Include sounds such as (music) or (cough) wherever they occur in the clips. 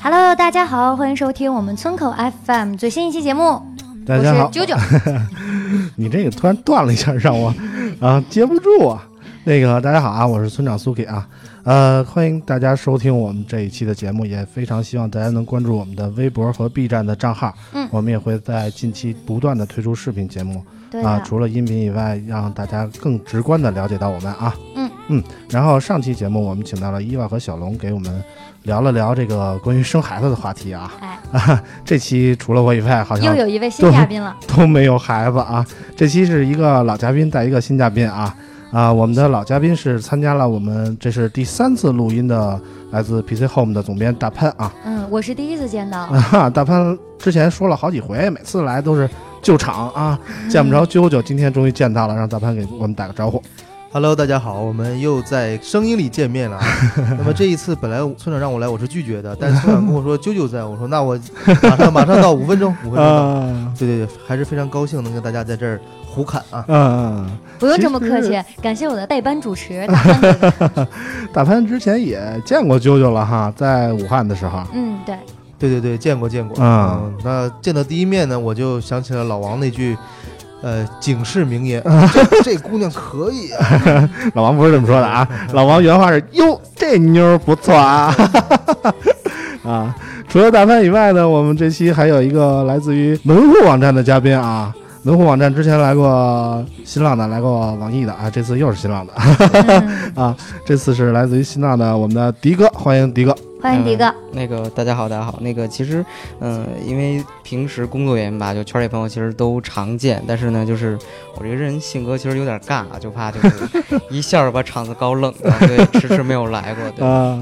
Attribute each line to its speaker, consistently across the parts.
Speaker 1: Hello，大家好，欢迎收听我们村口 FM 最新一期节目。
Speaker 2: 大家好
Speaker 1: 我，是九九。
Speaker 2: (laughs) 你这个突然断了一下，让我啊接不住啊。那个大家好啊，我是村长苏 k 啊，呃，欢迎大家收听我们这一期的节目，也非常希望大家能关注我们的微博和 B 站的账号，
Speaker 1: 嗯
Speaker 2: 我们也会在近期不断的推出视频节目
Speaker 1: 对
Speaker 2: 啊，
Speaker 1: 的，
Speaker 2: 除了音频以外，让大家更直观的了解到我们啊，
Speaker 1: 嗯
Speaker 2: 嗯，然后上期节目我们请到了伊娃和小龙给我们聊了聊这个关于生孩子的话题啊，
Speaker 1: 哎，
Speaker 2: 这期除了我以外，好像
Speaker 1: 又有一位新嘉宾了。
Speaker 2: 都没有孩子啊。这期是一个老嘉宾带一个新嘉宾啊啊，我们的老嘉宾是参加了我们这是第三次录音的来自 PC Home 的总编大潘啊
Speaker 1: 嗯，我是第一次见到。
Speaker 2: 啊 (laughs) 哈，大潘之前说了好几回，每次来都是救场啊，见不着啾啾，今天终于见到了，让大潘给我们打个招呼。
Speaker 3: Hello，大家好，我们又在声音里见面了。
Speaker 2: (laughs)
Speaker 3: 啊。那么这一次本来村长让我来，我是拒绝的，但是村长跟我说啾啾在，我说那我 (laughs) 马上马上到五分钟，五分钟到。
Speaker 2: (laughs) 啊
Speaker 3: 对对对，还是非常高兴能跟大家在这儿胡侃啊。
Speaker 2: 嗯，
Speaker 1: 不用这么客气，感谢我的代班主
Speaker 2: (laughs)
Speaker 1: 持大潘哥哥。
Speaker 2: 大潘之前也见过啾啾了哈，在武汉的时候，
Speaker 1: 嗯，对，
Speaker 3: 对对对，见过见过。
Speaker 2: 啊
Speaker 3: 嗯，那见到第一面呢，我就想起了老王那句。呃，警示
Speaker 2: (laughs)
Speaker 3: 名言，这这姑娘可以啊！
Speaker 2: 老王不是这么说的啊，老王原话是：“哟，这妞儿不错啊。” (laughs) 啊，除了大潘以外呢，我们这期还有一个来自于门户网站的嘉宾啊。门户网站之前来过新浪的，来过网易的啊，这次又是新浪的， (laughs)
Speaker 1: 嗯
Speaker 2: 这次是来自于新浪的我们的迪哥，欢迎迪哥。
Speaker 1: 欢迎迪哥。
Speaker 4: 那个大家好，大家好。那个其实，嗯、因为平时工作原因吧，就圈里朋友其实都常见，但是呢，就是我这个人性格其实有点尬，就怕就是一下儿把场子搞冷 (laughs) 了，所以迟迟没有来过。对，
Speaker 2: 啊，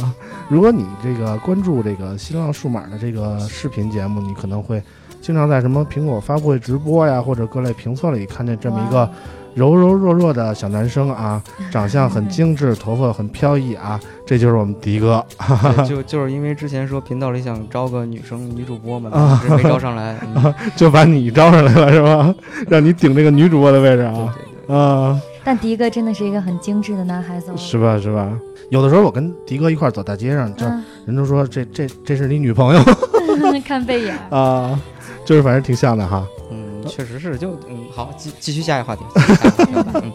Speaker 2: 如果你这个关注这个新浪数码的这个视频节目，你可能会经常在什么苹果发布会直播呀，或者各类评测里看 (laughs) 见这么一个
Speaker 1: 哇
Speaker 2: 柔柔弱弱的小男生
Speaker 1: (laughs)
Speaker 2: 啊，长相很精致，头发很飘逸啊，这就是我们迪哥。 (laughs)
Speaker 4: 对就就是因为之前说频道里想招个女生女主播嘛，但是没招上来。嗯
Speaker 2: 就把你招上来了是吧？ (laughs) 让你顶这个女主播的位置
Speaker 4: 对
Speaker 2: 啊
Speaker 4: 对对。
Speaker 2: 啊，
Speaker 1: 但迪哥真的是一个很精致的男孩子哦。
Speaker 2: 是吧是吧？有的时候我跟迪哥一块儿走大街上，就
Speaker 1: 嗯，
Speaker 2: 人都说这这这是你女朋友 (laughs)
Speaker 1: (laughs) 看背影。
Speaker 2: 啊，就是反正挺像的哈。
Speaker 4: 嗯，确实是，就嗯，好，继继续下一个话题。继续下一个话题好吧嗯，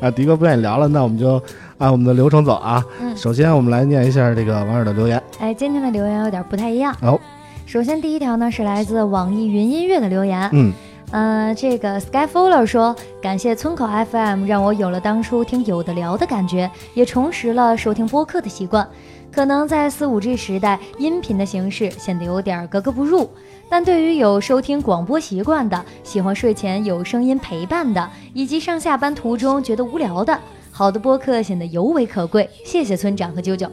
Speaker 2: 啊，迪哥不愿意聊了，那我们就按我们的流程走啊。
Speaker 1: 嗯
Speaker 2: 首先，我们来念一下这个网友的留言。
Speaker 1: 哎，今天的留言有点不太一样。
Speaker 2: 哦，
Speaker 1: 首先第一条呢是来自网易云音乐的留言。
Speaker 2: 嗯，
Speaker 1: 呃，这个 Skyfuller 说，感谢村口 FM 让我有了当初听有的聊的感觉，也重拾了收听播客的习惯。可能在四五 G 时代，音频的形式显得有点格格不入，但对于有收听广播习惯的、喜欢睡前有声音陪伴的，以及上下班途中觉得无聊的，好的播客显得尤为可贵。谢谢村长和啾啾。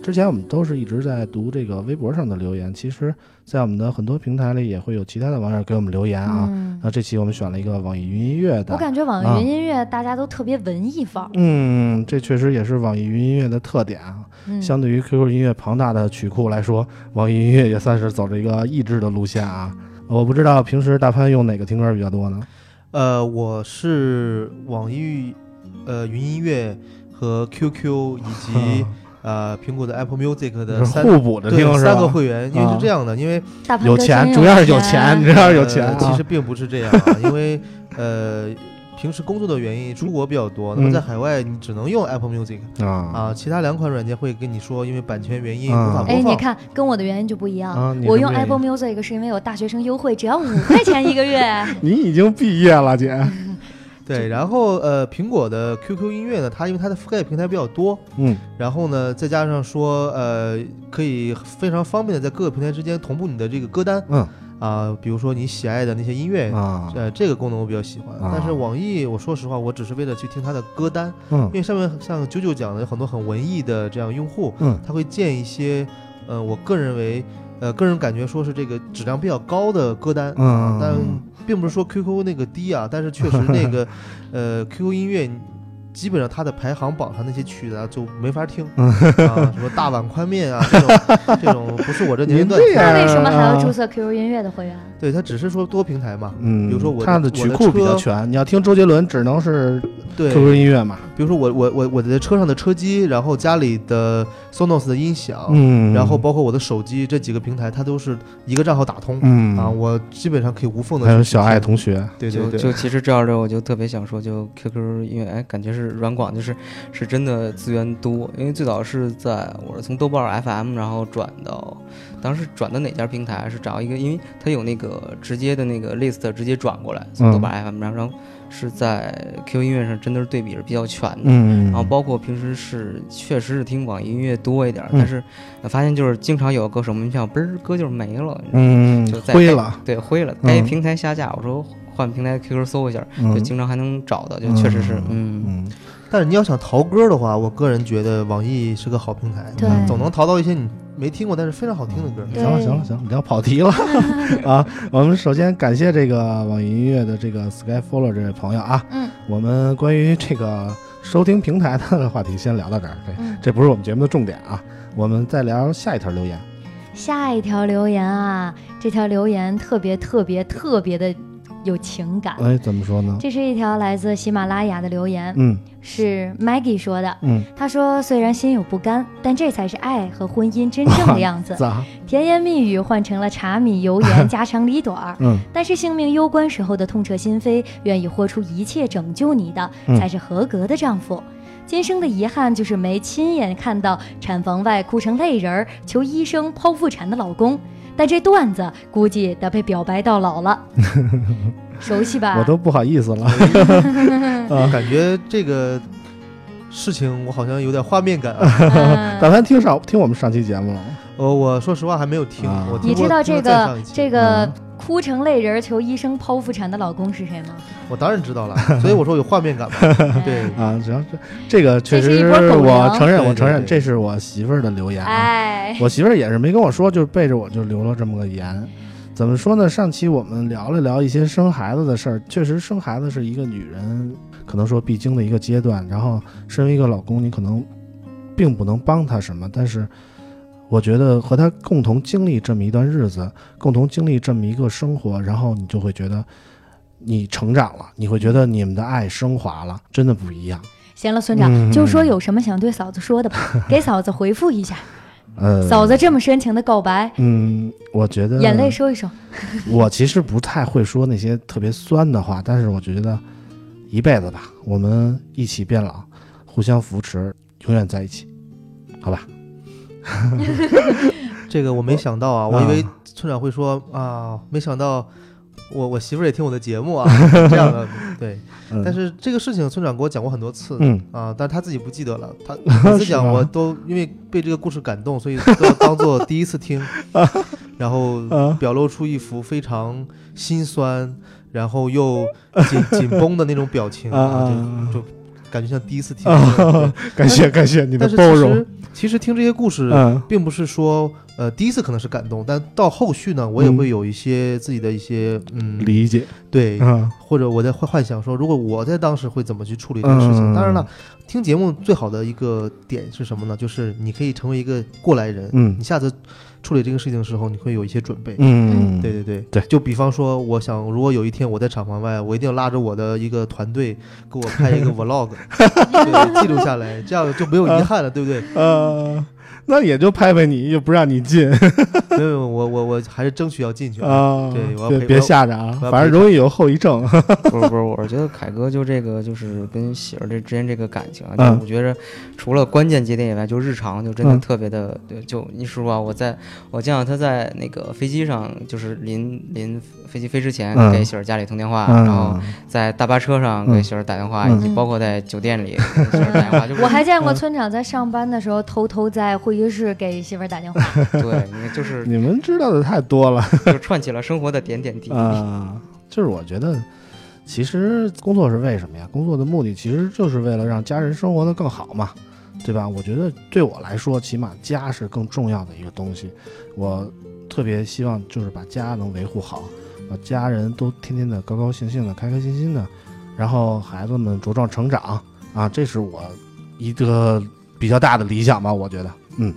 Speaker 2: 之前我们都是一直在读这个微博上的留言，其实，在我们的很多平台里也会有其他的网友给我们留言啊。
Speaker 1: 嗯，
Speaker 2: 那这期我们选了一个网易云音乐
Speaker 1: 我
Speaker 2: 的，
Speaker 1: 感觉网
Speaker 2: 啊
Speaker 1: 易云音乐大家都特别文艺范儿。
Speaker 2: 嗯，这确实也是网易云音乐的特点啊。
Speaker 1: 嗯，
Speaker 2: 相对于 QQ 音乐庞大的曲库来说，网易云音乐也算是走着一个益智的路线啊。我不知道平时大潘用哪个听歌比较多呢？
Speaker 3: 呃，我是网易，呃，云音乐和 QQ 以
Speaker 2: (laughs) 啊
Speaker 3: 及呃苹果的 Apple Music 的
Speaker 2: 是
Speaker 3: 呃三
Speaker 2: 互补着
Speaker 3: 对
Speaker 2: 听是
Speaker 3: 三个
Speaker 2: 吧？
Speaker 3: 会员，因为是这样的，
Speaker 2: (laughs)
Speaker 3: 因为
Speaker 1: 大潘
Speaker 2: 有
Speaker 1: 哥
Speaker 2: 钱，
Speaker 1: 真
Speaker 2: 主要是有
Speaker 1: 有
Speaker 2: 钱，主要是有钱
Speaker 3: 呃
Speaker 2: 啊。
Speaker 3: 其实并不是这样
Speaker 2: (laughs)
Speaker 3: 啊，因为呃，平时工作的原因，出国比较多，那
Speaker 2: 嗯
Speaker 3: 么在海外你只能用 Apple Music
Speaker 2: 啊
Speaker 3: 啊，其他两款软件会跟你说，因为版权原因
Speaker 2: 啊
Speaker 3: 无法播
Speaker 1: 哎，你
Speaker 3: 放。
Speaker 1: 看，跟我的原因就不一样。
Speaker 2: 啊你
Speaker 1: 我
Speaker 2: 是
Speaker 1: 用
Speaker 2: 不愿
Speaker 1: Apple
Speaker 2: 意 (laughs)
Speaker 1: Music 是因为有大学生优惠，只要五块钱一个月。
Speaker 2: 你已经毕业了，姐。
Speaker 3: 对，然后呃，苹果的 QQ 音乐呢，它因为它的覆盖平台比较多，
Speaker 2: 嗯，
Speaker 3: 然后呢，再加上说呃，可以非常方便的在各个平台之间同步你的这个歌单，
Speaker 2: 嗯
Speaker 3: 啊、比如说你喜爱的那些音乐。
Speaker 2: 啊，
Speaker 3: 呃，这个功能我比较喜欢，
Speaker 2: 啊
Speaker 3: 但是网易，我说实话，我只是为了去听它的歌单，
Speaker 2: 嗯
Speaker 3: 因为上面像九九讲的有很多很文艺的这样用户，
Speaker 2: 嗯
Speaker 3: 他会建一些，呃，我个人为，呃，个人感觉说是这个质量比较高的歌单，
Speaker 2: 嗯
Speaker 3: 啊但并不是说 QQ 那个低啊，但是确实那
Speaker 2: (laughs)
Speaker 3: 个，呃，QQ 音乐基本上它的排行榜上那些曲子啊就没法听
Speaker 2: 嗯
Speaker 3: 啊，什么大碗宽面啊
Speaker 2: (laughs)
Speaker 3: 这种，这种不是我这年龄段
Speaker 2: 您这
Speaker 3: 听
Speaker 2: 样
Speaker 1: 那
Speaker 3: 的。
Speaker 1: 为什么还要
Speaker 2: 啊
Speaker 1: 注册 QQ 音乐的会员？
Speaker 3: 对，它只是说多平台嘛，
Speaker 2: 嗯，
Speaker 3: 比如说我
Speaker 2: 他的
Speaker 3: 我
Speaker 2: 曲库比较
Speaker 3: 车
Speaker 2: 全，你要听周杰伦只能是
Speaker 3: 对，
Speaker 2: QQ 音乐嘛，
Speaker 3: 比如说我我我我的车上的车机，然后家里的 Sonos 的音响，
Speaker 2: 嗯，
Speaker 3: 然后包括我的手机这几个平台，它都是一个账号打通、
Speaker 2: 嗯
Speaker 3: 啊，我基本上可以无缝的。
Speaker 2: 还有小爱，同学，
Speaker 3: 对对
Speaker 4: 就
Speaker 3: 对，
Speaker 4: 就其实这样的，我就特别想说，就 QQ 音乐，哎，感觉是软广，就是是真的资源多。因为最早是在我是从豆瓣 FM，然后转到，当时转到哪家平台？啊是找一个，因为它有那个直接的那个 list 直接转过来，从豆瓣 FM，、然后是在 QQ 音乐上真的是对比是比较全的。
Speaker 2: 嗯，
Speaker 4: 然后包括平时是确实是听网易音乐多一点儿，
Speaker 2: 嗯
Speaker 4: 但是发现就是经常有歌手门票嘣儿歌就没了，
Speaker 2: 嗯
Speaker 4: 就在
Speaker 2: 灰了，
Speaker 4: 对，灰了，该平台下架，我说换平台 QQ 搜一下，
Speaker 2: 嗯
Speaker 4: 就经常还能找到，就确实是，嗯，
Speaker 2: 嗯
Speaker 3: 但是你要想淘歌的话，我个人觉得网易是个好平台，
Speaker 1: 对
Speaker 2: 嗯
Speaker 3: 总能淘到一些你没听过但是非常好听的歌。
Speaker 1: 对
Speaker 2: 行了行了行了，聊跑 (laughs) 题了啊！我们首先感谢这个网易音乐的这个 Skyfollow 这位朋友啊，
Speaker 1: 嗯
Speaker 2: 我们关于这个收听平台的话题先聊到这儿，这
Speaker 1: 嗯，
Speaker 2: 这不是我们节目的重点啊，我们再聊下一条留言。
Speaker 1: 下一条留言啊，这条留言特别特别特别的有情感。
Speaker 2: 哎，怎么说呢？
Speaker 1: 这是一条来自喜马拉雅的留言，
Speaker 2: 嗯
Speaker 1: 是 Maggie 说的。
Speaker 2: 嗯，
Speaker 1: 她说：“虽然心有不甘，但这才是爱和婚姻真正
Speaker 2: (laughs)
Speaker 1: 的样子。
Speaker 2: 咋？
Speaker 1: 甜言蜜语换成了茶米油
Speaker 2: (laughs)
Speaker 1: 盐、家长里短儿，
Speaker 2: 嗯
Speaker 1: 但是性命攸关时候的痛彻心扉，愿意豁出一切拯救你的，
Speaker 2: 嗯
Speaker 1: 才是合格的丈夫。今生的遗憾就是没亲眼看到产房外哭成泪人儿、求医生剖腹产的老公，但这段子估计得被表白到老
Speaker 3: (laughs)
Speaker 1: 了，熟悉吧？
Speaker 2: 我都不好意思
Speaker 1: 嗯
Speaker 2: 了。嗯
Speaker 3: 感觉这个事情我好像有点画面
Speaker 2: (laughs)
Speaker 3: 感啊。 (laughs)
Speaker 1: 嗯
Speaker 2: 大凡听上听我们上期节目了吗，
Speaker 3: 呃，我说实话还没有听
Speaker 2: 啊，
Speaker 3: 我听
Speaker 1: 你
Speaker 3: 过
Speaker 1: 知道
Speaker 3: 听
Speaker 1: 这
Speaker 3: 过再
Speaker 1: 个
Speaker 3: 上一期
Speaker 1: 这个
Speaker 2: 嗯
Speaker 1: 哭成泪人儿、求医生剖腹产的老公是谁吗？
Speaker 3: 我当然知道了，所以我说有画面感嘛。
Speaker 2: (laughs)
Speaker 3: (laughs) 对，
Speaker 2: 啊，主要是这个确
Speaker 1: 这是
Speaker 2: 实，
Speaker 1: 一波狗
Speaker 2: 我
Speaker 1: 粮
Speaker 2: 承认，
Speaker 3: 对
Speaker 2: 我承认，
Speaker 3: 对对
Speaker 2: 这是我媳妇儿的留言啊。
Speaker 1: 哎，
Speaker 2: (laughs) 我媳妇儿也是没跟我说，就是背着我就留了这么个言。怎么说呢？上期我们聊了聊一些生孩子的事儿，确实生孩子是一个女人可能说必经的一个阶段。然后，身为一个老公，你可能并不能帮她什么，但是我觉得和她共同经历这么一段日子，共同经历这么一个生活，然后你就会觉得你成长了，你会觉得你们的爱升华了，真的不一样。
Speaker 1: 行了，村长，
Speaker 2: 嗯
Speaker 1: 就说有什么想对嫂子说的吧，给嫂子回复一下。
Speaker 2: 呃，
Speaker 1: 嫂子这么深情的告白，
Speaker 2: 嗯，我觉得
Speaker 1: 眼泪收一收。
Speaker 2: 我其实不太会说那些特别酸的话，但是我觉得一辈子吧，我们一起变老，互相扶持，永远在一起，好吧？
Speaker 3: 这个我没想到啊，我以
Speaker 2: 啊
Speaker 3: 为村长会说啊，没想到我我媳妇儿也听我的节目啊，这样的对。
Speaker 2: 嗯、
Speaker 3: 但是这个事情村长给我讲过很多次，
Speaker 2: 嗯，
Speaker 3: 啊，但是他自己不记得了。他
Speaker 2: (laughs)
Speaker 3: 每次讲
Speaker 2: 吗
Speaker 3: 我都因为被这个故事感动，所以都要当做第一
Speaker 2: (laughs)
Speaker 3: 次听，然后
Speaker 2: 啊
Speaker 3: 表露出一副非常心酸，然后又紧紧绷的那种表情
Speaker 2: 啊
Speaker 3: 啊，
Speaker 2: 啊
Speaker 3: 就就感觉像第一次听。
Speaker 2: 啊 (laughs)
Speaker 3: 对！
Speaker 2: 感谢感谢你的
Speaker 3: 但是
Speaker 2: 包
Speaker 3: 其
Speaker 2: 容
Speaker 3: 实，其实听这些故事，
Speaker 2: 嗯
Speaker 3: 并不是说呃第一次可能是感动，但到后续呢，我也
Speaker 2: 嗯
Speaker 3: 会有一些自己的一些嗯，
Speaker 2: 理解
Speaker 3: 对，
Speaker 2: 啊，
Speaker 3: 或者我在幻幻想说，如果我在当时会怎么去处理这个事情。
Speaker 2: 嗯
Speaker 3: 当然了，听节目最好的一个点是什么呢？就是你可以成为一个过来人，
Speaker 2: 嗯
Speaker 3: 你下次处理这个事情的时候，你会有一些准备。
Speaker 2: 嗯，
Speaker 3: 对对对
Speaker 2: 对
Speaker 3: 就比方说，我想如果有一天我在厂房外，我一定要拉着我的一个团队给我
Speaker 2: (laughs)
Speaker 3: 拍一个 vlog，对，记录下来，这样就没有遗憾了，对不对？
Speaker 2: 呃，那也就拍拍你，又不让你进
Speaker 3: 没有，我我我还是争取要进去啊。
Speaker 2: 啊。
Speaker 3: 对我要
Speaker 2: 别
Speaker 3: 赔
Speaker 2: 别
Speaker 3: 我要
Speaker 2: 吓着啊
Speaker 3: 我，要
Speaker 2: 反正
Speaker 3: 赔
Speaker 2: 容易有后遗症。
Speaker 4: 不是不是，我是觉得凯哥就这个就是跟喜儿这之间这个感情啊，就
Speaker 2: 嗯
Speaker 4: 是我觉着除了关键节点以外，就日常就真的
Speaker 2: 嗯
Speaker 4: 特别的，对就一说啊，我在我见到他在那个飞机上，就是临临飞机飞之前
Speaker 2: 嗯
Speaker 4: 给喜儿家里通电话，然后
Speaker 2: 嗯，
Speaker 4: 在大巴车上给喜儿打电话，
Speaker 2: 嗯
Speaker 4: 以及包括在酒店里给喜儿打电话，就是
Speaker 1: 我还见过村长在上班的时候偷偷在会议室给媳妇儿打电话。
Speaker 4: 对，你看就是
Speaker 2: 你们知道的太多了
Speaker 4: 就串起了生活的点点滴滴。
Speaker 2: 啊。就是我觉得，其实工作是为什么呀？工作的目的其实就是为了让家人生活的更好嘛，对吧？我觉得对我来说，起码家是更重要的一个东西。我特别希望就是把家能维护好，把家人都天天的高高兴兴的、开开心心的，然后孩子们茁壮成长啊，这是我一个比较大的理想吧，我觉得，嗯。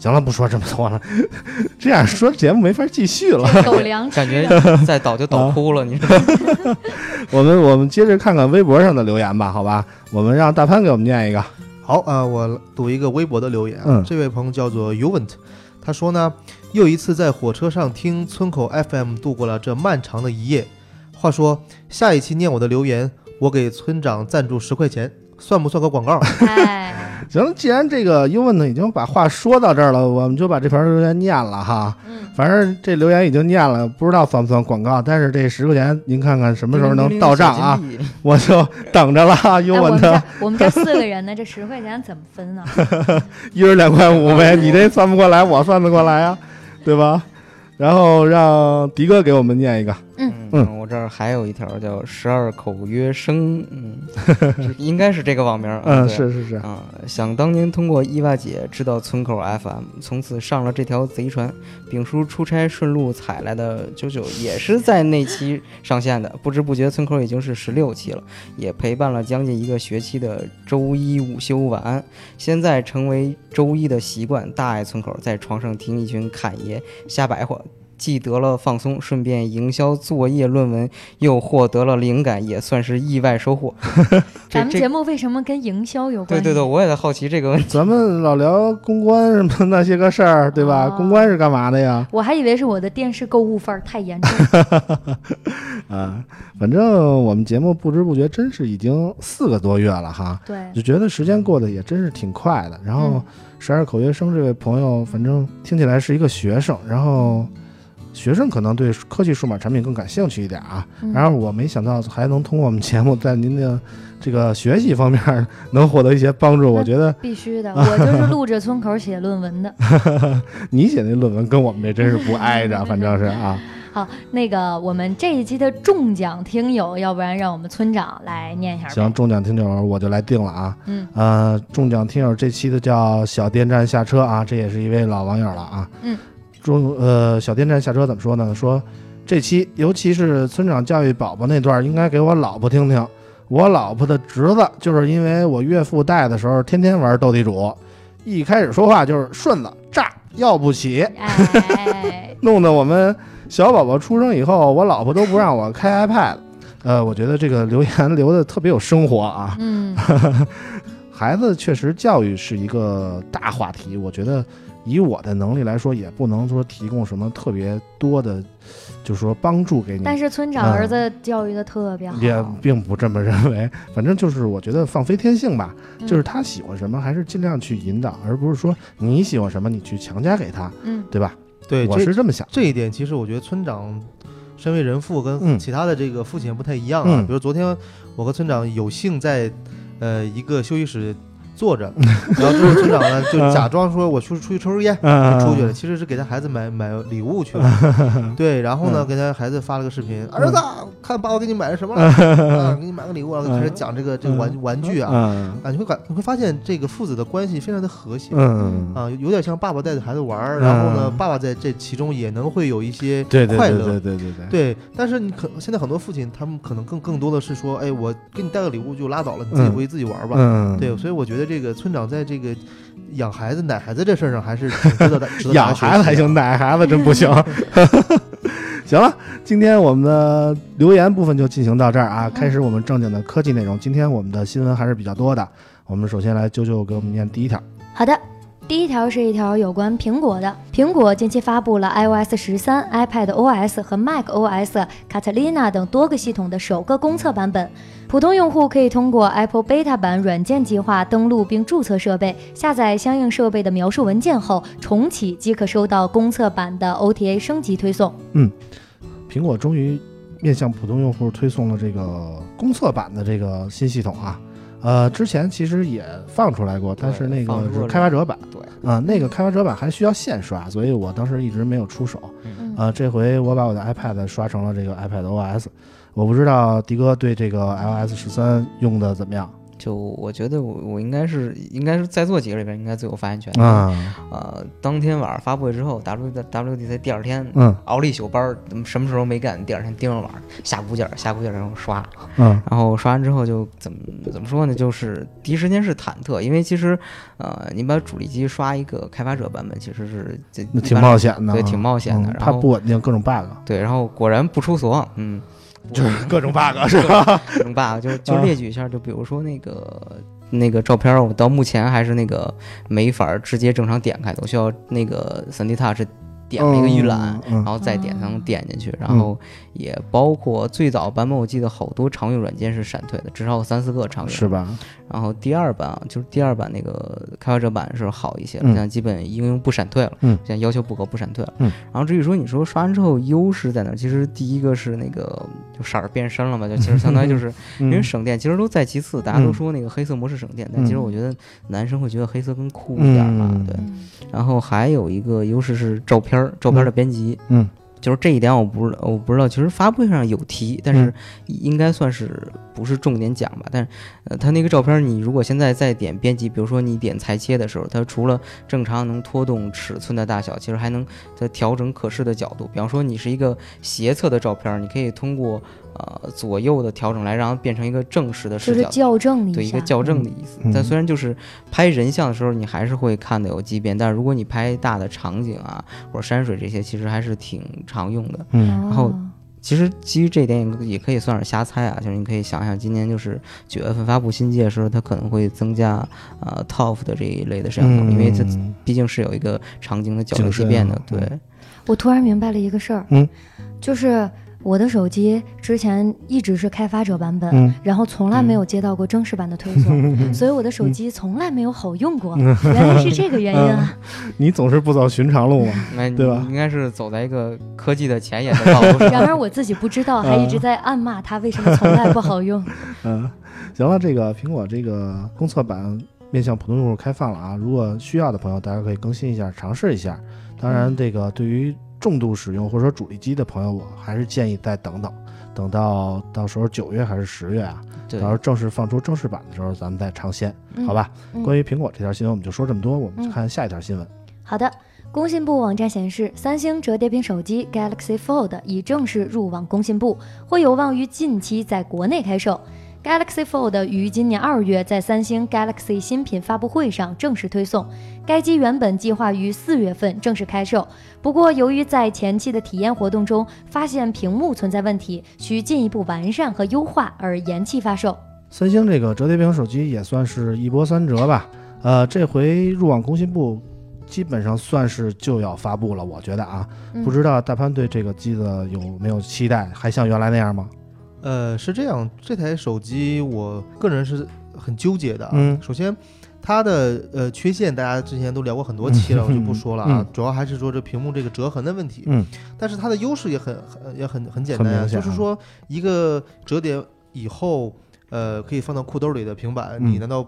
Speaker 2: 行了，不说这么多了， (laughs) 这样说节目没法继续了。
Speaker 1: 狗粮吃
Speaker 4: 感觉
Speaker 1: 的，
Speaker 4: 再倒就倒哭了，你知道吗
Speaker 2: 我们我们接着看看微博上的留言吧，好吧？我们让大潘给我们念一个。
Speaker 3: 好啊、呃我读一个微博的留言啊，
Speaker 2: 嗯
Speaker 3: 这位朋友叫做 Uvent，他说呢，又一次在火车上听村口 FM 度过了这漫长的一夜。话说下一期念我的留言，我给村长赞助十块钱，算不算个广
Speaker 2: (laughs)
Speaker 3: 告？
Speaker 1: 哎，
Speaker 2: 行了，既然这个优问呢已经把话说到这儿了，我们就把这条留言念了哈。
Speaker 1: 嗯，
Speaker 2: 反正这留言已经念了，不知道算不算广告，但是这十块钱您看看什么时候能到账啊？？我就等着了啊，优
Speaker 1: 哎我
Speaker 2: 问
Speaker 1: 们
Speaker 2: 他
Speaker 1: 这我们这四个人呢，这十块钱怎么分呢？
Speaker 2: 一人两块五呗，你这算不过来，我算得过来啊，对吧？然后让迪哥给我们念一个，
Speaker 4: 嗯
Speaker 2: 嗯
Speaker 4: 我这儿还有一条叫“十二口约生”，
Speaker 2: (laughs)
Speaker 4: 嗯，是应该是这个网名儿。
Speaker 2: 嗯，
Speaker 4: 对
Speaker 2: 是是是，
Speaker 4: 啊、想当年通过伊娃姐知道村口 FM，从此上了这条贼船。丙叔出差顺路采来的九九也是在那期上线的，不知不觉村口已经是十六期了，也陪伴了将近一个学期的周一午休晚安，现在成为周一的习惯，大爱村口，在床上听一群侃爷瞎白话。既得了放松，顺便营销作业论文，又获得了灵感，也算是意外收获。 (laughs) 这
Speaker 1: 咱们
Speaker 4: 这
Speaker 1: 节目为什么跟营销有关
Speaker 4: 对
Speaker 1: 系？
Speaker 4: 对对，我也在好奇这个问题。
Speaker 2: 咱们老聊公关什么那些个事儿，对吧？
Speaker 1: 哦
Speaker 2: 公关是干嘛的呀？
Speaker 1: 我还以为是我的电视购物范儿太严重，
Speaker 2: 啊，反正我们节目不知不觉真是已经四个多月了哈，
Speaker 1: 对，
Speaker 2: 就觉得时间过得也真是挺快的。然后
Speaker 1: 嗯
Speaker 2: 十二口学生这位朋友，反正听起来是一个学生，然后学生可能对科技数码产品更感兴趣一点啊。
Speaker 1: 嗯
Speaker 2: 然后我没想到还能通过我们节目在您的这个学习方面能获得一些帮
Speaker 1: 嗯
Speaker 2: 助，我觉得
Speaker 1: 必须的，我就是录着村口写论文的。
Speaker 2: 你写那论文跟我们这真是不挨着，反正是啊，
Speaker 1: 好，那个我们这一期的中奖听友，要不然让我们村长来念一下。
Speaker 2: 行，，中奖听友我就来定了啊。
Speaker 1: 嗯
Speaker 2: 呃，中奖听友这期的叫小电站下车啊，这也是一位老网友了啊。
Speaker 1: 嗯，
Speaker 2: 中呃小电站下车怎么说呢？说这期尤其是村长教育宝宝那段儿，应该给我老婆听听。我老婆的侄子就是因为我岳父带的时候，天天玩斗地主，一开始说话就是顺子炸要不起，
Speaker 1: 哎，
Speaker 2: 弄得我们小宝宝出生以后，我老婆都不让我开 iPad。呃，我觉得这个留言留的特别有生活啊。
Speaker 1: 嗯，
Speaker 2: 孩子确实教育是一个大话题，我觉得以我的能力来说，也不能说提供什么特别多的，就是说帮助给你。
Speaker 1: 但是村长儿子教育的特别好，
Speaker 2: 嗯
Speaker 1: 嗯
Speaker 2: 也并不这么认
Speaker 1: (laughs)
Speaker 2: 为，反正就是我觉得放飞天性吧，
Speaker 1: 嗯
Speaker 2: 就是他喜欢什么，还是尽量去引导，而不是说你喜欢什么你去强加给他，
Speaker 1: 嗯，
Speaker 2: 对吧？
Speaker 3: 对，
Speaker 2: 我
Speaker 3: 这
Speaker 2: 是这么想的。
Speaker 3: 这一点，其实我觉得村长身为人父
Speaker 2: 嗯
Speaker 3: 跟其他的这个父亲不太一样啊。
Speaker 2: 嗯
Speaker 3: 比如昨天我和村长有幸在呃一个休息室
Speaker 2: (laughs)
Speaker 3: 坐着，然后之后村长呢就假装说我出出去抽根烟。
Speaker 2: 嗯，
Speaker 3: 就出去了，其实是给他孩子买买礼物去了，
Speaker 2: (laughs)
Speaker 3: 对，然后呢，
Speaker 2: 嗯
Speaker 3: 给他孩子发了个视频，儿子，看爸爸给你买了
Speaker 2: (laughs)
Speaker 3: 什么了，啊，给你买个礼物了，开始讲这个这个玩玩具啊，
Speaker 2: 嗯
Speaker 3: 啊，你会感你会发现这个父子的关系非常的和谐，
Speaker 2: 嗯，
Speaker 3: 啊，有有点像爸爸带着孩子玩儿，然后呢，
Speaker 2: 嗯
Speaker 3: 爸爸在这其中也能会有一些
Speaker 2: 对对
Speaker 3: 快
Speaker 2: 对
Speaker 3: 乐。
Speaker 2: 对对对对，
Speaker 3: 对但是你可现在很多父亲，他们可能更更多的是说，哎，我给你带个礼物就拉倒了，你自己
Speaker 2: 嗯
Speaker 3: 回去自己玩儿吧。
Speaker 2: 嗯，
Speaker 3: 对，所以我觉得这个村长在这个养孩子、奶孩子这事儿上，还是挺
Speaker 2: (laughs)
Speaker 3: 值得的。值得大家
Speaker 2: 养
Speaker 3: 学
Speaker 2: 孩子
Speaker 3: 习
Speaker 2: 还
Speaker 3: 的
Speaker 2: 行，奶孩子真不行。 (laughs) 行了，今天我们的留言部分就进行到这儿啊，开始我们正经的科技内容。今天我们的新闻还是比较多的，我们首先来啾啾给我们念第一条。
Speaker 1: 好的。第一条是一条有关苹果的。苹果近期发布了 iOS 十三、iPad OS 和 macOS Catalina 等多个系统的首个公测版本。普通用户可以通过 Apple Beta 版软件计划登录并注册设备，下载相应设备的描述文件后重启，即可收到公测版的 OTA 升级推送。
Speaker 2: 苹果终于面向普通用户推送了这个公测版的这个新系统啊。呃，之前其实也放出来过，但是那
Speaker 4: 放
Speaker 2: 个
Speaker 4: 出
Speaker 2: 是
Speaker 4: 了
Speaker 2: 开发者版，
Speaker 4: 对，
Speaker 2: 啊、那个开发者版还需要现刷，所以我当时一直没有出手。
Speaker 1: 嗯
Speaker 2: 啊，这回我把我的 iPad 刷成了这个 iPad OS，我不知道迪哥对这个 iOS 十三用的怎么样
Speaker 4: 就我觉得我我应该是应该是在座几个里边应该最有发言权的。
Speaker 2: 啊？
Speaker 4: 呃，当天晚上发布会之后，W W D C 第二天
Speaker 2: 嗯
Speaker 4: 熬了一宿班儿，嗯什么时候没干？第二天盯着玩儿，下鼓劲儿，下鼓劲儿，然后刷，
Speaker 2: 嗯
Speaker 4: 然后刷完之后就怎么怎么说呢？就是第一时间是忐忑，因为其实，呃，你把主力机刷一个开发者版本，其实是这
Speaker 2: 那挺冒险的啊，
Speaker 4: 对，挺冒险的。
Speaker 2: 嗯
Speaker 4: 然
Speaker 2: 它
Speaker 4: 后
Speaker 2: 不稳定，各种 bug，
Speaker 4: 对，然后果然不出所望，嗯，
Speaker 2: (laughs) 各
Speaker 4: (laughs)
Speaker 2: 种
Speaker 4: 哎
Speaker 2: bug 是吧？
Speaker 4: 各种 bug 就
Speaker 2: 啊
Speaker 4: 就列举一下，就比如说那个那个照片儿，我到目前还是那个没法儿直接正常点开的，我需要那个 3D Touch 点那个预览，
Speaker 2: 嗯嗯
Speaker 4: 然后再点才能点进去。然
Speaker 2: 嗯
Speaker 4: 后也包括最早版本，我记得好多常用软件是闪退的，至少有三四个常用。
Speaker 2: 是吧？
Speaker 4: 然后第二版啊，就是第二版那个开发者版是好一些了，
Speaker 2: 嗯
Speaker 4: 现在基本应用不闪退了，
Speaker 2: 嗯
Speaker 4: 现在要求不高不闪退了。
Speaker 2: 嗯
Speaker 4: 然后至于说你说刷完之后优势在哪儿，其实第一个是那个就色儿变深了吧，就其实相当于就是、因为
Speaker 2: 嗯
Speaker 4: 省电，其实都在其次，大家都
Speaker 2: 嗯
Speaker 4: 说那个黑色模式省电，但其实
Speaker 2: 嗯
Speaker 4: 我觉得男生会觉得黑色更酷一点儿嘛，
Speaker 2: 嗯
Speaker 4: 对。然后还有一个优势是照片儿，照片儿的编辑，
Speaker 2: 嗯
Speaker 4: 就是这一点我不知我不知道，其实发布会上有提，但是
Speaker 2: 嗯
Speaker 4: 应该算是不是重点讲吧。但是，呃，它那个照片，你如果现在再点编辑，比如说你点裁切的时候，它除了正常能拖动尺寸的大小，其实还能再调整可视的角度。比方说你是一个斜侧的照片，你可以通过呃左右的调整来让它变成一个正式的
Speaker 1: 就
Speaker 4: 视
Speaker 1: 是
Speaker 4: 角。
Speaker 1: 校正了
Speaker 4: 对
Speaker 1: 一
Speaker 4: 一
Speaker 1: 下
Speaker 4: 个，校正的意思。
Speaker 2: 嗯
Speaker 4: 但虽然就是拍人像的时候，你还是会看的有畸变，但是如果你拍大的场景啊或者山水这些，其实还是挺常用的。
Speaker 2: 嗯
Speaker 1: 然
Speaker 4: 然后其实基于这一点也也可以算是瞎猜啊，就是你可以想想，今年就是九月份发布新机的时候，它可能会增加呃 TOF 的这一类的摄像头，因为它
Speaker 2: 嗯
Speaker 4: 毕竟是有一个场景的角
Speaker 2: 景
Speaker 4: 度畸
Speaker 2: 深
Speaker 4: 变
Speaker 2: 啊
Speaker 4: 的，对，
Speaker 2: 嗯
Speaker 1: 我突然明白了一个事儿，
Speaker 2: 嗯，
Speaker 1: 就是我的手机之前一直是开发者版本，
Speaker 2: 嗯
Speaker 1: 然后从来没有接到过正式版的推送，
Speaker 2: (laughs)
Speaker 1: 所以我的手机从来没有好用过，
Speaker 2: 嗯
Speaker 1: 原来是这个原因啊！
Speaker 2: 你总是不走寻常路嘛？
Speaker 4: 那你
Speaker 2: 对吧
Speaker 4: 应该是走在一个科技的前沿的道
Speaker 2: (laughs) 嗯
Speaker 4: 路
Speaker 1: 然
Speaker 4: 上。
Speaker 1: 而我自己不知道，还一直在暗骂它为什么从来不
Speaker 2: (laughs)
Speaker 1: 好用。
Speaker 2: 嗯，行了，这个苹果这个公测版面向普通用户开放了啊，如果需要的朋友，大家可以更新一下，尝试一下。当
Speaker 1: 嗯
Speaker 2: 然，这个对于重度使用或者说主力机的朋友，我还是建议再等等，等到到时候九月还是十月啊，到
Speaker 4: 对
Speaker 2: 时，候正式放出正式版的时候，咱们再尝鲜，
Speaker 1: 嗯
Speaker 2: 好吧？
Speaker 1: 嗯
Speaker 2: 关于苹果这条新闻，我们就说这么多，我们
Speaker 1: 嗯
Speaker 2: 看下一条新闻。
Speaker 1: 好的，工信部网站显示，三星折叠屏手机 Galaxy Fold 已正式入网工信部，会有望于近期在国内开售。Galaxy Fold 于今年二月在三星 Galaxy 新品发布会上正式推送。该机原本计划于四月份正式开售，不过由于在前期的体验活动中发现屏幕存在问题，需进一步完善和优化，而延期发售。
Speaker 2: 三星这个折叠屏手机也算是一波三折吧。呃，这回入网工信部基本上算是就要发布了，我觉得啊，
Speaker 1: 嗯
Speaker 2: 不知道大潘对这个机子有没有期待？还像原来那样吗？
Speaker 3: 呃，是这样，这台手机我个人是很纠结的啊。
Speaker 2: 嗯
Speaker 3: 首先，它的呃缺陷大家之前都聊过很多期了，我就不说了啊。
Speaker 2: 嗯
Speaker 3: 主要还是说这屏幕这个折痕的问题，
Speaker 2: 嗯
Speaker 3: 但是它的优势也很很也很很简单、
Speaker 2: 很
Speaker 3: 啊，
Speaker 2: 明显
Speaker 3: 就
Speaker 2: 啊
Speaker 3: 是说一个折叠以后，呃，可以放到裤兜里的平板，
Speaker 2: 嗯
Speaker 3: 你难道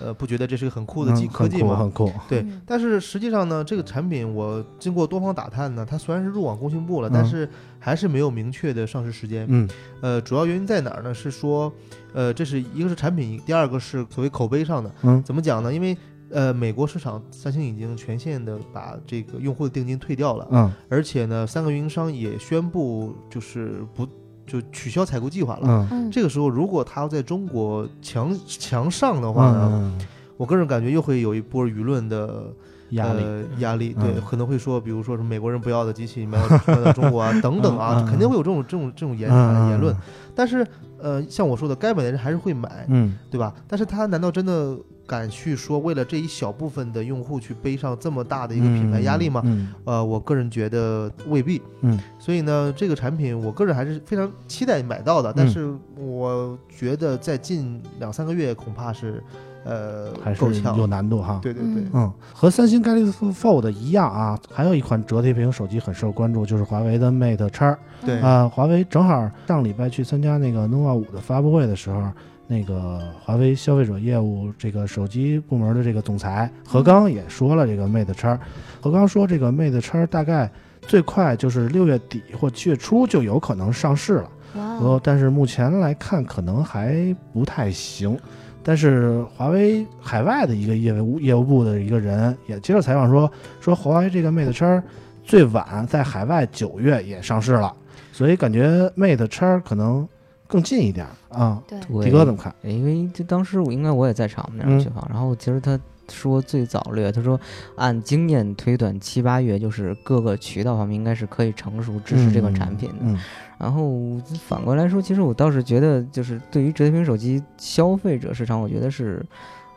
Speaker 3: 呃不觉得这是个很酷的技
Speaker 2: 嗯
Speaker 3: 科技吗？
Speaker 2: 很酷，很酷。
Speaker 3: 对
Speaker 1: 嗯，
Speaker 3: 但是实际上呢，这个产品我经过多方打探呢，它虽然是入网工信部了，
Speaker 2: 嗯
Speaker 3: 但是还是没有明确的上市时间。
Speaker 2: 嗯
Speaker 3: 呃，主要原因在哪儿呢？是说，呃，这是一个是产品，第二个是所谓口碑上的。
Speaker 2: 嗯
Speaker 3: 怎么讲呢？因为呃，美国市场三星已经全线的把这个用户的定金退掉了，
Speaker 2: 嗯
Speaker 3: 而且呢，三个运营商也宣布就是不就取消采购计划了。
Speaker 2: 嗯
Speaker 1: 嗯，
Speaker 3: 这个时候，如果它要在中国强强上的话呢，
Speaker 2: 嗯，
Speaker 3: 我个人感觉又会有一波舆论的
Speaker 2: 压力。
Speaker 3: 呃、压力，
Speaker 2: 嗯
Speaker 3: 对，可能会说，比如说什么美国人不要的机器，你们要卖到中国啊，等等啊
Speaker 2: 嗯嗯，
Speaker 3: 肯定会有这种这种这种言
Speaker 2: 嗯嗯
Speaker 3: 言论
Speaker 2: 嗯。
Speaker 3: 但是呃，像我说的，该买的人还是会买，
Speaker 2: 嗯
Speaker 3: 对吧？但是他难道真的敢去说为了这一小部分的用户去背上这么大的一个品牌压力吗？
Speaker 2: 嗯
Speaker 3: 呃，我个人觉得未必。
Speaker 2: 嗯，
Speaker 3: 所以呢，这个产品我个人还是非常期待买到的，但是
Speaker 2: 嗯
Speaker 3: 我觉得在近两三个月恐怕是，呃，
Speaker 2: 还
Speaker 3: 够
Speaker 2: 是
Speaker 3: 呛。
Speaker 2: 有难度哈。
Speaker 3: 对对对，
Speaker 1: 嗯
Speaker 2: 嗯，和三星 Galaxy Fold 一样啊，还有一款折叠屏手机很受关注，就是华为的 Mate 叉儿
Speaker 3: 对
Speaker 2: 啊、华为正好上礼拜去参加那个 nova 五的发布会的时候，那个华为消费者业务这个手机部门的这个总裁何刚也说了这个 Mate 叉儿。何刚说这个 Mate 叉儿大概最快就是六月底或七月初就有可能上市了。
Speaker 4: 嗯
Speaker 1: 哇
Speaker 2: 呃，但是目前来看，可能还不太行。但是华为海外的一个业务业务部的一个人也接受采访说，说华为这个 Mate 叉最晚在海外九月也上市了，所以感觉 Mate 叉可能更近一点啊。
Speaker 1: 对，
Speaker 2: 迪哥怎么看？
Speaker 4: 因为就当时我应该我也在场那
Speaker 2: 嗯
Speaker 4: 场去访，然后其实他说最早略，他说按经验推断七八月就是各个渠道方面应该是可以成熟支持这款产品的。
Speaker 2: 嗯
Speaker 4: 然后反过来说，其实我倒是觉得就是对于折叠屏手机消费者市场，我觉得是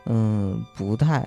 Speaker 4: 嗯不太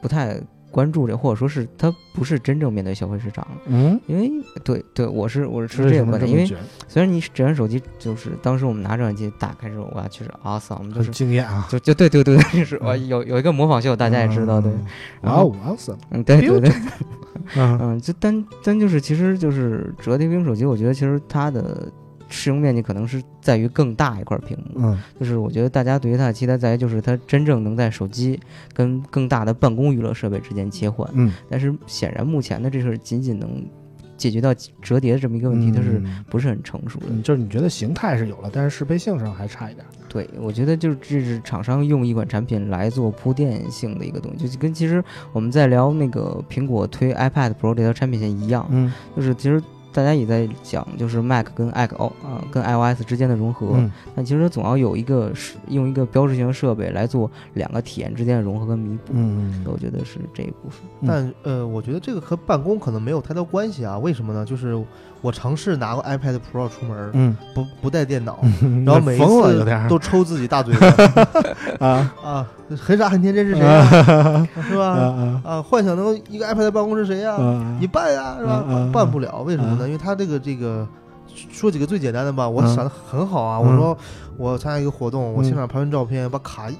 Speaker 4: 不太关注这，或者说是它不是真正面对消费市场的。
Speaker 2: 嗯，
Speaker 4: 因为对对，我是我是持
Speaker 2: 为
Speaker 4: 这
Speaker 2: 什
Speaker 4: 个
Speaker 2: 么
Speaker 4: 观
Speaker 2: 这
Speaker 4: 点，因
Speaker 2: 么
Speaker 4: 为
Speaker 2: 觉得？
Speaker 4: 虽然你这款手机就是当时我们拿这款机打开之后，哇，确实 awesome，我们就是
Speaker 2: 很惊艳啊！
Speaker 4: 就就对对对，就是我
Speaker 2: 嗯
Speaker 4: 有有一个模仿秀，大家也知道，对，
Speaker 2: 嗯，哇
Speaker 4: 然后
Speaker 2: 哦，awesome，
Speaker 4: 嗯，对对对，
Speaker 2: (laughs) 嗯
Speaker 4: 嗯，就单单就是其实就是折叠屏手机，我觉得其实它的适用面积可能是在于更大一块屏幕，
Speaker 2: 嗯
Speaker 4: 就是我觉得大家对于它的期待在于就是它真正能在手机跟更大的办公娱乐设备之间切换，
Speaker 2: 嗯，
Speaker 4: 但是显然目前的这是仅仅能解决到折叠这么一个问题，它是
Speaker 2: 嗯
Speaker 4: 不是很成熟的？
Speaker 2: 嗯就是你觉得形态是有了，但是适配性上还差一点。
Speaker 4: 对，我觉得就是这是厂商用一款产品来做铺垫性的一个东西，就跟其实我们在聊那个苹果推 iPad Pro 这条产品线一样，
Speaker 2: 嗯
Speaker 4: 就是其实大家也在讲，就是 Mac 跟 iO 啊、跟 iOS 之间的融合，
Speaker 2: 嗯
Speaker 4: 但其实总要有一个是用一个标志性的设备来做两个体验之间的融合跟弥补，
Speaker 2: 嗯
Speaker 4: 我觉得是这一部分。
Speaker 2: 嗯
Speaker 3: 但呃，我觉得这个和办公可能没有太多关系啊。为什么呢？就是我尝试拿过 iPad Pro 出门，
Speaker 2: 嗯
Speaker 3: 不不带电脑，
Speaker 2: 嗯，
Speaker 3: 然后每一
Speaker 2: 疯了有点
Speaker 3: 次
Speaker 2: 儿
Speaker 3: 都抽自己大
Speaker 2: (laughs)
Speaker 3: 嘴巴
Speaker 2: 啊。
Speaker 3: 啊，很傻很天真是谁啊？ (laughs)
Speaker 2: 啊
Speaker 3: 是
Speaker 2: 啊
Speaker 3: 吧？
Speaker 2: 啊
Speaker 3: 啊，幻想能够一个 iPad 办公是谁呀？
Speaker 2: 啊！
Speaker 3: 你办呀，是吧
Speaker 2: 嗯嗯嗯？
Speaker 3: 办不了，为什么
Speaker 2: 嗯
Speaker 3: 呢？因为他这个这个，说几个最简单的吧，我
Speaker 2: 嗯
Speaker 3: 想的很好啊。
Speaker 2: 嗯
Speaker 3: 我说我参加一个活动，我
Speaker 2: 嗯
Speaker 3: 现场拍完照片，把卡一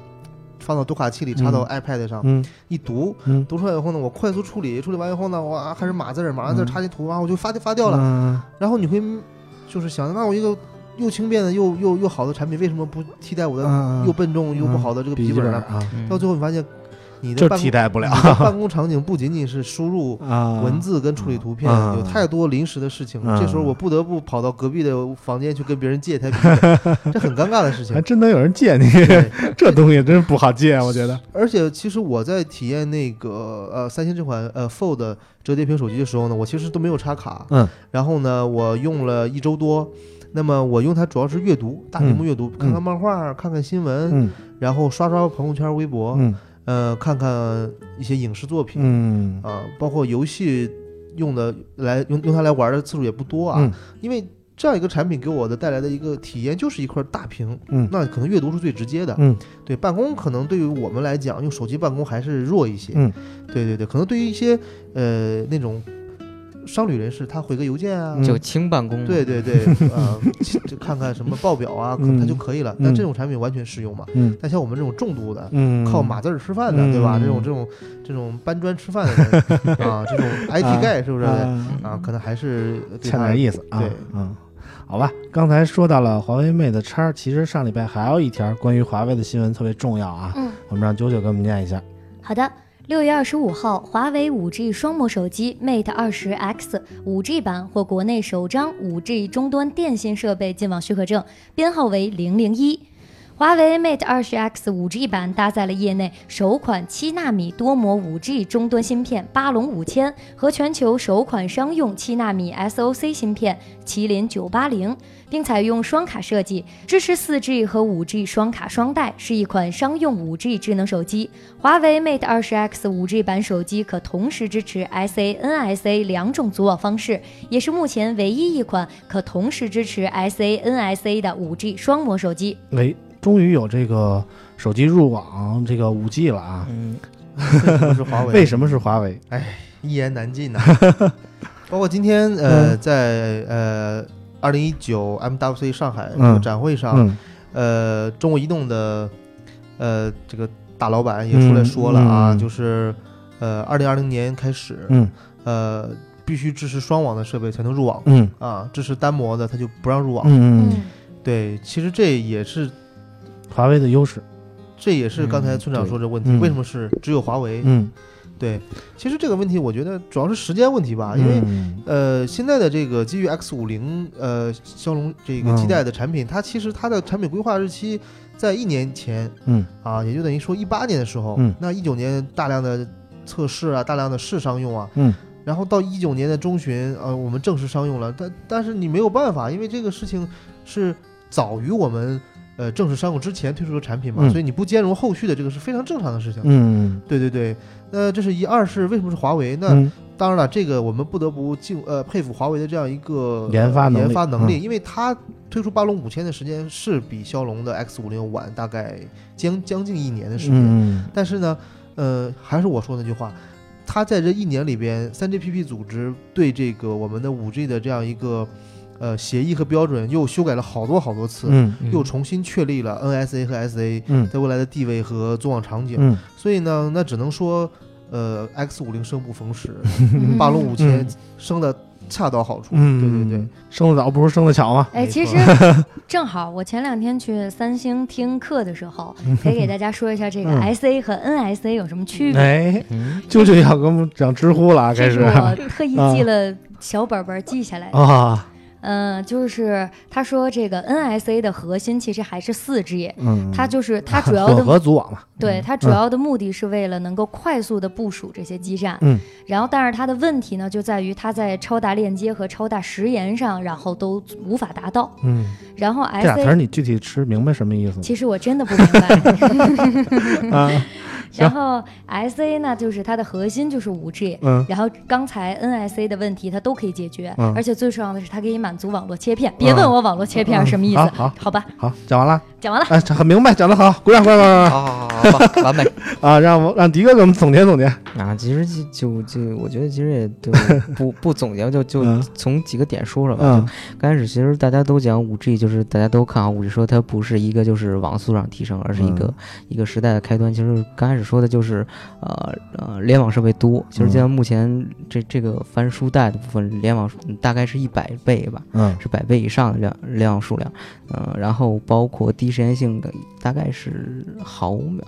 Speaker 3: 放到读卡器里，插到 iPad 上
Speaker 2: 嗯
Speaker 3: 一读，
Speaker 2: 嗯，
Speaker 3: 读出来以后呢，我快速处理，处理完以后呢，我啊还是码字儿，码完字儿
Speaker 2: 嗯
Speaker 3: 插进图啊，我就发发掉了。
Speaker 2: 了，
Speaker 3: 然后你会就是想，那我一个又轻便的又又又好的产品，为什么不替代我的
Speaker 2: 嗯
Speaker 3: 又笨重又不好的这个
Speaker 2: 笔
Speaker 3: 笔记本呢？
Speaker 2: 啊，
Speaker 3: 到最后你发现，你的
Speaker 2: 就
Speaker 3: 办
Speaker 2: 替
Speaker 3: 公
Speaker 2: 代不了
Speaker 3: 你的办公场景不仅仅是输入
Speaker 2: 啊，
Speaker 3: 文字跟处理图片，
Speaker 2: 嗯
Speaker 3: 有太多临时的事情了。
Speaker 2: 嗯
Speaker 3: 这时候我不得不跑到隔壁的房间去跟别人借一台笔记本，这很尴尬的事
Speaker 2: 还
Speaker 3: 情。
Speaker 2: 真能有人借你，
Speaker 3: 对
Speaker 2: 这东西真不好借，我觉得。
Speaker 3: 而且其实我在体验那个呃三星这款呃 Fold 折叠屏手机的时候呢，我其实都没有插卡，
Speaker 2: 嗯，
Speaker 3: 然后呢，我用了一周多。那么我用它主要是阅读，大屏幕阅读，看看漫画，看看新闻，
Speaker 2: 嗯
Speaker 3: 然后刷刷朋友圈、微博，
Speaker 2: 嗯
Speaker 3: 呃，看看一些影视作品，
Speaker 2: 嗯
Speaker 3: 啊，包括游戏用的来用用它来玩的次数也不多啊，
Speaker 2: 嗯
Speaker 3: 因为这样一个产品给我的带来的一个体验就是一块大屏，
Speaker 2: 嗯
Speaker 3: 那可能阅读是最直接的，
Speaker 2: 嗯，
Speaker 3: 对，办公可能对于我们来讲，用手机办公还是弱一些，
Speaker 2: 嗯，
Speaker 3: 对对对，可能对于一些呃那种商旅人士，他回个邮件啊。
Speaker 2: 嗯
Speaker 4: 就轻办公嘛，
Speaker 3: 对
Speaker 2: (laughs)
Speaker 3: 对对，呃，就看看什么报表啊，可
Speaker 2: 嗯
Speaker 3: 它就可以了。但这种产品完全适用嘛？
Speaker 2: 嗯
Speaker 3: 但像我们这种重度的，
Speaker 2: 嗯，
Speaker 3: 靠码字儿吃饭的，对吧？
Speaker 2: 嗯
Speaker 3: 这种这种这种搬砖吃饭的
Speaker 2: (laughs)
Speaker 3: 人啊，这种 IT 盖是不是啊？可能还是对
Speaker 2: 欠
Speaker 3: 他
Speaker 2: 点意思啊。
Speaker 3: 对
Speaker 2: 嗯，好吧。刚才说到了华为 Mate 叉，其实上礼拜还有一条关于华为的新闻特别重要啊，
Speaker 1: 嗯，
Speaker 2: 我们让九九给我们念一下。
Speaker 1: 好的。六月二十五号，华为五 G 双模手机 Mate 二十 X 五 G 版获国内首张五 G 终端电信设备进网许可证，编号为零零一。华为 Mate 二十 X 5G 版搭载了业内首款七纳米多模 5G 终端芯片八龙五千和全球首款商用七纳米 SoC 芯片麒麟九八零，并采用双卡设计，支持 4G 和 5G 双卡双待，是一款商用 5G 智能手机。华为 Mate 二十 X 5G 版手机可同时支持 SA、NSA 两种组网方式，也是目前唯一一款可同时支持 SA、NSA 的 5G 双模手机。
Speaker 2: 哎，终于有这个手机入网这个五 G 了啊！
Speaker 4: 嗯，
Speaker 3: 为什么是华为？
Speaker 2: (laughs) 为什么是华为？
Speaker 3: 一言难尽呐、啊
Speaker 2: (laughs)
Speaker 3: 包括今天
Speaker 2: 嗯
Speaker 3: 呃，在呃二零一九 MWC 上海这个
Speaker 2: 嗯
Speaker 3: 展会上，
Speaker 2: 嗯
Speaker 3: 呃，中国移动的呃这个大老板也出来说了
Speaker 2: 嗯
Speaker 3: 啊，
Speaker 2: 嗯
Speaker 3: 就是呃二零二零年开始，
Speaker 2: 嗯
Speaker 3: 呃必须支持双网的设备才能入网
Speaker 2: 嗯
Speaker 3: 啊，支持单模的它就不让入网。
Speaker 2: 嗯嗯，，
Speaker 3: 对，其实这也是
Speaker 2: 华为的优势。
Speaker 3: 这也是刚才
Speaker 4: 嗯
Speaker 3: 村长
Speaker 4: 对
Speaker 3: 说这个问题，
Speaker 2: 嗯
Speaker 3: 为什么是只有华为？
Speaker 2: 嗯，
Speaker 3: 对，其实这个问题我觉得主要是时间问题啊吧，因为。
Speaker 2: 嗯
Speaker 3: 呃，现在的这个基于 X 5 0呃骁龙这个
Speaker 2: 嗯
Speaker 3: 基带的产品，它其实它的产品规划日期在一年前
Speaker 2: 嗯
Speaker 3: 啊，也就等于说一八年的时候，
Speaker 2: 嗯
Speaker 3: 那一九年大量的测试啊，大量的试商用啊，
Speaker 2: 嗯，
Speaker 3: 然后到一九年的中旬，呃，我们正式商用了，但但是你没有办法，因为这个事情是早于我们呃正式商用之前推出的产品嘛，
Speaker 2: 嗯
Speaker 3: 所以你不兼容后续的这个是非常正常的事情。
Speaker 2: 嗯
Speaker 3: 对对对，那这是一，二是为什么是华为？那、
Speaker 2: 嗯
Speaker 3: 当然了，这个我们不得不敬呃佩服华为的这样一个
Speaker 2: 研发能力嗯
Speaker 3: 呃研发能力，因为它推出八龙五千的时间是比骁龙的 X 五零晚大概将将近一年的时间。
Speaker 2: 嗯
Speaker 3: 但是呢，呃，还是我说那句话，它在这一年里边，三 GPP 组织对这个我们的五 G 的这样一个呃协议和标准又修改了好多好多次，
Speaker 2: 嗯
Speaker 3: 又重新确立了 NSA 和 SA
Speaker 2: 嗯
Speaker 3: 在未来的地位和作网场景。
Speaker 2: 嗯
Speaker 3: 所以呢，那只能说，呃，X 五零生不逢时，
Speaker 2: (laughs)
Speaker 1: 嗯
Speaker 3: 霸龙五千升的恰到好处。
Speaker 2: 嗯，
Speaker 3: 对对对，，
Speaker 2: 生得早不如生得巧嘛。
Speaker 1: 哎，
Speaker 3: 没
Speaker 1: 其实
Speaker 3: 错
Speaker 1: 正好，我前两天去三星听课的时候，
Speaker 2: 嗯
Speaker 1: 可以给大家说一下这个 S A 和 N S A 有什么区别。
Speaker 2: 哎，
Speaker 4: 嗯
Speaker 2: 舅舅要跟我们讲知乎了啊，开
Speaker 1: 这是
Speaker 2: 始
Speaker 1: (laughs) 我特意记了小本本记下来的。
Speaker 2: 啊，
Speaker 1: 嗯，就是他说这个 N S A 的核心其实还是四 G，
Speaker 2: 嗯，
Speaker 1: 它就是
Speaker 2: (laughs)
Speaker 1: 它主要
Speaker 2: 混
Speaker 1: 的
Speaker 2: 合组网嘛，
Speaker 1: 对它主要的目的是为了能够快速的部署这些基站。
Speaker 2: 嗯，
Speaker 1: 然后但是它的问题呢就在于它在超大链接和超大时延上，然后都无法达到。
Speaker 2: 嗯，
Speaker 1: 然后
Speaker 2: 这
Speaker 1: S
Speaker 2: 俩词
Speaker 1: A
Speaker 2: 儿你具体吃明白什么意思
Speaker 1: 其实我真的不明白。
Speaker 2: 吗？啊，行
Speaker 1: 然后 S A 呢，就是它的核心就是5 G，
Speaker 2: 嗯
Speaker 1: 然后刚才 N S A 的问题它都可以解决，
Speaker 2: 嗯
Speaker 1: 而且最重要的是它可以满足网络切片。别问我网络切片是什么意思，
Speaker 2: 嗯好好
Speaker 1: 吧，
Speaker 2: 好，讲完了，
Speaker 1: 讲完了。
Speaker 2: 哎，这很明白，讲得好，鼓掌，鼓掌，鼓掌，
Speaker 4: 好好好，好吧完美。
Speaker 2: 啊，让我让迪哥给我们总结总结，
Speaker 4: 啊，其实就就就，我觉得其实也
Speaker 2: (laughs)
Speaker 4: 就不不总结，就就
Speaker 2: 嗯
Speaker 4: 从几个点说了吧。
Speaker 2: 嗯
Speaker 4: 就刚开始其实大家都讲五 G，就是大家都看好啊五 G，说它不是一个就是网速上提升，而是一个、
Speaker 2: 嗯
Speaker 4: 一个时代的开端。其实刚开始说的就是呃呃联网设备多，
Speaker 2: 嗯
Speaker 4: 其实就像目前这这个翻书带的部分，联网嗯大概是一百倍吧，
Speaker 2: 嗯
Speaker 4: 是百倍以上的量量数量，嗯、然后包括低时延性的大概是毫秒，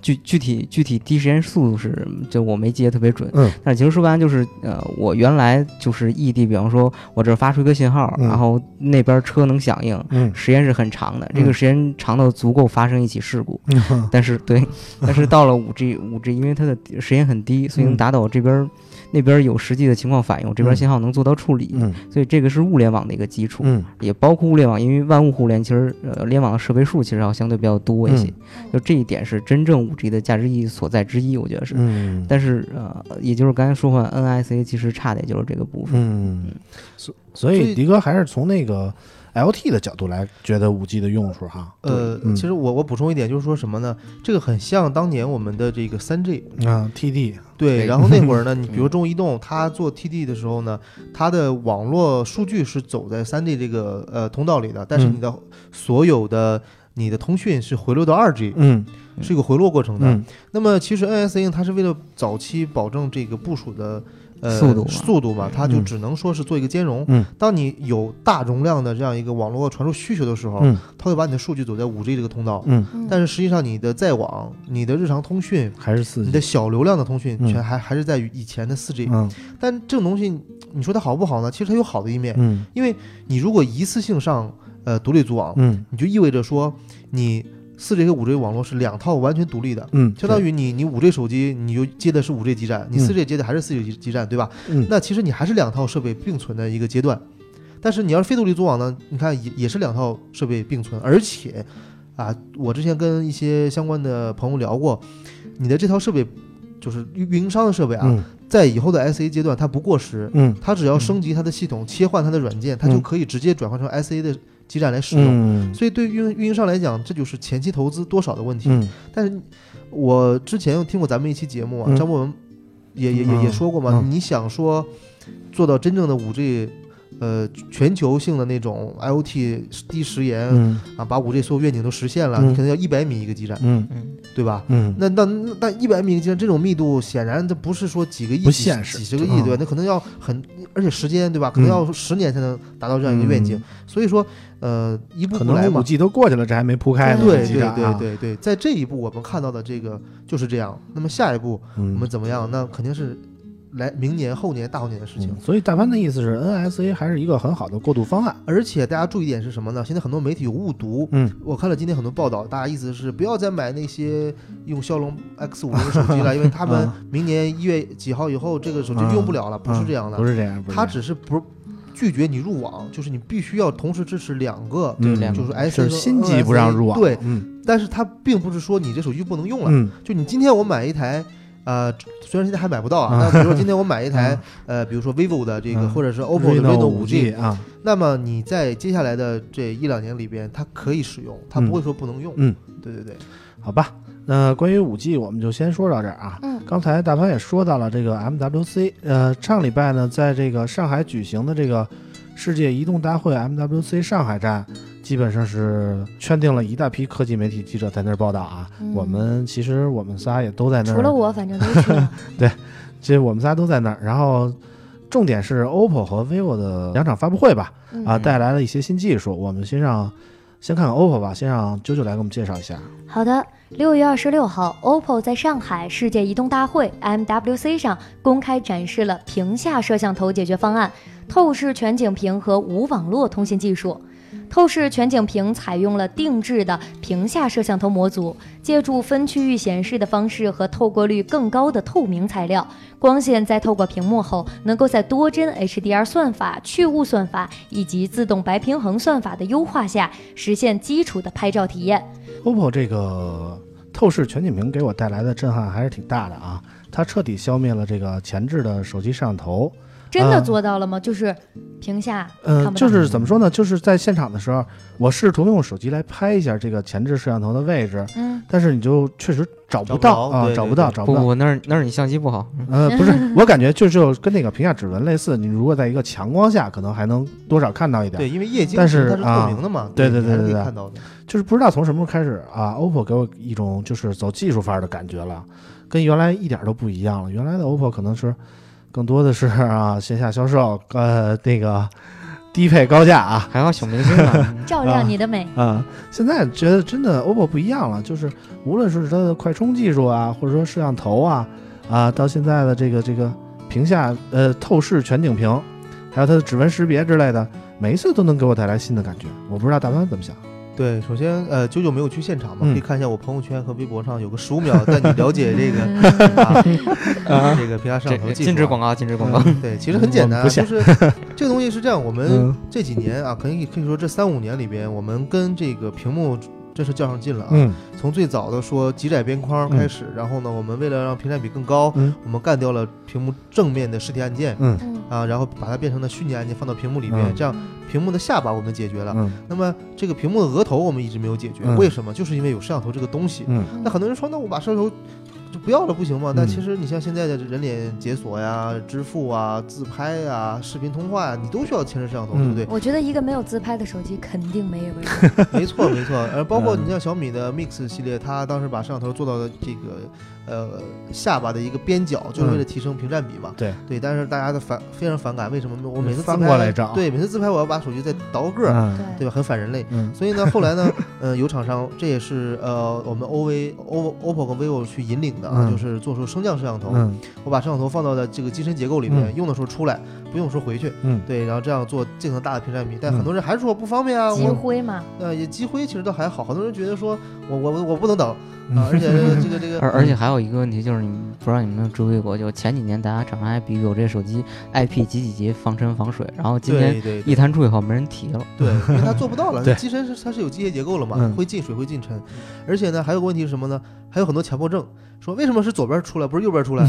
Speaker 4: 具具体具体低时延速度是就我没记得特别准，
Speaker 2: 嗯
Speaker 4: 但是其实说白了就是呃，我原来就是异地，比方说我这儿发出一个信号，
Speaker 2: 嗯
Speaker 4: 然后那边车能响应，
Speaker 2: 嗯
Speaker 4: 时间是很长的，这
Speaker 2: 嗯
Speaker 4: 个时间长到足够发生一起事故，
Speaker 2: 嗯
Speaker 4: 但是
Speaker 2: (laughs)
Speaker 4: 对，但是到了五 G 五 G，因为它的时间很低，所以能
Speaker 2: 嗯
Speaker 4: 达到我这边儿、那边儿有实际的情况反应，我这边儿
Speaker 2: 嗯
Speaker 4: 信号能做到处理，
Speaker 2: 嗯
Speaker 4: 所以这个是物联网的一个基础，
Speaker 2: 嗯
Speaker 4: 也包括物联网，因为万物互联其实呃联网的设备数其实要相对比较多一些，
Speaker 1: 嗯
Speaker 4: 就这一点是真正五 G 的价值意义所在之一，我觉得是。
Speaker 2: 嗯
Speaker 4: 但是呃，也就是刚才说话 NIC 其实差的也就是这个部分。
Speaker 2: 嗯，所所以迪哥还是从那个 LT 的角度来觉得五 G 的用处哈，
Speaker 3: 呃，
Speaker 2: 嗯
Speaker 3: 其实我我补充一点，就是说什么呢？这个很像当年我们的这个三 G，
Speaker 2: 啊 TD
Speaker 3: 对。嗯
Speaker 4: 对
Speaker 3: 然后那会儿 (laughs) 呢，你比如中国移动，它做 TD 的时候呢，它的网络数据是走在三 G 这个呃通道里的，但是
Speaker 2: 嗯
Speaker 3: 你的所有的你的通讯是回流到二 G，
Speaker 2: 嗯
Speaker 3: 是一个回落过程的。
Speaker 2: 嗯
Speaker 3: 那么其实 NSA 它是为了早期保证这个部署的呃
Speaker 4: 速度嘛
Speaker 3: 速度嘛，它就
Speaker 2: 嗯
Speaker 3: 只能说是做一个兼容。
Speaker 2: 嗯
Speaker 3: 当你有大容量的这样一个网络传输需求的时候，
Speaker 2: 嗯
Speaker 3: 它会把你的数据走在五 G 这个通道，
Speaker 2: 嗯，
Speaker 1: 嗯
Speaker 3: 但是实际上你的在网、你的日常通讯、
Speaker 2: 还是四
Speaker 3: 你
Speaker 2: G，
Speaker 3: 的小流量的通讯
Speaker 2: 嗯
Speaker 3: 全还、还是在于以前的四 G、
Speaker 2: 嗯
Speaker 3: 但这种东西你说它好不好呢？其实它有好的一面，
Speaker 2: 嗯
Speaker 3: 因为你如果一次性上呃独立组网，
Speaker 2: 嗯
Speaker 3: 你就意味着说你四 G 和五 G 网络是两套完全独立的。
Speaker 2: 嗯，
Speaker 3: 相当于你你五 G 手机你就接的是五 G 基站，你
Speaker 2: 嗯
Speaker 3: 四 G 接的还是四 G 基站，对吧？
Speaker 2: 嗯
Speaker 3: 那其实你还是两套设备并存的一个阶段。但是你要是非独立组网呢，你看也也是两套设备并存，而且啊，我之前跟一些相关的朋友聊过，你的这套设备就是运运营商的设备啊，
Speaker 2: 嗯
Speaker 3: 在以后的 SE 阶段它不过时，
Speaker 2: 嗯
Speaker 3: 它只要升级它的系统，切换它的软件，它就
Speaker 2: 嗯
Speaker 3: 可以直接转换成 SE 的基站来使用。
Speaker 2: 嗯
Speaker 3: 所以对于运运营商来讲，这就是前期投资多少的问题。
Speaker 2: 嗯
Speaker 3: 但是我之前又听过咱们一期节目啊，
Speaker 2: 嗯
Speaker 3: 张博文也也
Speaker 2: 嗯
Speaker 3: 也也说过嘛，
Speaker 2: 嗯
Speaker 3: 你想说做到真正的五 G，呃，全球性的那种 IOT 低时延、
Speaker 2: 嗯
Speaker 3: 啊，把五 G 所有愿景都实现了，
Speaker 2: 嗯
Speaker 3: 你可能要一百米一个基站，
Speaker 2: 嗯
Speaker 4: 嗯，
Speaker 3: 对吧？
Speaker 2: 嗯，
Speaker 3: 那那那那一百米一个基站这种密度，显然这不是说几个亿、
Speaker 2: 不现实嗯
Speaker 3: 几十个亿，对吧？那可能要很，而且时间，对吧？可能要十年才能达到这样一个愿景。所以说，呃，一步
Speaker 2: 嗯可
Speaker 3: 步来
Speaker 2: 能
Speaker 3: 嘛
Speaker 2: 五。G 都过去了，这还没铺开呢。
Speaker 3: 对
Speaker 2: 基
Speaker 3: 对
Speaker 2: 站
Speaker 3: 对
Speaker 2: 啊，
Speaker 3: 对对，在这一步我们看到的这个就是这样。那么下一步
Speaker 2: 嗯
Speaker 3: 我们怎么样？那肯定是来明年、后年、大后年的事情
Speaker 2: 嗯。所以大潘的意思是，NSA 还是一个很好的过渡方案。
Speaker 3: 而且大家注意点是什么呢？现在很多媒体有误读，
Speaker 2: 嗯，
Speaker 3: 我看了今天很多报道，大家意思是不要再买那些用骁龙 X 五零手机了，因为他们
Speaker 2: 啊
Speaker 3: 明年一月几号以后这个手机用不了了，不是这样的
Speaker 2: 嗯不，是这样，不是这
Speaker 3: 他
Speaker 2: 样。
Speaker 3: 只是不拒绝你入网，就是你必须要同时支持两个，
Speaker 2: 嗯
Speaker 4: 两
Speaker 3: 就是
Speaker 2: 是
Speaker 3: S
Speaker 2: 新机不让入网，
Speaker 3: 对，
Speaker 2: 嗯
Speaker 3: 但是他并不是说你这手机不能用了，
Speaker 2: 嗯
Speaker 3: 就你今天我买一台，呃，虽然现在还买不到啊，
Speaker 2: 啊
Speaker 3: 但比如说今天我买一
Speaker 2: (laughs)
Speaker 3: 台，呃，比如说 vivo 的这个，
Speaker 2: 嗯
Speaker 3: 或者是 OPPO 的
Speaker 2: Reno
Speaker 3: Reno 5 G，
Speaker 2: 啊，
Speaker 3: 那么你在接下来的这一两年里边，它可以使用，它
Speaker 2: 嗯
Speaker 3: 不会说不能用。
Speaker 2: 嗯，
Speaker 3: 对对对，
Speaker 2: 好吧。那关于五 G，我们就先说到这儿啊。
Speaker 1: 嗯
Speaker 2: 刚才大潘也说到了这个 MWC，呃，上礼拜呢，在这个上海举行的这个世界移动大会 MWC 上海站，基本上是圈定了一大批科技媒体记者在那儿报道啊。
Speaker 1: 嗯
Speaker 2: 我们其实我们仨也都在那儿，
Speaker 1: 除了我，反正都去
Speaker 2: (laughs)
Speaker 1: 了。
Speaker 2: 其实我们仨都在那儿。然后重点是 OPPO 和 vivo 的两场发布会吧，
Speaker 1: 嗯
Speaker 2: 啊，带来了一些新技术。我们先让先看看 OPPO 吧，先让啾啾来给我们介绍一下。
Speaker 1: 好的，六月二十六号，OPPO 在上海世界移动大会 （MWC） 上公开展示了屏下摄像头解决方案、透视全景屏和无网络通信技术。透视全景屏采用了定制的屏下摄像头模组，借助分区域显示的方式和透过率更高的透明材料，光线在透过屏幕后，能够在多帧 HDR 算法、去雾算法以及自动白平衡算法的优化下，实现基础的拍照体验。
Speaker 2: OPPO 这个透视全景屏给我带来的震撼还是挺大的啊！它彻底消灭了这个前置的手机摄像头。
Speaker 1: 真的
Speaker 2: 啊
Speaker 1: 做到了吗？就是屏下看不
Speaker 2: 嗯、
Speaker 1: 到，
Speaker 2: 就是怎么说呢？就是在现场的时候，我试图用手机来拍一下这个前置摄像头的位置，
Speaker 1: 嗯，，
Speaker 2: 但是你就确实找
Speaker 3: 找
Speaker 2: 不
Speaker 3: 不着
Speaker 2: 到啊，
Speaker 3: 对
Speaker 2: 找
Speaker 3: 对
Speaker 2: 不到，
Speaker 3: 对
Speaker 2: 找
Speaker 4: 不
Speaker 2: 不到。
Speaker 4: 不，那儿那儿你相机不好，嗯
Speaker 2: 呃，不是，我感觉就是跟那个屏下指纹类似，你如果在一个强光下，可能还能多少看到一点。
Speaker 3: 对，因为夜间
Speaker 2: 但
Speaker 3: 其实
Speaker 2: 是
Speaker 3: 它是
Speaker 2: 啊
Speaker 3: 透明的嘛，
Speaker 2: 对对对
Speaker 3: 对你还是
Speaker 2: 对
Speaker 3: 可
Speaker 2: 对
Speaker 3: 以看到的。
Speaker 2: 就是不知道从什么时候开始啊，OPPO 给我一种就是走技术范儿的感觉了，跟原来一点都不一样了。原来的 OPPO 可能是更多的是啊 (laughs) 线下销售，呃，那个低配高价啊
Speaker 4: 还好小
Speaker 3: (laughs)
Speaker 4: 明星呢
Speaker 1: 照亮你的美。
Speaker 2: 啊、现在觉得真的 OPPO 不一样了，就是无论是它的快充技术啊，或者说摄像头啊啊，到现在的这个这个屏下呃透视全景屏，还有它的指纹识别之类的，每一次都能给我带来新的感觉。我不知道大潘怎么想。
Speaker 3: 对，首先呃，九九没有去现场嘛，
Speaker 2: 嗯
Speaker 3: 可以看一下我朋友圈和微博上有个十
Speaker 2: (laughs)
Speaker 3: 五秒带你了解这个
Speaker 1: 嗯
Speaker 3: (laughs) 啊这个屏下摄
Speaker 4: 这
Speaker 3: 像头技术啊。
Speaker 4: 禁止广告，禁
Speaker 2: 嗯
Speaker 4: 止广告。 (laughs)
Speaker 3: 对，其实很简单
Speaker 2: 我们
Speaker 3: 啊，
Speaker 2: 不
Speaker 3: 就
Speaker 2: 下
Speaker 3: 是这个东西是这样，我们
Speaker 2: 嗯
Speaker 3: 这几年啊，可以可以说这三五年里边，我们跟这个屏幕真是较上劲了啊。
Speaker 2: 嗯
Speaker 3: 从最早的说极窄边框开始，然后呢，我们为了让屏占比更高，
Speaker 2: 嗯
Speaker 3: 我们干掉了屏幕正面的实体按键
Speaker 2: 嗯
Speaker 1: 嗯
Speaker 3: 啊，然后把它变成了虚拟按键放到屏幕里面，
Speaker 2: 嗯
Speaker 3: 这样屏幕的下巴我们解决了。
Speaker 2: 嗯
Speaker 3: 那么这个屏幕的额头我们一直没有解决，
Speaker 2: 嗯
Speaker 3: 为什么？就是因为有摄像头这个东西。
Speaker 2: 嗯
Speaker 3: 那很多人说，那我把摄像头就不要了，不行吗？但
Speaker 2: 嗯
Speaker 3: 其实你像现在的人脸解锁呀、支付啊、自拍呀、视频通话呀，啊你都需要前置摄像头，
Speaker 2: 嗯
Speaker 3: 对不
Speaker 1: 我觉得一个没有自拍的手机肯定没有人。
Speaker 3: (laughs) 对？没错，没错。呃，包括
Speaker 2: 嗯
Speaker 3: 你像小米的 Mix 系列，它当时把摄像头做到了这个呃下巴的一个边角，就是为了提升屏占比嘛。
Speaker 2: 嗯对
Speaker 3: 对，但是大家的反非常反感，为什么？我每次自
Speaker 2: 翻
Speaker 3: 拍
Speaker 2: 过来照
Speaker 3: 对，每次自拍我要把手机再倒个个儿，
Speaker 2: 嗯
Speaker 1: 对
Speaker 3: 对吧？很反人类。
Speaker 2: 嗯
Speaker 3: 所以呢，后来呢，呃，有厂商，这也是呃我们 OV、O、OPPO 和 vivo 去引领的，的啊，
Speaker 2: 嗯
Speaker 3: 就是做出升降摄像头，
Speaker 2: 嗯
Speaker 3: 我把摄像头放到了这个机身结构里面，
Speaker 2: 嗯
Speaker 3: 用的时候出来，不用的时候回去。
Speaker 2: 嗯
Speaker 3: 对，然后这样做尽可能大的屏占比，但
Speaker 2: 嗯
Speaker 3: 很多人还是说不方便啊，
Speaker 1: 积
Speaker 3: 我
Speaker 1: 灰嘛，
Speaker 3: 呃也积灰其实倒还好，很多人觉得说我我我我不能等
Speaker 2: 嗯
Speaker 3: 啊，而且
Speaker 2: (laughs)
Speaker 3: 这个这个
Speaker 4: 而而且还有一个问题就是，你们不知道你们有没有注意过，就前几年大家常爱比喻我这手机 IP 几几级防尘防水，然后今天
Speaker 3: 对对
Speaker 4: 一弹出以后没人提了。
Speaker 3: 对，因为它做不到了
Speaker 2: (laughs) 对，
Speaker 3: 机身是它是有机械结构了嘛
Speaker 2: 嗯，
Speaker 3: 会进水会进尘，而且呢还有个问题是什么呢？还有很多强迫症，说为什么是左边出来不是右边
Speaker 2: (laughs)
Speaker 3: 出来？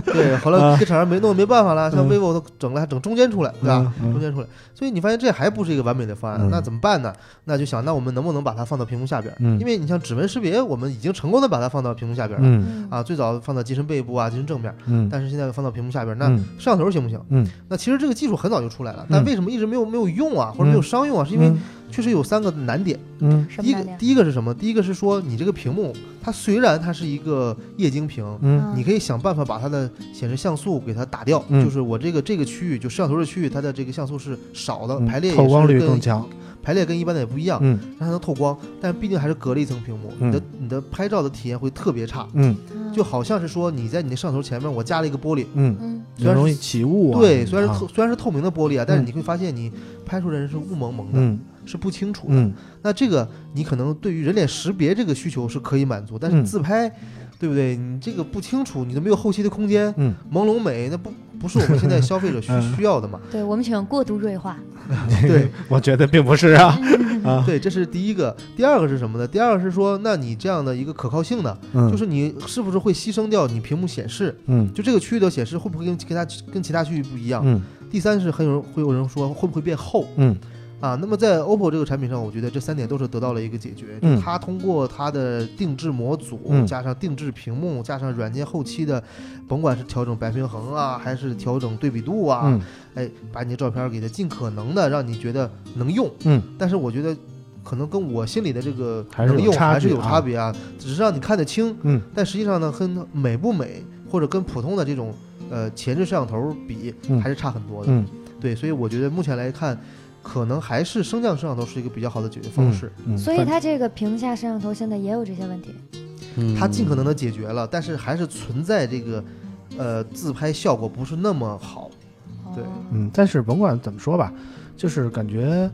Speaker 3: 对，后来这厂商没弄没办法了，像
Speaker 2: 啊嗯
Speaker 3: vivo 都整了还整中间出来，对吧？
Speaker 2: 嗯
Speaker 3: 中间出来，所以你发现这还不是一个完美的方案，
Speaker 2: 嗯
Speaker 3: 那怎么办呢？那就想，那我们能不能把它放到屏幕下边儿？
Speaker 2: 嗯
Speaker 3: 因为你像指纹识别，我们已经成功的把它放到屏幕下边儿了、
Speaker 2: 嗯
Speaker 1: 嗯
Speaker 3: 啊，最早放到机身背部啊、机身正面，
Speaker 2: 嗯，
Speaker 3: 但是现在放到屏幕下边儿，那
Speaker 2: 嗯
Speaker 3: 摄像头行不行？
Speaker 2: 嗯，
Speaker 3: 那其实这个技术很早就出来了，但
Speaker 2: 嗯
Speaker 3: 为什么一直没有没有用啊，或者没有商用啊？是因为确实有三个难点。
Speaker 2: 嗯
Speaker 1: 什么
Speaker 3: 第一
Speaker 1: 来
Speaker 3: 个
Speaker 1: 着？
Speaker 3: 第一个是什么？第一个是说你这个屏幕，它虽然它是一个液晶屏。
Speaker 2: 嗯
Speaker 3: 你可以想办法把它的显示像素给它打掉，
Speaker 2: 嗯
Speaker 3: 就是我这个这个区域，就摄像头的区域，它的这个像素是少的，
Speaker 2: 嗯，
Speaker 3: 呃排列也
Speaker 2: 透光
Speaker 3: 是
Speaker 2: 率
Speaker 3: 跟
Speaker 2: 更强，
Speaker 3: 排列跟一般的也不一样，
Speaker 2: 嗯
Speaker 3: 让它能透光，但毕竟还是隔了一层屏幕，
Speaker 2: 嗯
Speaker 3: 你的你的拍照的体验会特别差，
Speaker 2: 嗯
Speaker 1: 嗯
Speaker 3: 就好像是说你在你的摄像头前面我加了一个玻璃，
Speaker 2: 嗯，
Speaker 1: 嗯
Speaker 3: 虽然
Speaker 2: 容易
Speaker 3: 是
Speaker 2: 起雾啊，
Speaker 3: 对，虽然
Speaker 2: 啊
Speaker 3: 是透虽然是透明的玻璃啊，但是
Speaker 2: 嗯
Speaker 3: 你会发现你拍出来人是雾蒙蒙的，
Speaker 2: 嗯
Speaker 3: 是不清楚的。
Speaker 2: 嗯
Speaker 3: 那这个你可能对于人脸识别这个需求是可以满足，但是
Speaker 2: 嗯
Speaker 3: 自拍。对不对？你这个不清楚，你都没有后期的空间，
Speaker 2: 嗯
Speaker 3: 朦胧美那不不是我们现在消费者需
Speaker 2: (laughs) 嗯
Speaker 3: 需要的嘛？
Speaker 1: 对我们喜欢过度锐化，
Speaker 3: 对，
Speaker 2: 我觉得并不是啊啊，
Speaker 3: 对，这是第一个。第二个是什么呢？第二个是说，那你这样的一个可靠性呢，
Speaker 2: 嗯
Speaker 3: 就是你是不是会牺牲掉你屏幕显示？
Speaker 2: 嗯
Speaker 3: 就这个区域的显示会不会跟其他跟其他区域不一样？
Speaker 2: 嗯
Speaker 3: 第三是很有人会有人说会不会变厚
Speaker 2: 嗯
Speaker 3: 啊？那么在 OPPO 这个产品上，我觉得这三点都是得到了一个解决。
Speaker 2: 嗯
Speaker 3: 就它通过它的定制模组，
Speaker 2: 嗯
Speaker 3: 加上定制屏幕，加上软件后期的，甭管是调整白平衡啊，还是调整对比度啊，
Speaker 2: 嗯
Speaker 3: 哎，把你的照片给它尽可能的让你觉得能用，
Speaker 2: 嗯，
Speaker 3: 但是我觉得可能跟我心里的这个
Speaker 2: 还是有
Speaker 3: 能用
Speaker 2: 差
Speaker 3: 还是
Speaker 2: 距
Speaker 3: 有
Speaker 2: 啊
Speaker 3: 差别啊，只是让你看得清，
Speaker 2: 嗯，
Speaker 3: 但实际上呢，跟美不美或者跟普通的这种呃前置摄像头比
Speaker 2: 嗯
Speaker 3: 还是差很多的，
Speaker 2: 嗯
Speaker 3: 对，所以我觉得目前来看，可能还是升降摄像头是一个比较好的解决方式，，
Speaker 2: 嗯
Speaker 1: 所以它这个屏幕下摄像头现在也有这些问题。
Speaker 4: 嗯，
Speaker 3: 它尽可能的解决了，但是还是存在这个呃自拍效果不是那么好，对
Speaker 1: 哦
Speaker 2: 嗯，但是甭管怎么说吧，就是感觉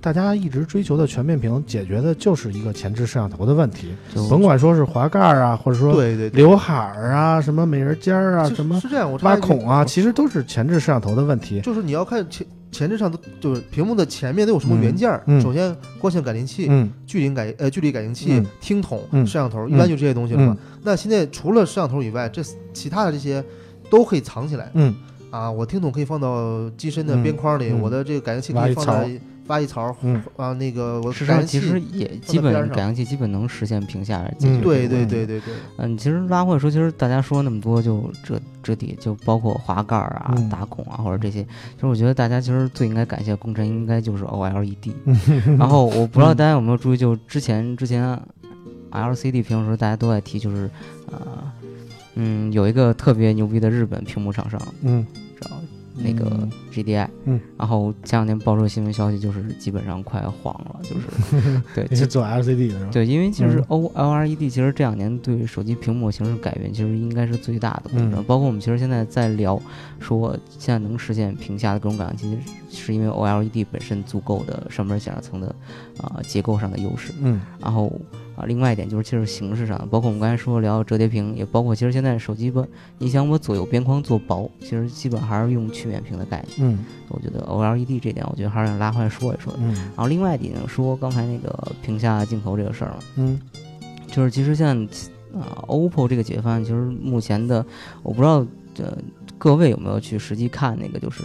Speaker 2: 大家一直追求的全面屏，解决的就是一个前置摄像头的问题，
Speaker 4: 就
Speaker 2: 甭管说是滑盖儿啊，或者说
Speaker 3: 嗯对对对，
Speaker 2: 刘海儿啊，什么美人尖儿啊，
Speaker 3: 是
Speaker 2: 什么
Speaker 3: 是这样，我插
Speaker 2: 挖
Speaker 3: 一句
Speaker 2: 孔啊，，其实都是前置摄像头的问题。
Speaker 3: 就是你要看前前置上的，就是屏幕的前面都有什么元件儿。
Speaker 2: 嗯嗯
Speaker 3: 首先，光线感应器、
Speaker 2: 嗯
Speaker 3: 距离感呃距离感应器、
Speaker 2: 嗯
Speaker 3: 听筒、
Speaker 2: 嗯
Speaker 3: 摄像头，
Speaker 2: 嗯
Speaker 3: 一般就这些东西了嘛。那现在除了摄像头以外，这其他的这些都可以藏起来
Speaker 2: 嗯
Speaker 3: 啊。我听筒可以放到机身的
Speaker 2: 嗯
Speaker 3: 边框里，
Speaker 2: 嗯
Speaker 3: 我的这个感应器
Speaker 2: 挖
Speaker 3: 可
Speaker 2: 一
Speaker 3: 以放到
Speaker 2: 槽
Speaker 3: 挖一槽、
Speaker 2: 嗯
Speaker 3: 啊，那个我
Speaker 4: 事实
Speaker 3: 感
Speaker 4: 上
Speaker 3: 应器
Speaker 4: 其实也基
Speaker 3: 放在边
Speaker 4: 本
Speaker 3: 上
Speaker 4: 感应器基本能实现屏下解
Speaker 2: 嗯
Speaker 4: 决。
Speaker 3: 对对对对对，
Speaker 4: 嗯，其实拉回来说，其实大家说那么多，就这这底就包括滑盖儿啊、
Speaker 2: 嗯
Speaker 4: 打孔啊，或者这些，其实我觉得大家其实最应该感谢工程，应该就是 OLED。然后我不知道大家有没有注意，就之前之前 LCD 屏的时候，大家都在提，就是呃，嗯，有一个特别牛逼的日本屏幕厂商，
Speaker 2: 嗯，
Speaker 4: 知道那个
Speaker 2: 嗯
Speaker 4: GDI，
Speaker 2: 嗯，
Speaker 4: 然后前两天爆出新闻消息，就是基本上快黄了，就是对，
Speaker 2: 你
Speaker 4: 其
Speaker 2: 是做 LCD 的是吧？
Speaker 4: 对，因为其实
Speaker 2: 嗯
Speaker 4: O L R E D 其实这两年对手机屏幕形式改变，其实应该是最大的工程。
Speaker 2: 嗯
Speaker 4: 包括我们其实现在在聊，说现在能实现屏下的各种感应器，是因为 O L E D 本身足够的上面显示层的啊、呃结构上的优势。
Speaker 2: 嗯
Speaker 4: 然后啊、另外一点就是其实形式上，包括我们刚才说聊折叠屏，也包括其实现在手机吧，你想把左右边框做薄，其实基本还是用曲面屏的概念。
Speaker 2: 嗯
Speaker 4: 我觉得 O L E D 这点，我觉得还是想拉回来说一说的。
Speaker 2: 嗯
Speaker 4: 然后另外一点说刚才那个屏下镜头这个事儿嘛。
Speaker 2: 嗯
Speaker 4: 就是其实像啊、OPPO 这个解决方案，其实目前的我不知道呃各位有没有去实际看那个就是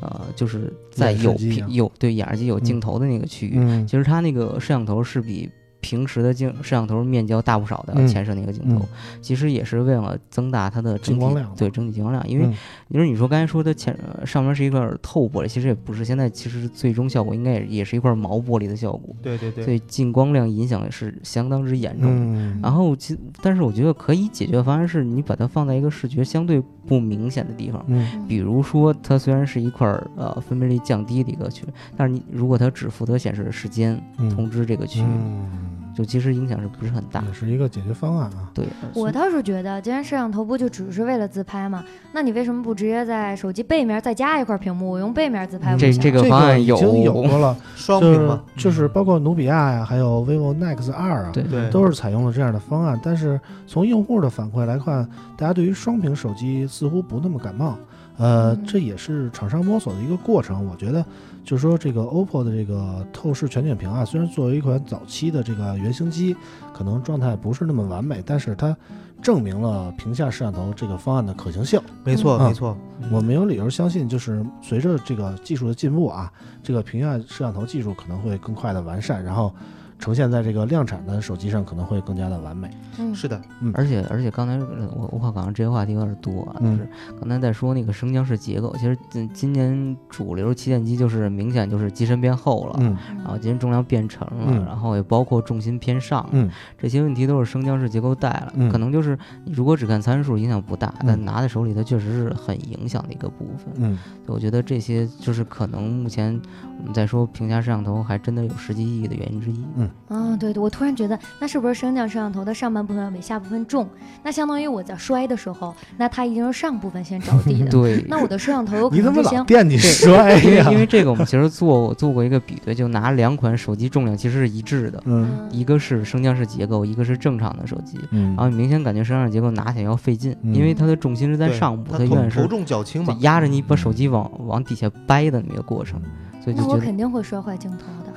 Speaker 4: 呃就是在
Speaker 2: 眼视
Speaker 4: 有
Speaker 2: 机
Speaker 4: 屏
Speaker 2: 啊
Speaker 4: 有对眼耳机有
Speaker 2: 嗯
Speaker 4: 镜头的那个区域，
Speaker 2: 嗯，
Speaker 4: 其实它那个摄像头是比。平时的镜摄像头面积要大不少的
Speaker 2: 嗯
Speaker 4: 前摄那个镜头，其实也是为了增大它的
Speaker 2: 进
Speaker 4: 整体
Speaker 2: 光量
Speaker 4: 对整体进光量，因为
Speaker 2: 嗯
Speaker 4: 你说你说刚才说它前呃上面是一块透玻璃，其实也不是，现在其实最终效果应该也也是一块毛玻璃的效果，
Speaker 3: 对对对
Speaker 4: 所以进光量影响是相当之严重的。
Speaker 2: 嗯，
Speaker 4: 然后其但是我觉得可以解决的方案是你把它放在一个视觉相对不明显的地方，
Speaker 2: 嗯
Speaker 4: 比如说它虽然是一块儿呃分辨率降低的一个区，但是你如果它只负责显示时间
Speaker 2: 嗯
Speaker 4: 通知这个区，
Speaker 2: 嗯，
Speaker 4: 就其实影响是不是很大？
Speaker 2: 也是一个解决方案啊。
Speaker 4: 对，
Speaker 1: 我倒是觉得，既然摄像头不就只是为了自拍嘛，那你为什么不直接在手机背面再加一块屏幕，我用背面自拍不
Speaker 4: 嗯这
Speaker 1: 行？
Speaker 2: 这
Speaker 4: 这个方案
Speaker 2: 已经有过了，
Speaker 3: 双
Speaker 2: 就
Speaker 3: 屏
Speaker 2: 是
Speaker 3: 嘛，
Speaker 2: 就是包括努比亚呀，还有 vivo Nex 二啊，
Speaker 4: (laughs) 对
Speaker 3: 对，
Speaker 2: 都是采用了这样的方案。但是从用户的反馈来看，大家对于双屏手机似乎不那么感冒。呃，
Speaker 1: 嗯
Speaker 2: 这也是厂商摸索的一个过程。我觉得，就是说这个 OPPO 的这个透视全景屏啊，虽然作为一款早期的这个原型机，可能状态不是那么完美，但是它证明了屏下摄像头这个方案的可行性。
Speaker 3: 没错
Speaker 2: 嗯
Speaker 3: 没错，
Speaker 2: 我们有理由相信，就是随着这个技术的进步啊，这个屏下摄像头技术可能会更快的完善，然后呈现在这个量产的手机上可能会更加的完美。
Speaker 1: 嗯，
Speaker 3: 是的，
Speaker 4: 而且而且刚才呃我我靠，感觉这些话题有点多啊，就
Speaker 2: 嗯
Speaker 4: 是刚才在说那个升降式结构，其实今今年主流旗舰机就是明显就是机身变厚了。
Speaker 2: 嗯
Speaker 4: 然后今天重量变沉了，
Speaker 2: 嗯
Speaker 4: 然后也包括重心偏上了，
Speaker 2: 嗯
Speaker 4: 这些问题都是升降式结构带了。
Speaker 2: 嗯
Speaker 4: 可能就是你如果只看参数影响不大，
Speaker 2: 嗯
Speaker 4: 但拿在手里它确实是很影响的一个部分。
Speaker 2: 嗯
Speaker 4: 我觉得这些就是可能目前我们在说屏下摄像头还真的有实际意义的原因之一。
Speaker 2: 嗯
Speaker 1: 啊、对对，我突然觉得，那是不是升降摄像头的上半部分要比下部分重？那相当于我在摔的时候，那它一定是上部分先着地
Speaker 2: (laughs)
Speaker 1: 的。
Speaker 4: 对，
Speaker 1: 那我的摄像头有可
Speaker 2: 你怎
Speaker 1: 能
Speaker 2: 么
Speaker 1: 就
Speaker 2: 老
Speaker 1: 先
Speaker 2: 惦记摔
Speaker 4: 嗯因为
Speaker 2: 哎呀
Speaker 4: 因？为这个我们其实做过做过一个比对，就拿两款手机重量其实是一致
Speaker 2: (laughs)
Speaker 4: 的，
Speaker 2: 嗯
Speaker 1: 嗯
Speaker 4: 一个是升降式结构，一个是正常的手机。
Speaker 2: 嗯
Speaker 4: 然后你明显感觉升降式结构拿起来要费劲，
Speaker 2: 嗯
Speaker 4: 因为它的重心是在
Speaker 3: 对
Speaker 4: 上部，
Speaker 3: 它
Speaker 4: 它永
Speaker 3: 头
Speaker 4: 远是
Speaker 3: 头重脚轻
Speaker 4: 就
Speaker 3: 嘛，
Speaker 4: 压着你把手机往往底下掰的那么一个过程，所以就
Speaker 1: 那我
Speaker 4: 觉得
Speaker 1: 肯定会摔坏镜头
Speaker 2: (laughs)
Speaker 1: 的。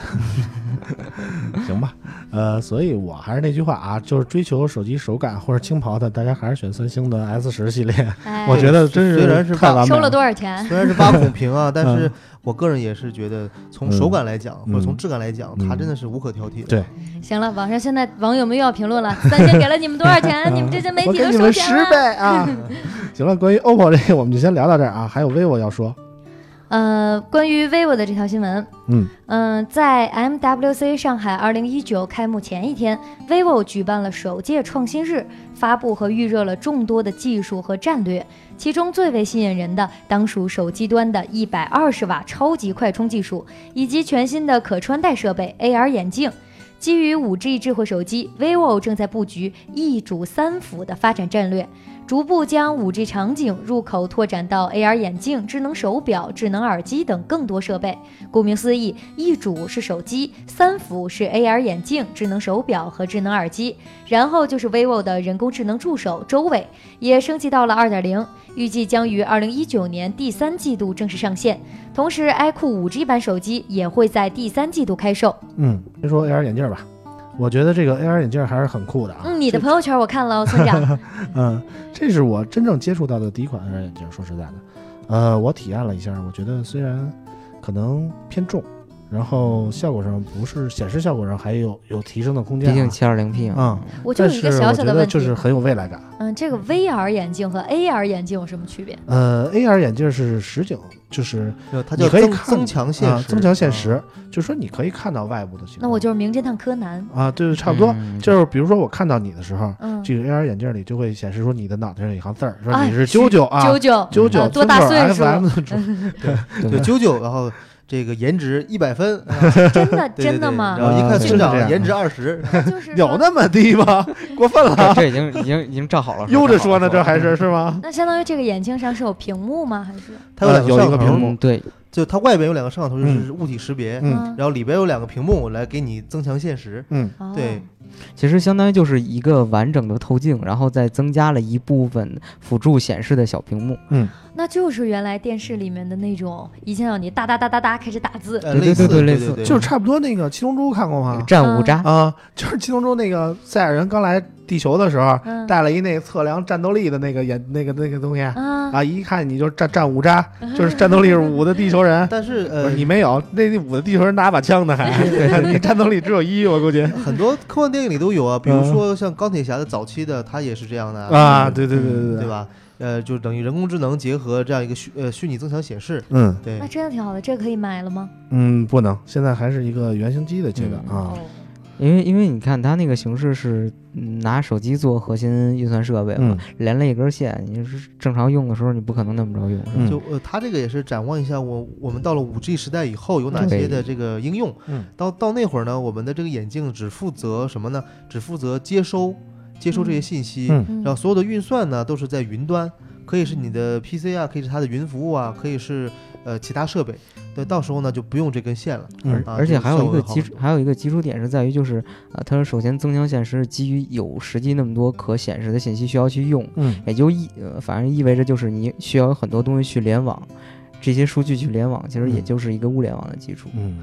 Speaker 2: 行吧，呃，所以我还是那句话啊，就是追求手机手感或者轻薄的，大家还是选三星的 S 十系列，
Speaker 1: 哎，
Speaker 2: 我觉得真
Speaker 3: 虽然是
Speaker 2: 太完美
Speaker 1: 收了多少钱？
Speaker 3: 虽然是挖孔
Speaker 2: (laughs)
Speaker 3: 屏啊，但是我个人也是觉得，从手感来讲，
Speaker 2: 嗯
Speaker 3: 或者从质感来讲，
Speaker 2: 嗯
Speaker 3: 它真的是无可挑剔的。
Speaker 2: 对
Speaker 1: 行了，网上现在网友们又要评论了，三星给了你们多少
Speaker 2: (laughs)
Speaker 1: 钱？你们这些媒
Speaker 2: 我
Speaker 1: 体
Speaker 2: 给
Speaker 1: 都
Speaker 2: 你
Speaker 1: 收
Speaker 2: 们
Speaker 1: 钱
Speaker 2: 十
Speaker 1: 了。
Speaker 2: 倍啊！ (laughs)
Speaker 1: (laughs)
Speaker 2: 行了，关于 OPPO 这个我们就先聊到这儿啊，还有 vivo 要说，
Speaker 1: 呃，关于 vivo 的这条新闻，
Speaker 2: 嗯
Speaker 1: 嗯、在 MWC 上海2019开幕前一天，vivo 举办了首届创新日，发布和预热了众多的技术和战略，其中最为吸引人的当属手机端的120瓦超级快充技术，以及全新的可穿戴设备 AR 眼镜。基于 5G 智慧手机，vivo 正在布局一主三辅的发展战略。逐步将 5G 场景入口拓展到 AR 眼镜、智能手表、智能耳机等更多设备。顾名思义，一主是手机，三辅是 AR 眼镜、智能手表和智能耳机，然后就是 vivo 的人工智能助手周伟，也升级到了2.0，预计将于2019年第三季度正式上线。同时，iQOO 5G 版手机也会在第三季度开售。
Speaker 2: 嗯，先说 AR 眼镜吧，我觉得这个 AR 眼镜还是很酷的啊。
Speaker 1: 嗯，你的
Speaker 2: 这
Speaker 1: 朋友圈我看了，
Speaker 2: (laughs)
Speaker 1: 村长。
Speaker 2: 嗯，这是我真正接触到的第一款 AR 眼镜。说实在的，呃，我体验了一下，我觉得虽然可能偏重，然后效果上不是显示效果上还有有提升的空间、啊，
Speaker 4: 毕
Speaker 2: 嗯
Speaker 4: 竟七二零 P 嘛，
Speaker 1: 我就
Speaker 2: 但
Speaker 1: 有一
Speaker 2: 是
Speaker 1: 个小
Speaker 2: 我
Speaker 1: 小
Speaker 2: 觉
Speaker 1: 的
Speaker 2: 得
Speaker 1: 问题，
Speaker 2: 就是很有未来感。啊
Speaker 1: 嗯，这个 VR 眼镜和 AR 眼镜有什么区别？
Speaker 2: 呃，AR 眼镜是实景，就是
Speaker 3: 对吧，它叫
Speaker 2: 你可以
Speaker 3: 增
Speaker 2: 看
Speaker 3: 增强现
Speaker 2: 啊
Speaker 3: 实，
Speaker 2: 增强现
Speaker 3: 啊
Speaker 2: 实，就是说你可以看到外部的情况。
Speaker 1: 那我就是名侦探柯南。
Speaker 2: 啊，对，差不多，
Speaker 4: 嗯 (laughs)
Speaker 2: 就是比如说我看到你的时候。
Speaker 1: 嗯，
Speaker 2: 这个 AR 眼镜里就会显示出你的脑袋上有一行字儿，说
Speaker 1: 哎
Speaker 2: 你是啾啾啊，
Speaker 1: 啾
Speaker 2: (laughs)
Speaker 1: 啾，
Speaker 2: 九九
Speaker 1: 啊多大岁数 (laughs)
Speaker 2: FM 的主，
Speaker 3: 对九九，然后这个颜值一百分，
Speaker 2: (laughs)
Speaker 3: 啊
Speaker 1: 真的
Speaker 3: 对对
Speaker 1: 真的
Speaker 3: 对
Speaker 1: 吗？
Speaker 3: 然后一看
Speaker 2: 真啊是
Speaker 3: 村
Speaker 2: 这
Speaker 3: 长
Speaker 2: 样
Speaker 3: 颜值
Speaker 2: (laughs)
Speaker 3: 二十，
Speaker 1: 就是
Speaker 2: 有
Speaker 1: 说
Speaker 2: 那么低吗？ (laughs) 过分了，
Speaker 4: 这这已经已经已经照好了，
Speaker 2: 悠着说呢，
Speaker 4: 照
Speaker 2: 这
Speaker 4: 好
Speaker 2: 还
Speaker 4: 了
Speaker 2: 是是吗？
Speaker 1: 那相当于这个眼镜上是有屏幕吗？还是
Speaker 3: 它有
Speaker 2: 呃
Speaker 3: 两
Speaker 2: 有一
Speaker 3: 摄
Speaker 2: 个
Speaker 3: 像
Speaker 2: 屏
Speaker 3: 头，
Speaker 2: 幕
Speaker 4: 嗯对，
Speaker 3: 就它外边有两个摄像头，就是物体识别，
Speaker 2: 嗯
Speaker 3: 然后里边有两个屏幕来给你增强现实。
Speaker 2: 嗯，
Speaker 1: 后
Speaker 3: 对，
Speaker 4: 其实相当于就是一个完整的透镜，然后再增加了一部分辅助显示的小屏幕。
Speaker 1: 那就是原来电视里面的那种，一见到你哒哒哒哒哒开始打字，
Speaker 3: 呃，类
Speaker 4: 对对
Speaker 3: 似，
Speaker 4: 对对
Speaker 3: 对
Speaker 4: 类似
Speaker 3: 对，
Speaker 2: 就是差不多那个七龙珠看过吗？
Speaker 4: 战五
Speaker 1: 嗯
Speaker 4: 渣，
Speaker 2: 啊，就是七龙珠那个赛亚人刚来地球的时候，
Speaker 1: 嗯
Speaker 2: 带了一那测量战斗力的那个眼那个那个东西
Speaker 1: 啊，
Speaker 2: 啊，一看你就战战五渣，
Speaker 1: 嗯
Speaker 2: 就是战斗力是五的地球
Speaker 1: (laughs)
Speaker 2: 人。
Speaker 3: 但是
Speaker 2: 不
Speaker 3: 呃
Speaker 2: 是，你没有，那那五的地球人拿把枪呢，还你战斗力只有一，我估计
Speaker 3: 很多科幻电影里都有啊，比如
Speaker 2: 嗯
Speaker 3: 说像钢铁侠的早期的，他也是这样
Speaker 1: 嗯
Speaker 3: 的
Speaker 2: 啊，对对对对
Speaker 3: 对？吧？呃，就等于人工智能结合这样一个虚呃虚拟增强显示，
Speaker 2: 嗯
Speaker 3: 对
Speaker 1: 那，真的挺好的，这个可以买了吗？
Speaker 2: 嗯，不能，现在还是一个原型机的阶段
Speaker 4: 嗯
Speaker 2: 啊。
Speaker 1: 哦
Speaker 4: 因为因为你看它那个形式是嗯拿手机做核心运算设备
Speaker 2: 嗯
Speaker 4: 嘛，连了一根线，你是正常用的时候你不可能那么着用，是吧
Speaker 2: 嗯
Speaker 3: 就呃，它这个也是展望一下我我们到了五 G 时代以后有哪些的这个应用。
Speaker 2: 嗯
Speaker 3: 到到那会儿呢，我们的这个眼镜只负责什么呢？只负责接收接收这些信息，
Speaker 2: 嗯
Speaker 1: 嗯
Speaker 3: 然后所有的运算呢都是在云端，可以是你的 PC 啊，可以是它的云服务啊，可以是呃其他设备。对，到时候呢就不用这根线了。
Speaker 2: 嗯
Speaker 3: 啊
Speaker 4: 而且还有一个基
Speaker 3: 这
Speaker 4: 础，还有一个基础点是在于，就是啊，它首先增强显示是基于有实际那么多可显示的信息需要去用，
Speaker 2: 嗯
Speaker 4: 也就意呃，反正意味着就是你需要有很多东西去联网，这些数据去联网，其实也
Speaker 2: 嗯
Speaker 4: 就是一个物联网的基础。
Speaker 2: 嗯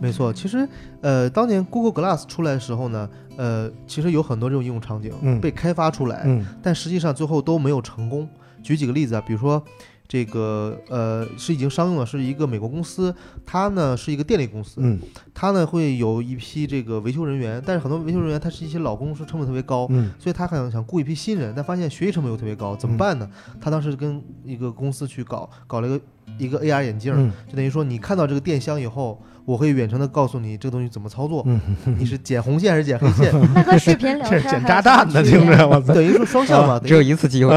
Speaker 3: 没错，其实，呃，当年 Google Glass 出来的时候呢，呃，其实有很多这种应用场景、
Speaker 2: 嗯
Speaker 3: 被开发出来，
Speaker 2: 嗯
Speaker 3: 但实际上最后都没有成功。举几个例子啊，比如说这个呃是已经商用了，是一个美国公司，它呢是一个电力公司，
Speaker 2: 嗯
Speaker 3: 它呢会有一批这个维修人员，但是很多维修人员他是一些老公司，成本特别高。
Speaker 2: 嗯
Speaker 3: 所以他想想雇一批新人，但发现学习成本又特别高，怎么办呢？他当时跟一个公司去搞，搞了一个一个 AR 眼镜，
Speaker 2: 嗯
Speaker 3: 就等于说你看到这个电箱以后，我会远程的告诉你这个东西怎么操作，
Speaker 2: 嗯，
Speaker 3: 你是剪红线还是剪黑线，
Speaker 1: 嗯那和视频聊
Speaker 2: 这
Speaker 1: 天
Speaker 2: 是
Speaker 1: 还有
Speaker 2: 捡炸弹的，
Speaker 1: 什么
Speaker 2: 听
Speaker 1: 区别
Speaker 2: 着我操，
Speaker 3: 等于说双向
Speaker 2: 啊
Speaker 3: 嘛，
Speaker 4: 只
Speaker 3: 等
Speaker 4: 有
Speaker 3: 于
Speaker 4: 一次机会，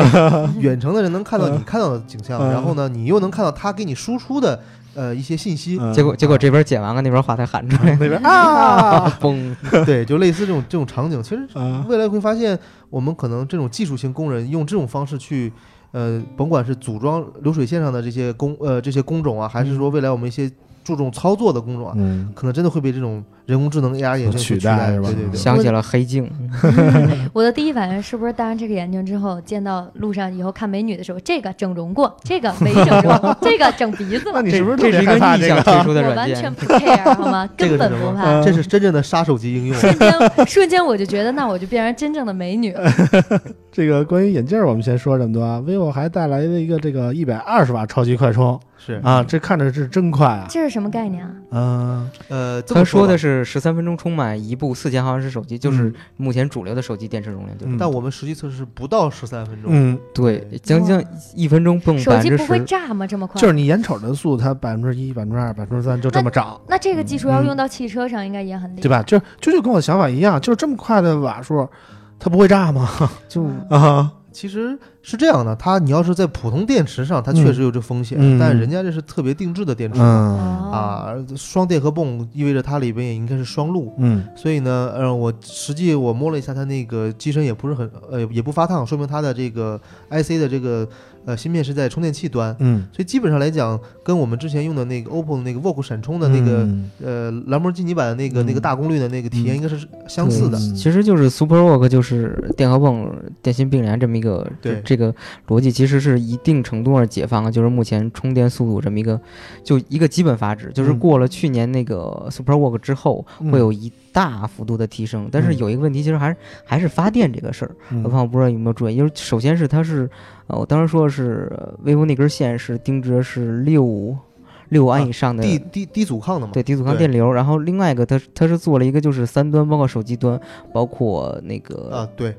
Speaker 3: 远程的人能看到你看到的景象，
Speaker 2: 嗯
Speaker 3: 然后呢，你又能看到他给你输出的呃一些信息，
Speaker 2: 嗯
Speaker 4: 结果结果这边剪完了，那边话才喊出来，
Speaker 2: 那边啊
Speaker 4: 嘣！
Speaker 3: (laughs) 对，就类似这种这种场景，其实
Speaker 2: 啊
Speaker 3: 未来会发现，我们可能这种技术型工人用这种方式去，呃，甭管是组装流水线上的这些工呃这些工种啊，还是说未来我们一些注重操作的工种啊，
Speaker 2: 嗯
Speaker 3: 可能真的会被这种人工智能 AR 眼镜所
Speaker 2: 取
Speaker 3: 代，
Speaker 2: 代是吧
Speaker 3: 对对对，
Speaker 4: 想起了黑镜，
Speaker 1: 我的第一反应是不是戴上这个眼镜之后，见到路上以后看美女的时候，这个整容过，这个没整
Speaker 2: (laughs)
Speaker 1: 容，这个整鼻子
Speaker 2: 那
Speaker 1: 了，
Speaker 2: 你是不是特
Speaker 4: 这是
Speaker 2: 别
Speaker 4: 一个
Speaker 2: 害怕
Speaker 4: 逆
Speaker 2: 这
Speaker 4: 向
Speaker 2: 个？
Speaker 4: 推出的
Speaker 1: 我
Speaker 4: 软
Speaker 1: 完全
Speaker 4: 件？
Speaker 1: 不 care 好吗？
Speaker 3: (laughs) 这
Speaker 1: 根
Speaker 3: 个
Speaker 1: 本
Speaker 3: 是什
Speaker 1: 不
Speaker 3: 么
Speaker 1: 怕。
Speaker 3: 这是真正的杀手级
Speaker 2: (laughs)
Speaker 3: 应用。
Speaker 1: 瞬间， (laughs) 瞬间我就觉得，那我就变成真正的美女
Speaker 3: 嗯
Speaker 1: 了。
Speaker 2: 这个关于眼镜儿，我们先说这么多啊。vivo 还带来了一个这个一百二十瓦超级快充
Speaker 3: 是
Speaker 2: 啊，这看着是真快啊。
Speaker 1: 这是什么概念啊？
Speaker 2: 嗯
Speaker 3: 呃，这
Speaker 4: 他
Speaker 3: 么说
Speaker 4: 说
Speaker 3: 吧
Speaker 4: 的是十三分钟充满一部四千毫安时手机，就是目前主流的手机电池容量，对吧？
Speaker 2: 嗯
Speaker 3: 但我们实际测试不到十三分钟，
Speaker 2: 嗯，
Speaker 4: 对，将近一分钟
Speaker 3: 嗯
Speaker 4: 蹦
Speaker 1: 手
Speaker 4: 百分
Speaker 1: 机
Speaker 4: 之
Speaker 1: 不会
Speaker 4: 十。
Speaker 1: 炸吗？这么快？
Speaker 2: 就是你眼瞅着速度，它百分之一、百分之二、百分之三就这么涨，
Speaker 1: 那这个技术要用到汽车上，应该也很厉害，
Speaker 2: 对吧？就就就跟我想法一样，就是这么快的瓦数，它不会炸吗？ (laughs)
Speaker 4: 就
Speaker 1: 嗯
Speaker 2: 啊，
Speaker 3: 其实是这样的，它你要是在普通电池上，它确实有这风险，
Speaker 2: 嗯嗯
Speaker 3: 但人家这是特别定制的电池。
Speaker 2: 嗯
Speaker 1: 哦，
Speaker 3: 啊，双电和泵意味着它里边也应该是双路，
Speaker 2: 嗯
Speaker 3: 所以呢，呃，我实际我摸了一下它那个机身也不是很，呃，也不发烫，说明它的这个 IC 的这个呃芯片是在充电器端，
Speaker 2: 嗯，
Speaker 3: 所以基本上来讲，跟我们之前用的那个 OPPO 的那个 VOOC 闪充的那个、呃兰博基尼版的那个、
Speaker 2: 嗯
Speaker 3: 那个大功率的那个体验
Speaker 2: 嗯
Speaker 3: 应该是相似的。
Speaker 2: 嗯
Speaker 4: 其实就是 SuperWalk 就是电和泵电芯并联这么一个，
Speaker 3: 对
Speaker 4: 这这个逻辑其实是一定程度上解放了，啊就是目前充电速度这么一个，就一个基本阀值，就是
Speaker 2: 嗯
Speaker 4: 过了去年那个 SuperWalk 之后，
Speaker 2: 嗯
Speaker 4: 会有一大幅度的提升。但是
Speaker 2: 嗯
Speaker 4: 有一个问题，其实还是还是发电这个事儿，
Speaker 2: 嗯
Speaker 4: 我怕我不知道有没有注意，就是首先是它是，呃，我当时说的是呃 vivo 那根线是定制的是六六安以上的
Speaker 3: 低低低阻抗的嘛，
Speaker 4: 对低阻抗
Speaker 3: 嗯对
Speaker 4: 电流，然后另外一个它是它是做了一个就是三端，包括手机端，包括那
Speaker 3: 啊
Speaker 4: 个，
Speaker 3: 对，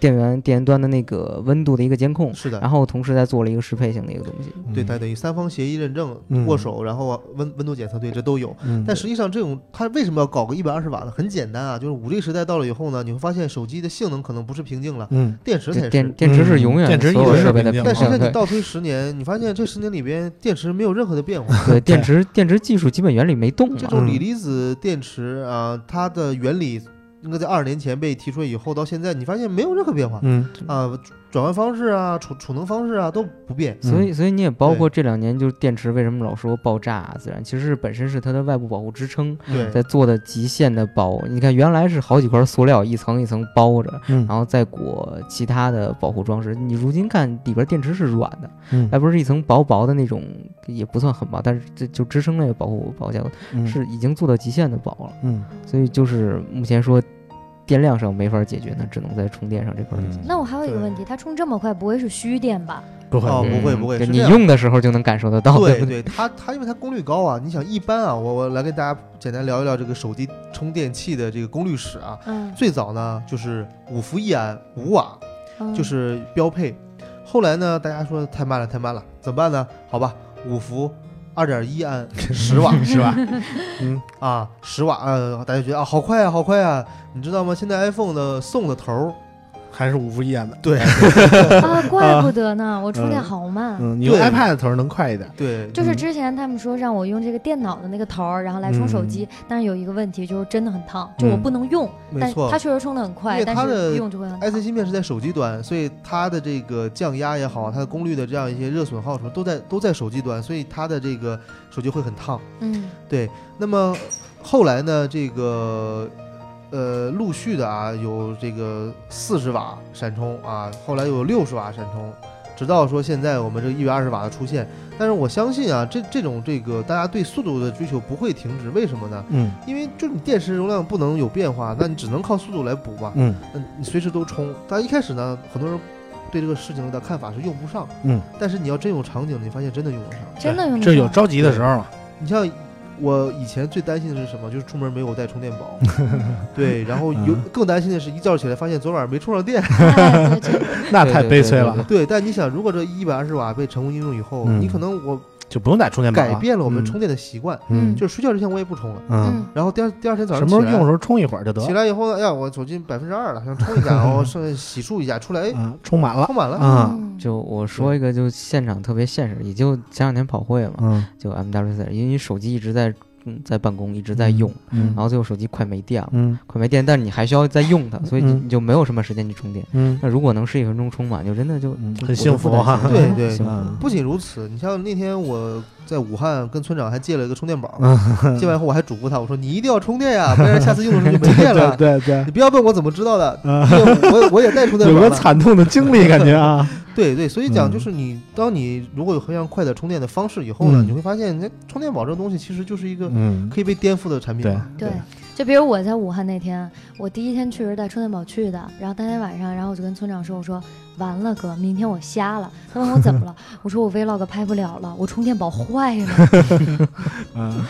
Speaker 4: 电源电源端的那个温度的一个监
Speaker 2: 嗯
Speaker 4: 控，
Speaker 3: 是的
Speaker 2: 啊
Speaker 4: 然，后同时再做了一个适配型的一个东西。
Speaker 3: 对，它等于三方协议认证、
Speaker 2: 嗯
Speaker 3: 握手，然后温温度检测，对，这都有。
Speaker 2: 嗯
Speaker 3: 但实际上，这种它为什么要搞个一百二十瓦呢？很简单啊，就是五 G 时代到了以后呢，你会发现手机的性能可能不是瓶颈了，
Speaker 2: 嗯
Speaker 3: 电池才
Speaker 4: 对
Speaker 3: 是。
Speaker 4: 电电池是永
Speaker 2: 电
Speaker 4: 远
Speaker 2: 池
Speaker 4: 所有
Speaker 2: 一直是
Speaker 4: 设备的
Speaker 2: 稳定的
Speaker 4: 屏
Speaker 3: 但实际上
Speaker 4: 障，
Speaker 3: 你
Speaker 4: 对
Speaker 3: 倒推十年，你发现这十年里边电池没有任何的变
Speaker 2: (laughs)
Speaker 3: 化。
Speaker 4: 对，电池电池技术基本原理没动
Speaker 3: 这
Speaker 4: 嘛。
Speaker 3: 种锂离子电池啊，它的原理应该在二十年前被提出以后到现在，你发现没有任何变化
Speaker 2: 嗯
Speaker 3: 啊，转换方式啊，储储能方式啊都不变。
Speaker 4: 所以，所以你也包括这两年，就是电池为什么老说爆炸啊自燃，其实是本身是它的外部保护支撑
Speaker 3: 对，
Speaker 4: 嗯在做的极限的保。你看，原来是好几块塑料一层一层包着，
Speaker 2: 嗯
Speaker 4: 然后再裹其他的保护装饰。你如今看里边电池是软的，
Speaker 2: 嗯
Speaker 4: 还不是一层薄薄的那种，也不算很薄，但是这就支撑那个保护保护架构
Speaker 2: 嗯
Speaker 4: 是已经做到极限的薄了。
Speaker 2: 嗯
Speaker 4: 所以就是目前说电量上没法解决，那只能在充电上这块儿。
Speaker 2: 嗯，
Speaker 1: 那我还有一个问题，它充这么快，不会是虚电吧？
Speaker 2: 不
Speaker 3: 哦
Speaker 2: 会
Speaker 4: 嗯
Speaker 3: 不会不会
Speaker 4: 对
Speaker 3: 是
Speaker 4: 你
Speaker 3: 这样
Speaker 4: 用的时候就能感受得到，
Speaker 3: 对
Speaker 4: 不
Speaker 3: 对，它它因为它功率高啊，你想一般啊，我我来跟大家简单聊一聊这个手机充电器的这个功率史啊。
Speaker 1: 嗯，
Speaker 3: 最早呢就是五伏一安五瓦
Speaker 1: 嗯
Speaker 3: 就是标配，后来呢大家说太慢了太慢了，怎么办呢？好吧，五伏。二点一安，
Speaker 2: (laughs)
Speaker 3: 十 (laughs) 瓦
Speaker 2: 是吧？嗯
Speaker 3: 啊，十瓦，呃，大家觉得啊，好快啊，好快啊！你知道吗？现在 iPhone 的送的头儿，
Speaker 2: 还是五伏一安的。
Speaker 3: 对
Speaker 1: 啊，怪不得
Speaker 3: 嗯
Speaker 1: 呢，我充电好慢。
Speaker 2: 嗯，你用
Speaker 3: 对
Speaker 2: iPad 的头儿能快一点。
Speaker 3: 对，
Speaker 1: 就是之前他们说让我用这个电脑的那个头儿，然后来充手
Speaker 3: 嗯
Speaker 1: 机，但是有一个问题就是真的很烫，就我不能用，
Speaker 3: 没
Speaker 1: 但
Speaker 3: 错
Speaker 1: 它。确实充的很
Speaker 3: 因
Speaker 1: 快，
Speaker 3: 为
Speaker 1: 但
Speaker 3: 它的
Speaker 1: 是用就会很
Speaker 3: IC
Speaker 1: 烫。
Speaker 3: 芯片是在手机端，所以它的这个降压也好，它的功率的这样一些热损耗什么都在都在手机端，所以它的这个手机会很烫。
Speaker 1: 嗯
Speaker 3: 那么后来呢，这个呃陆续的啊，有这个四十瓦闪充啊，后来又有六十瓦闪充，直到说现在我们这一百二十瓦的出现。但是我相信啊，这这种这个大家对速度的追求不会停止，为什么呢？
Speaker 2: 嗯
Speaker 3: 因为就是你电池容量不能有变化，那你只能靠速度来补嘛。
Speaker 2: 嗯
Speaker 3: 嗯，你随时都充。但一开始呢，很多人对这个事情的看法是用不上，
Speaker 2: 嗯，
Speaker 3: 但是你要真有场景，你发现真的用得上。
Speaker 1: 真的用得
Speaker 2: 这有
Speaker 1: 上
Speaker 2: 着急的时候嘛？
Speaker 3: 你像我以前最担心的是什么？就是出门没有带充电宝，
Speaker 2: (laughs)
Speaker 3: 对，然后
Speaker 2: 嗯
Speaker 3: 有更担心的是一觉起来发现昨晚没充上
Speaker 2: (laughs)
Speaker 3: 电。
Speaker 1: 哎对这
Speaker 2: 那太悲催
Speaker 4: 对对对对
Speaker 2: 了，
Speaker 3: 对，但你想，如果这一百二十瓦被成功应用以后，
Speaker 2: 嗯
Speaker 3: 你可能我
Speaker 2: 就不用带充电宝了。
Speaker 3: 改变了我们
Speaker 2: 嗯
Speaker 3: 充电的习惯，
Speaker 2: 嗯
Speaker 3: 就是睡觉之前我也不充了，
Speaker 2: 嗯，
Speaker 1: 嗯，
Speaker 3: 然后第二第二天早
Speaker 2: 什么
Speaker 3: 上起
Speaker 2: 时候
Speaker 3: 来
Speaker 2: 用的时候充一会儿就得
Speaker 3: 起。来以后呢，哎呀，我手机百分之二了，想充一
Speaker 2: (laughs)
Speaker 3: 下，然后剩下洗漱一下，出来哎，
Speaker 2: 嗯，充满了。
Speaker 3: 充满了。
Speaker 2: 啊
Speaker 1: 嗯
Speaker 4: 就我说一个，就现场特别现实，也就前两天跑会嘛，
Speaker 2: 嗯
Speaker 4: 就 MWC，因为你手机一直在嗯在办公，一直在用，
Speaker 2: 嗯
Speaker 4: 然后最后手机快没电了，
Speaker 2: 嗯
Speaker 4: 快没电，但是你还需要再用它，所以
Speaker 2: 嗯
Speaker 4: 你就没有什么时间去充电。
Speaker 2: 嗯
Speaker 4: 那如果能十几分钟充满，就真的就
Speaker 2: 嗯
Speaker 4: 就
Speaker 2: 很幸福哈
Speaker 4: 我就不
Speaker 3: 对
Speaker 4: 担心
Speaker 3: 对
Speaker 4: 幸福
Speaker 2: 嗯
Speaker 3: 不仅如此，你像那天我在武汉跟村长还借了一个充电宝，
Speaker 2: 啊
Speaker 3: 借完以后我还嘱咐他，我说你一定要充电呀，不然下次用的时候就没电
Speaker 2: (laughs)
Speaker 3: 了。
Speaker 2: 对对对，
Speaker 3: 你不要问我怎么知
Speaker 2: (laughs)
Speaker 3: 道的，
Speaker 2: 啊
Speaker 3: 因为我我也带出
Speaker 2: (laughs)
Speaker 3: 那
Speaker 2: 有
Speaker 3: 玩
Speaker 2: 个
Speaker 3: 了。
Speaker 2: 惨痛的经历，感觉啊， (laughs)
Speaker 3: 对对，所以讲
Speaker 2: 嗯
Speaker 3: 就是你，当你如果有非常快的充电的方式以后呢，
Speaker 2: 嗯
Speaker 3: 你会发现，那充电宝这个东西其实就是一个
Speaker 2: 嗯，
Speaker 3: 可以被颠覆的产品
Speaker 2: 对
Speaker 3: 嘛。
Speaker 1: 对，就比如我在武汉那天，我第一天去是带充电宝去的，然后当天晚上，然后我就跟村长说，我说完了哥，明天我瞎了。他问我怎么
Speaker 2: (laughs)
Speaker 1: 了，我说我 vlog 拍不了了，我充电宝坏了。
Speaker 2: (laughs) 嗯，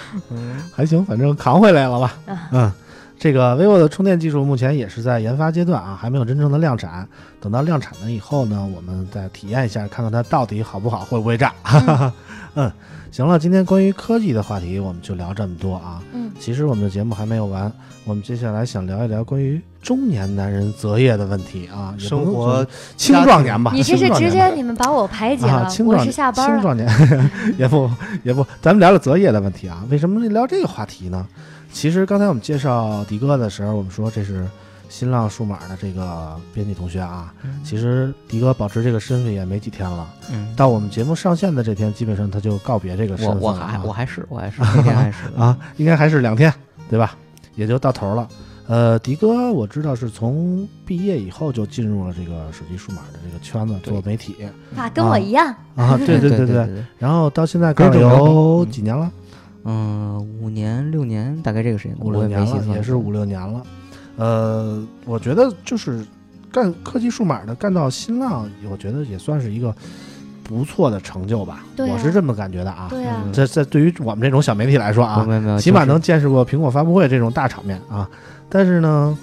Speaker 2: 还行，反正扛回来了吧。
Speaker 1: 啊
Speaker 2: 嗯，这个 vivo 的充电技术目前也是在研发阶段啊，还没有真正的量产。等到量产了以后呢，我们再体验一下，看看它到底好不好，会不会炸。 (laughs) 嗯，行了，今天关于科技的话题我们就聊这么多啊。
Speaker 1: 嗯，
Speaker 2: 其实我们的节目还没有完，我们接下来想聊一聊关于中年男人择业的问题啊，也不
Speaker 3: 生
Speaker 2: 能
Speaker 3: 活
Speaker 2: 说青壮年吧，
Speaker 1: 你这是
Speaker 2: 青壮
Speaker 1: 直
Speaker 2: 年吧
Speaker 1: 接你们把我排挤
Speaker 2: 啊，
Speaker 1: 了，
Speaker 2: 青
Speaker 1: 我
Speaker 2: 壮
Speaker 1: 是
Speaker 2: 年，
Speaker 1: 下班
Speaker 2: 青
Speaker 1: 了。
Speaker 2: 壮年也不也不，咱们聊聊择业的问题啊。为什么聊这个话题呢？其实刚才我们介绍迪哥的时候，我们说这是新浪数码的这个编辑同学啊。其实迪哥保持这个身份也没几天了，
Speaker 4: 嗯，
Speaker 2: 到我们节目上线的这天，基本上他就告别这个身
Speaker 4: 我
Speaker 2: 份
Speaker 4: 我
Speaker 2: 了
Speaker 4: 还
Speaker 2: 啊
Speaker 4: 我还是我
Speaker 2: (laughs)
Speaker 4: 还是那天还是
Speaker 2: 啊，应该还是两天，对吧？也就到头了。呃，迪哥，我知道是从毕业以后就进入了这个手机数码的这个圈子，
Speaker 4: 对
Speaker 2: 做媒体
Speaker 1: 啊，跟我一样，
Speaker 2: 啊，
Speaker 4: (laughs)
Speaker 2: 对对
Speaker 4: 对
Speaker 2: 对
Speaker 4: 对
Speaker 2: 对，
Speaker 4: 对，
Speaker 2: 然后到现在干了
Speaker 4: 各种
Speaker 2: 有
Speaker 4: 嗯
Speaker 2: 几年了，
Speaker 4: 嗯，五年六年大概这个时间，
Speaker 2: 五
Speaker 4: 我
Speaker 2: 六
Speaker 4: 也
Speaker 2: 年
Speaker 4: 没细
Speaker 2: 了，
Speaker 4: 算，
Speaker 2: 也是五六年了。呃，我觉得就是干科技数码的，干到新浪，我觉得也算是一个不错的成就吧。
Speaker 1: 对啊
Speaker 2: 我是这么感觉的啊。
Speaker 1: 对啊，
Speaker 4: 嗯
Speaker 2: 这这对于我们这种小媒体来说啊，
Speaker 4: 没有没有，
Speaker 2: 起码
Speaker 4: 就是
Speaker 2: 能见识过苹果发布会这种大场面啊。但是呢，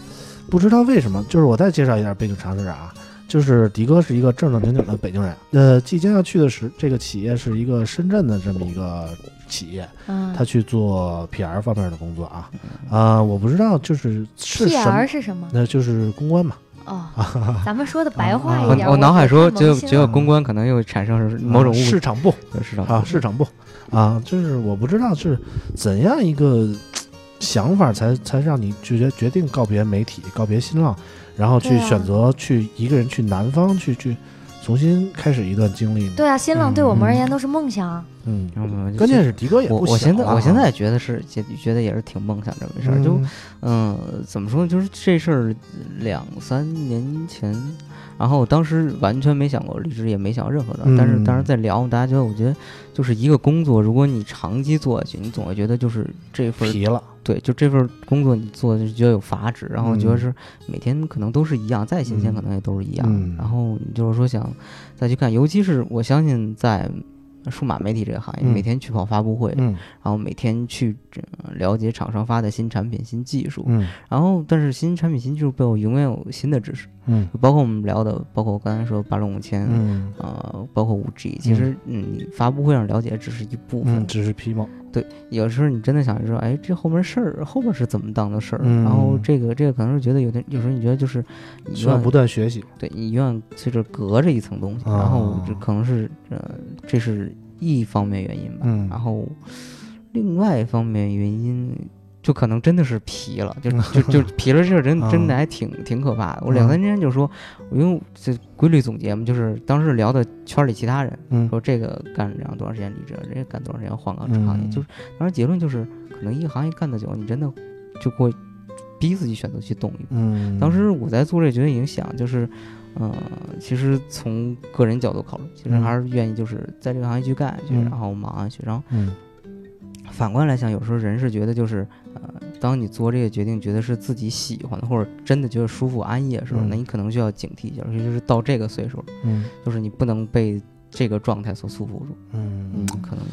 Speaker 2: 不知道为什么，就是我再介绍一下背景常识啊，就是迪哥是一个正正经经的北京人，呃，即将要去的是这个企业是一个深圳的这么一个企业，
Speaker 1: 嗯
Speaker 2: 他去做 PR 方面的工作啊，啊、我不知道就是是什么
Speaker 1: ，PR，是什么？
Speaker 2: 那就是公关嘛，
Speaker 1: 哦，
Speaker 2: (laughs)
Speaker 1: 咱们说的白话
Speaker 2: 啊
Speaker 1: 一点，
Speaker 4: 我我脑海说，
Speaker 1: 太
Speaker 4: 结
Speaker 1: 萌
Speaker 4: 果
Speaker 1: 新
Speaker 4: 结果
Speaker 1: 了
Speaker 4: 公关可能又产生了某种误
Speaker 2: 啊市
Speaker 4: 解，
Speaker 2: 场部
Speaker 4: 市场
Speaker 2: 啊，市场部啊，就是我不知道是怎样一个想法才才让你决决定告别媒体，告别新浪，然后去
Speaker 1: 对啊
Speaker 2: 选择去一个人去南方去去重新开始一段经历呢？
Speaker 1: 对啊，新浪对我们而
Speaker 2: 嗯
Speaker 1: 言都是梦想。
Speaker 2: 嗯，
Speaker 4: 然后我就
Speaker 2: 关键
Speaker 4: 是
Speaker 2: 是迪哥也
Speaker 4: 我
Speaker 2: 不
Speaker 4: 我
Speaker 2: 小
Speaker 4: 现在
Speaker 2: 了啊
Speaker 4: 我现在觉得是觉觉得也是挺梦想这回事
Speaker 2: 嗯
Speaker 4: 儿，就嗯、怎么说呢，就是这事儿两三年前，然后我当时完全没想过离职，也没想任何的，但是当
Speaker 2: 嗯
Speaker 4: 时在聊，大家觉得我觉得就是一个工作，如果你长期做下去，你总会觉得就是这份儿
Speaker 2: 皮了，
Speaker 4: 对，就这份工作你做就是觉得有阀值，然后
Speaker 2: 嗯
Speaker 4: 觉得是每天可能都是一样，再新
Speaker 2: 嗯
Speaker 4: 鲜可能也都是一样。
Speaker 2: 嗯
Speaker 4: 然后你就是说想再去看，尤其是我相信在数码媒体这个行业，
Speaker 2: 嗯
Speaker 4: 每天去跑发布会，
Speaker 2: 嗯
Speaker 4: 然后每天去呃了解厂商发的新产品、新技术，
Speaker 2: 嗯
Speaker 4: 然后但是新产品、新技术背后永远有新的知识，
Speaker 2: 嗯
Speaker 4: 包括我们聊的，包括我刚才说八龙五千，
Speaker 2: 嗯
Speaker 4: 呃，包括五 G，其实嗯，你发布会上了解的只是一部分
Speaker 2: 嗯，，只是皮毛，
Speaker 4: 有时候你真的想说，哎，这后面事儿后边是怎么当的事儿，
Speaker 2: 嗯
Speaker 4: 然后这个这个可能是觉得有点，有时候你觉得就是你
Speaker 2: 需
Speaker 4: 永
Speaker 2: 要
Speaker 4: 远
Speaker 2: 不断学习。
Speaker 4: 对你永远就是隔着一层东西，
Speaker 2: 啊
Speaker 4: 然后这可能是呃，这是一方面原因吧，
Speaker 2: 嗯
Speaker 4: 然后另外一方面原因。就可能真的是皮了，就就
Speaker 2: (laughs)
Speaker 4: 就皮了，这事儿真
Speaker 2: 啊
Speaker 4: 真的还挺挺可怕的。我两
Speaker 2: 啊
Speaker 4: 三天就说，我用这规律总结嘛，就是当时聊的圈里其他人，
Speaker 2: 嗯
Speaker 4: 说这个干了多长时间离职，这个干多长时间换个行业，
Speaker 2: 嗯
Speaker 4: 就是当时结论就是，可能一个行业干得久，你真的就会逼自己选择去动一步。
Speaker 2: 嗯，
Speaker 4: 当时我在做这个决定影响就是，呃，其实从个人角度考虑，其实
Speaker 2: 嗯
Speaker 4: 还是愿意就是在这个行业去干下去，
Speaker 2: 嗯
Speaker 4: 然后忙啊下去。然后
Speaker 2: 嗯
Speaker 4: 反过来想，有时候人是觉得就是，呃，当你做这个决定，觉得是自己喜欢的，或者真的觉得舒服安逸的时候，
Speaker 2: 嗯
Speaker 4: 那你可能就要警惕一下，尤其是到这个岁数，
Speaker 2: 嗯
Speaker 4: 就是你不能被这个状态所束缚住。
Speaker 2: 嗯，
Speaker 4: 可能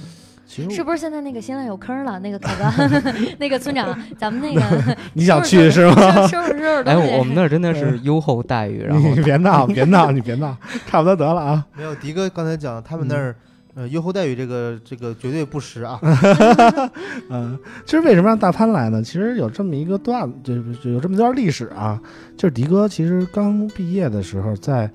Speaker 2: 其实
Speaker 1: 是
Speaker 2: 我
Speaker 1: 不是现在那个新浪有坑了？那个凯
Speaker 2: (laughs)
Speaker 1: 哥，那个村长，咱们那个
Speaker 2: 你想去是吗？
Speaker 1: 收拾收拾收拾
Speaker 4: 哎，
Speaker 1: 东西。
Speaker 4: 我我们那儿真的是优厚待
Speaker 2: (laughs)
Speaker 4: 遇，然后
Speaker 2: 你别闹，别闹，你别闹， (laughs) 差不多得了啊。
Speaker 3: 没有迪哥刚才讲他们那儿，呃，优厚待遇这个这个绝对不实啊。
Speaker 2: 嗯，其实为什么让大潘来呢？其实有这么一个段，就是有这么一段历史啊，就是迪哥其实刚毕业的时候在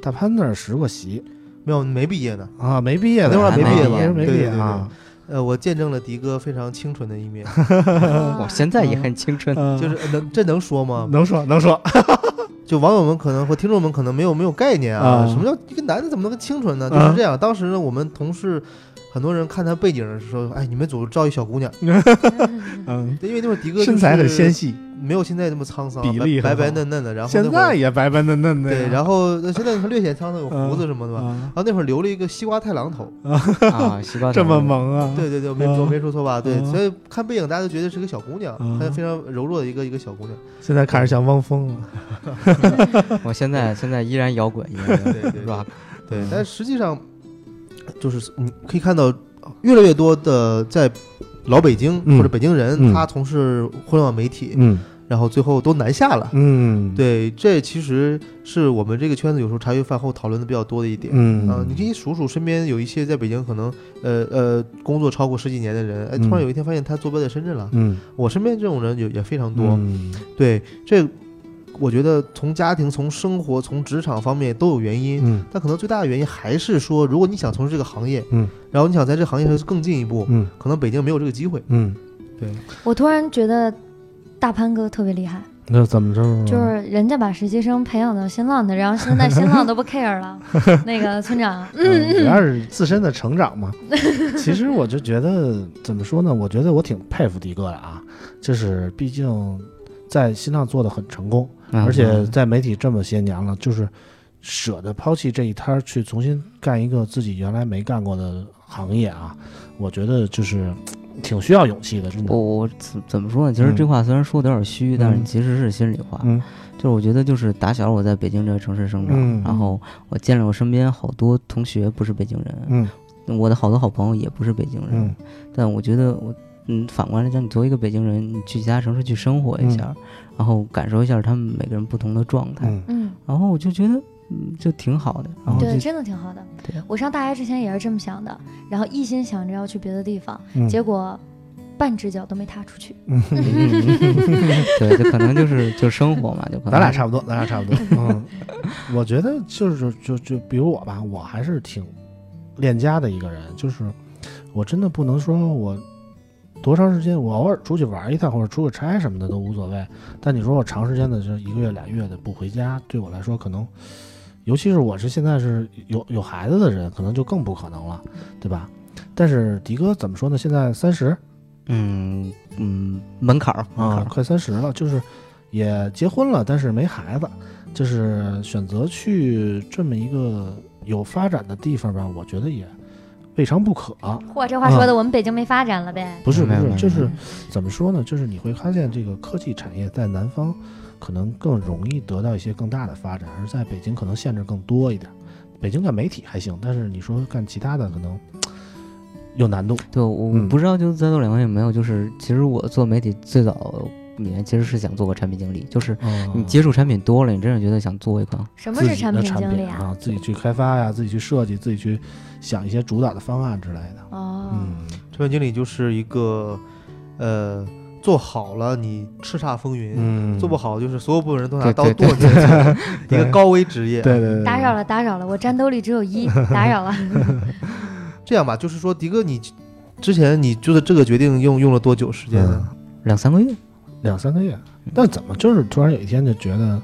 Speaker 2: 大潘那儿实过习
Speaker 3: 没有没毕业呢，
Speaker 2: 啊，没毕业的
Speaker 3: 那会儿
Speaker 4: 还没
Speaker 2: 啊
Speaker 4: 毕业吧
Speaker 2: 那时候没
Speaker 3: 对
Speaker 2: 毕业
Speaker 3: 对对
Speaker 2: 啊，
Speaker 3: 呃，我见证了迪哥非常清纯的一
Speaker 2: (laughs)
Speaker 3: 面，
Speaker 2: 哎哦
Speaker 4: 我现在也很青春。
Speaker 2: 嗯
Speaker 3: 就是呃能这能说吗？
Speaker 2: 能说能说，
Speaker 3: 就网友们可能或听众们可能没有没有概念啊，
Speaker 2: 啊
Speaker 3: 什么叫一个男的怎么能清纯呢？就
Speaker 2: 啊
Speaker 3: 是这样，当时呢，我们同事很多人看他背景的时候，哎，你们组招一小姑娘，
Speaker 2: 嗯，
Speaker 3: 因为那会儿迪哥
Speaker 2: 身材很纤
Speaker 3: 细，
Speaker 2: 细，
Speaker 3: 没有现在这么沧桑，
Speaker 2: 比例
Speaker 3: 白
Speaker 2: 很好
Speaker 3: 白白嫩嫩的，然后
Speaker 2: 现
Speaker 3: 那会儿
Speaker 2: 在也白白嫩嫩的呀。
Speaker 3: 对，然后呃现在他略显沧桑，有胡子什么的吧。
Speaker 2: 啊，
Speaker 3: 然后那会儿留了一个西瓜太郎头，
Speaker 4: 啊，
Speaker 2: (laughs)
Speaker 4: 西瓜
Speaker 2: 这
Speaker 4: 头
Speaker 2: 么，萌啊！
Speaker 3: 对对对，没说
Speaker 2: 啊
Speaker 3: 没说错吧？对，
Speaker 2: 啊
Speaker 3: 所以看背影大家都觉得是个小姑娘，
Speaker 2: 啊
Speaker 3: 她非常柔弱的一个一个小姑娘。
Speaker 2: 现在看着像汪峰了。
Speaker 4: 我现在现在依然摇滚，依然摇滚
Speaker 3: 对对对
Speaker 2: 嗯
Speaker 4: rock，
Speaker 3: 对，但实际上就是你可以看到，越来越多的在老北京
Speaker 2: 嗯
Speaker 3: 或者北京人，
Speaker 2: 嗯
Speaker 3: 他从事互联网媒体，
Speaker 2: 嗯
Speaker 3: 然后最后都南下了。
Speaker 2: 嗯，，
Speaker 3: 对，这其实是我们这个圈子有时候茶余饭后讨论的比较多的一点。
Speaker 2: 嗯
Speaker 3: 啊，你可以数数身边有一些在北京可能呃呃工作超过十几年的人，哎，
Speaker 2: 嗯
Speaker 3: 突然有一天发现他坐标在深圳了。
Speaker 2: 嗯
Speaker 3: 我身边这种人也也非常多。
Speaker 2: 嗯
Speaker 3: 对，这我觉得从家庭、从生活、从职场方面都有原因。
Speaker 2: 嗯
Speaker 3: 但可能最大的原因还是说，如果你想从事这个行业，
Speaker 2: 嗯，
Speaker 3: 然后你想在这个行业上更进一步，
Speaker 2: 嗯
Speaker 3: 可能北京没有这个机会。
Speaker 2: 嗯，
Speaker 1: (laughs) 我突然觉得大潘哥特别厉害，
Speaker 2: 那怎么着？啊呃
Speaker 1: 就是嗯人家把实习生培养到新浪的，然后现在新浪都不
Speaker 2: (laughs)
Speaker 1: care 了。那个村长，
Speaker 2: 嗯，主要是自身的成长嘛。 (laughs) 其实我就觉得怎么说呢？我觉得我挺佩服迪哥的啊，就是毕竟在新浪做的很成功，
Speaker 4: 嗯
Speaker 2: 而且在媒体这么些年了，就是舍得抛弃这一摊儿去重新干一个自己原来没干过的行业啊，我觉得就是嘖挺需要勇气的，真的
Speaker 4: 我。我怎怎么说呢？其实这话虽然说的有点虚，但是
Speaker 2: 嗯
Speaker 4: 其实是心里话。
Speaker 2: 嗯
Speaker 4: 就是我觉得，就是打小我在北京这个城市生
Speaker 2: 嗯
Speaker 4: 长，然后我见了我身边好多同学不是北京人，
Speaker 2: 嗯
Speaker 4: 我的好多好朋友也不是北京
Speaker 2: 嗯
Speaker 4: 人，但我觉得我。嗯，反过来讲，你作为一个北京人，你去其他城市去生活一下，然后感受一下他们每个人不同的状态，
Speaker 2: 嗯
Speaker 1: 嗯，
Speaker 4: 然后我就觉得，嗯，就挺好的。然后就
Speaker 1: 对，真的挺好的
Speaker 4: 对。
Speaker 2: (laughs)
Speaker 1: 我上大学之前也是这么想的，然后一心想着要去别的地方，
Speaker 2: 嗯，
Speaker 1: 结果半只脚都没踏出去。
Speaker 4: 嗯对，就可能就是就生活嘛，就可能
Speaker 2: 咱俩差不多，咱俩差
Speaker 4: (laughs)
Speaker 2: 不多。嗯，我觉得就是就就比如我吧，我还是挺恋家的一个人，就是我真的不能说我多长时间，我偶尔出去玩一趟或者出个差什么的都无所谓。但你说我长时间的，就是一个月俩月的不回家，对我来说可能，尤其是我是现在是有有孩子的人，可能就更不可能了，对吧？但是迪哥怎么说呢？现在三十，
Speaker 4: 嗯嗯，门槛儿门槛
Speaker 2: 啊
Speaker 4: 儿，，
Speaker 2: 快三十了，就是也结婚了，但是没孩子，就是选择去这么一个有发展的地方吧，我觉得也未尝不可。
Speaker 1: 嚯，这话说的我们北京没发展了呗？
Speaker 2: 不是不
Speaker 4: 没有没
Speaker 2: 是，
Speaker 4: 有
Speaker 2: 就是怎么说呢？就是你会发现这个科技产业在南方可能更容易得到一些更大的发展，而在北京可能限制更多一点。北京干媒体还行，但是你说干其他的可能有难度。
Speaker 4: 对，我
Speaker 2: 嗯
Speaker 4: 不知道就在座两位有没有，就是其实我做媒体最早里面其实是想做个产品经理，就是
Speaker 2: 嗯
Speaker 4: 你
Speaker 2: 哦
Speaker 4: 接触产品多了，你真是觉得想做一款。
Speaker 1: 什
Speaker 2: 自
Speaker 1: 么
Speaker 2: 己
Speaker 1: 是
Speaker 2: 的
Speaker 1: 产
Speaker 2: 产
Speaker 1: 品经理啊？
Speaker 2: 啊？自己去开发呀，自己去设计，自己去想一些主打的方案之类的。
Speaker 1: 哦，
Speaker 2: 嗯，
Speaker 3: 产品经理就是一个，呃，做好了你叱咤风云，
Speaker 2: 嗯
Speaker 3: 做不好就是所有部门人都拿
Speaker 4: 对
Speaker 3: 刀
Speaker 4: 对
Speaker 3: 剁你的一
Speaker 2: 对
Speaker 3: 个高危职业。
Speaker 2: 对对对，对
Speaker 1: 打扰。了，打扰了，我战斗力只有
Speaker 2: (laughs)
Speaker 1: 一，打扰了。
Speaker 3: 这样吧，就是说，迪哥，你之前你做的这个决定用用了多久时间
Speaker 2: 嗯
Speaker 3: 呢？
Speaker 4: 两三个月，
Speaker 2: 两三个月，但怎么就是突然有一天就觉得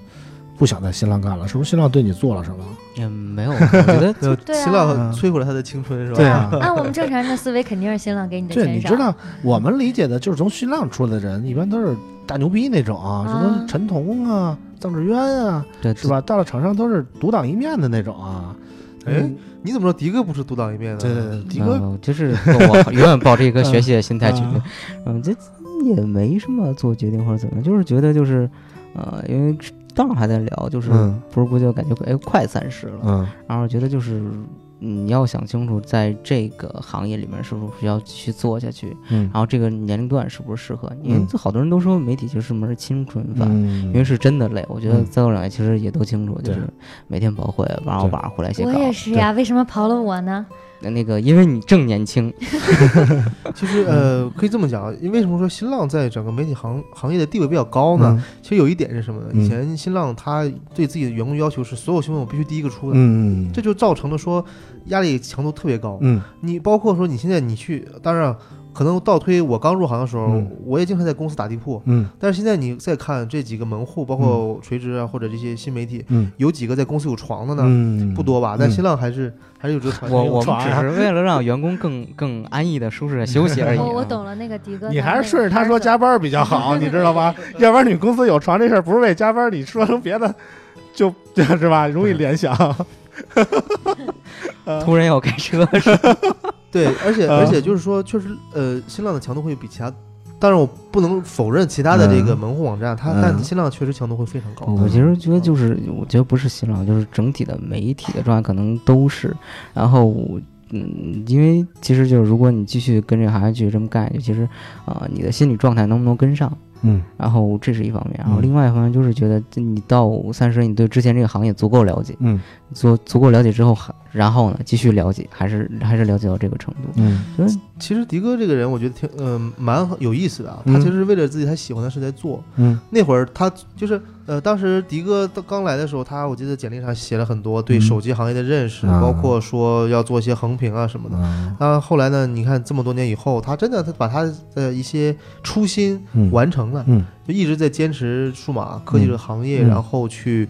Speaker 2: 不想在新浪干了？是不是新浪对你做了什么？
Speaker 4: 嗯，没 (laughs) 有，我觉得
Speaker 3: 呃
Speaker 1: 对啊
Speaker 3: 新浪
Speaker 2: 嗯
Speaker 3: 摧毁了他的青春，是吧？
Speaker 2: 对啊
Speaker 1: 按我们正常人的思维，肯定是新浪给你
Speaker 2: (laughs)
Speaker 1: 的
Speaker 2: 对，你
Speaker 1: 钱少。嗯
Speaker 2: 知道我们理解的就是从新浪出来的人，一般都是大牛逼那种啊，什么
Speaker 1: 啊
Speaker 2: 陈彤啊、臧志渊啊，
Speaker 4: 对
Speaker 2: 是？吧？到了场上都是独当一面的那种啊。
Speaker 3: 哎
Speaker 2: 嗯，
Speaker 3: 你怎么知道迪哥不是独当一面呢？
Speaker 2: 对对对，迪
Speaker 4: 没有
Speaker 2: 哥
Speaker 4: 没有就是我永远抱着一个
Speaker 2: 嗯
Speaker 4: 学习的心态去
Speaker 2: 嗯，
Speaker 4: 嗯，这也没什么做决定或者怎么样，就是觉得就是，呃，因为当时还在聊，就是
Speaker 2: 嗯
Speaker 4: 不是不就感觉哎快三十了，
Speaker 2: 嗯
Speaker 4: 然后觉得就是嗯你要想清楚，在这个行业里面是不是要去做下去，
Speaker 2: 嗯
Speaker 4: 然后这个年龄段是不是适合你？因为
Speaker 2: 嗯
Speaker 4: 这好多人都说媒体其实是门青春饭，因为
Speaker 2: 嗯，
Speaker 4: 是真的累。我觉得
Speaker 2: 嗯
Speaker 4: 在座两位其实也都清楚，就
Speaker 2: 对
Speaker 4: 是每天跑会，晚上
Speaker 2: 对
Speaker 4: 晚上回来写稿
Speaker 1: 我。也是呀，为什么刨了我呢？
Speaker 4: 那个，因为你正年轻，
Speaker 3: 其实呃，
Speaker 2: 嗯
Speaker 3: 可以这么讲，因为为什么说新浪在整个媒体行行业的地位比较高呢？其实有一点是什么呢？
Speaker 2: 嗯
Speaker 3: 以前新浪它对自己的员工要求是所有新闻我必须第一个出的，
Speaker 2: 嗯，嗯
Speaker 3: 这就造成了说压力强度特别高。
Speaker 2: 嗯
Speaker 3: 你包括说你现在你去，当然可能倒推我刚入行的时候，
Speaker 2: 嗯
Speaker 3: 我也经常在公司打地铺，
Speaker 2: 嗯
Speaker 3: 但是现在你再看这几个门户，包括垂直啊或者这些新媒体，
Speaker 2: 嗯
Speaker 3: 有几个在公司有床的呢？
Speaker 2: 嗯，
Speaker 3: 不多吧？但
Speaker 2: 嗯
Speaker 3: 新浪还是、还是有这个传
Speaker 4: 我
Speaker 3: 统。
Speaker 4: 我们
Speaker 2: 床
Speaker 4: 只
Speaker 2: 呀
Speaker 4: 是为了让员工更更安逸的、舒适的休息而已。
Speaker 1: (laughs) 哦
Speaker 4: 啊
Speaker 1: 我我，懂了，那个迪哥，
Speaker 2: 哎你还
Speaker 1: 咱
Speaker 2: 是
Speaker 1: 们
Speaker 2: 顺着他说加班比较
Speaker 3: (laughs)
Speaker 2: 好，你知道吗？要不然你公司有床这事儿不是为加班，你说成别的就 (laughs) 是吧，容易联想。
Speaker 4: 突然要开车， (laughs)
Speaker 3: 对，
Speaker 2: (laughs)
Speaker 3: 而且
Speaker 2: 啊
Speaker 3: 而且就是说，确实，呃，新浪的强度会比其他，当然我不能否认其他的这个
Speaker 2: 嗯
Speaker 3: 门户网站，它
Speaker 2: 嗯
Speaker 3: 但新浪确实强度会非常高。
Speaker 4: 我其实觉得就是，我觉得不是新浪，就是整体的媒体的状态可能都是。然后我，嗯，因为其实就是，如果你继续跟这个行业继续这么干下去，其实，啊、你的心理状态能不能跟上？
Speaker 2: 嗯
Speaker 4: 然后这是一方面，然后
Speaker 2: 嗯
Speaker 4: 另外一方面就是觉得这你到三十，你对之前这个行业足够了解，
Speaker 2: 嗯
Speaker 4: 足足够了解之后，还然后呢继续了解，还是还是了解到这个程度。
Speaker 2: 嗯
Speaker 3: 其实迪哥这个人，我觉得挺嗯、蛮有意思的啊。
Speaker 2: 嗯
Speaker 3: 他其实为了自己他喜欢的事在做。
Speaker 2: 嗯
Speaker 3: 那会儿他就是呃，当时迪哥刚来的时候，他我记得简历上写了很多对
Speaker 2: 嗯
Speaker 3: 手机行业的认识，
Speaker 2: 啊
Speaker 3: 包括说要做一些横屏啊什么
Speaker 2: 嗯
Speaker 3: 的。那后来呢？你看这么多年以后，他真的他把他的一些初心
Speaker 2: 嗯
Speaker 3: 完成了，
Speaker 2: 嗯
Speaker 3: 就一直在坚持数码科技这个行业，
Speaker 2: 嗯嗯
Speaker 3: 然后去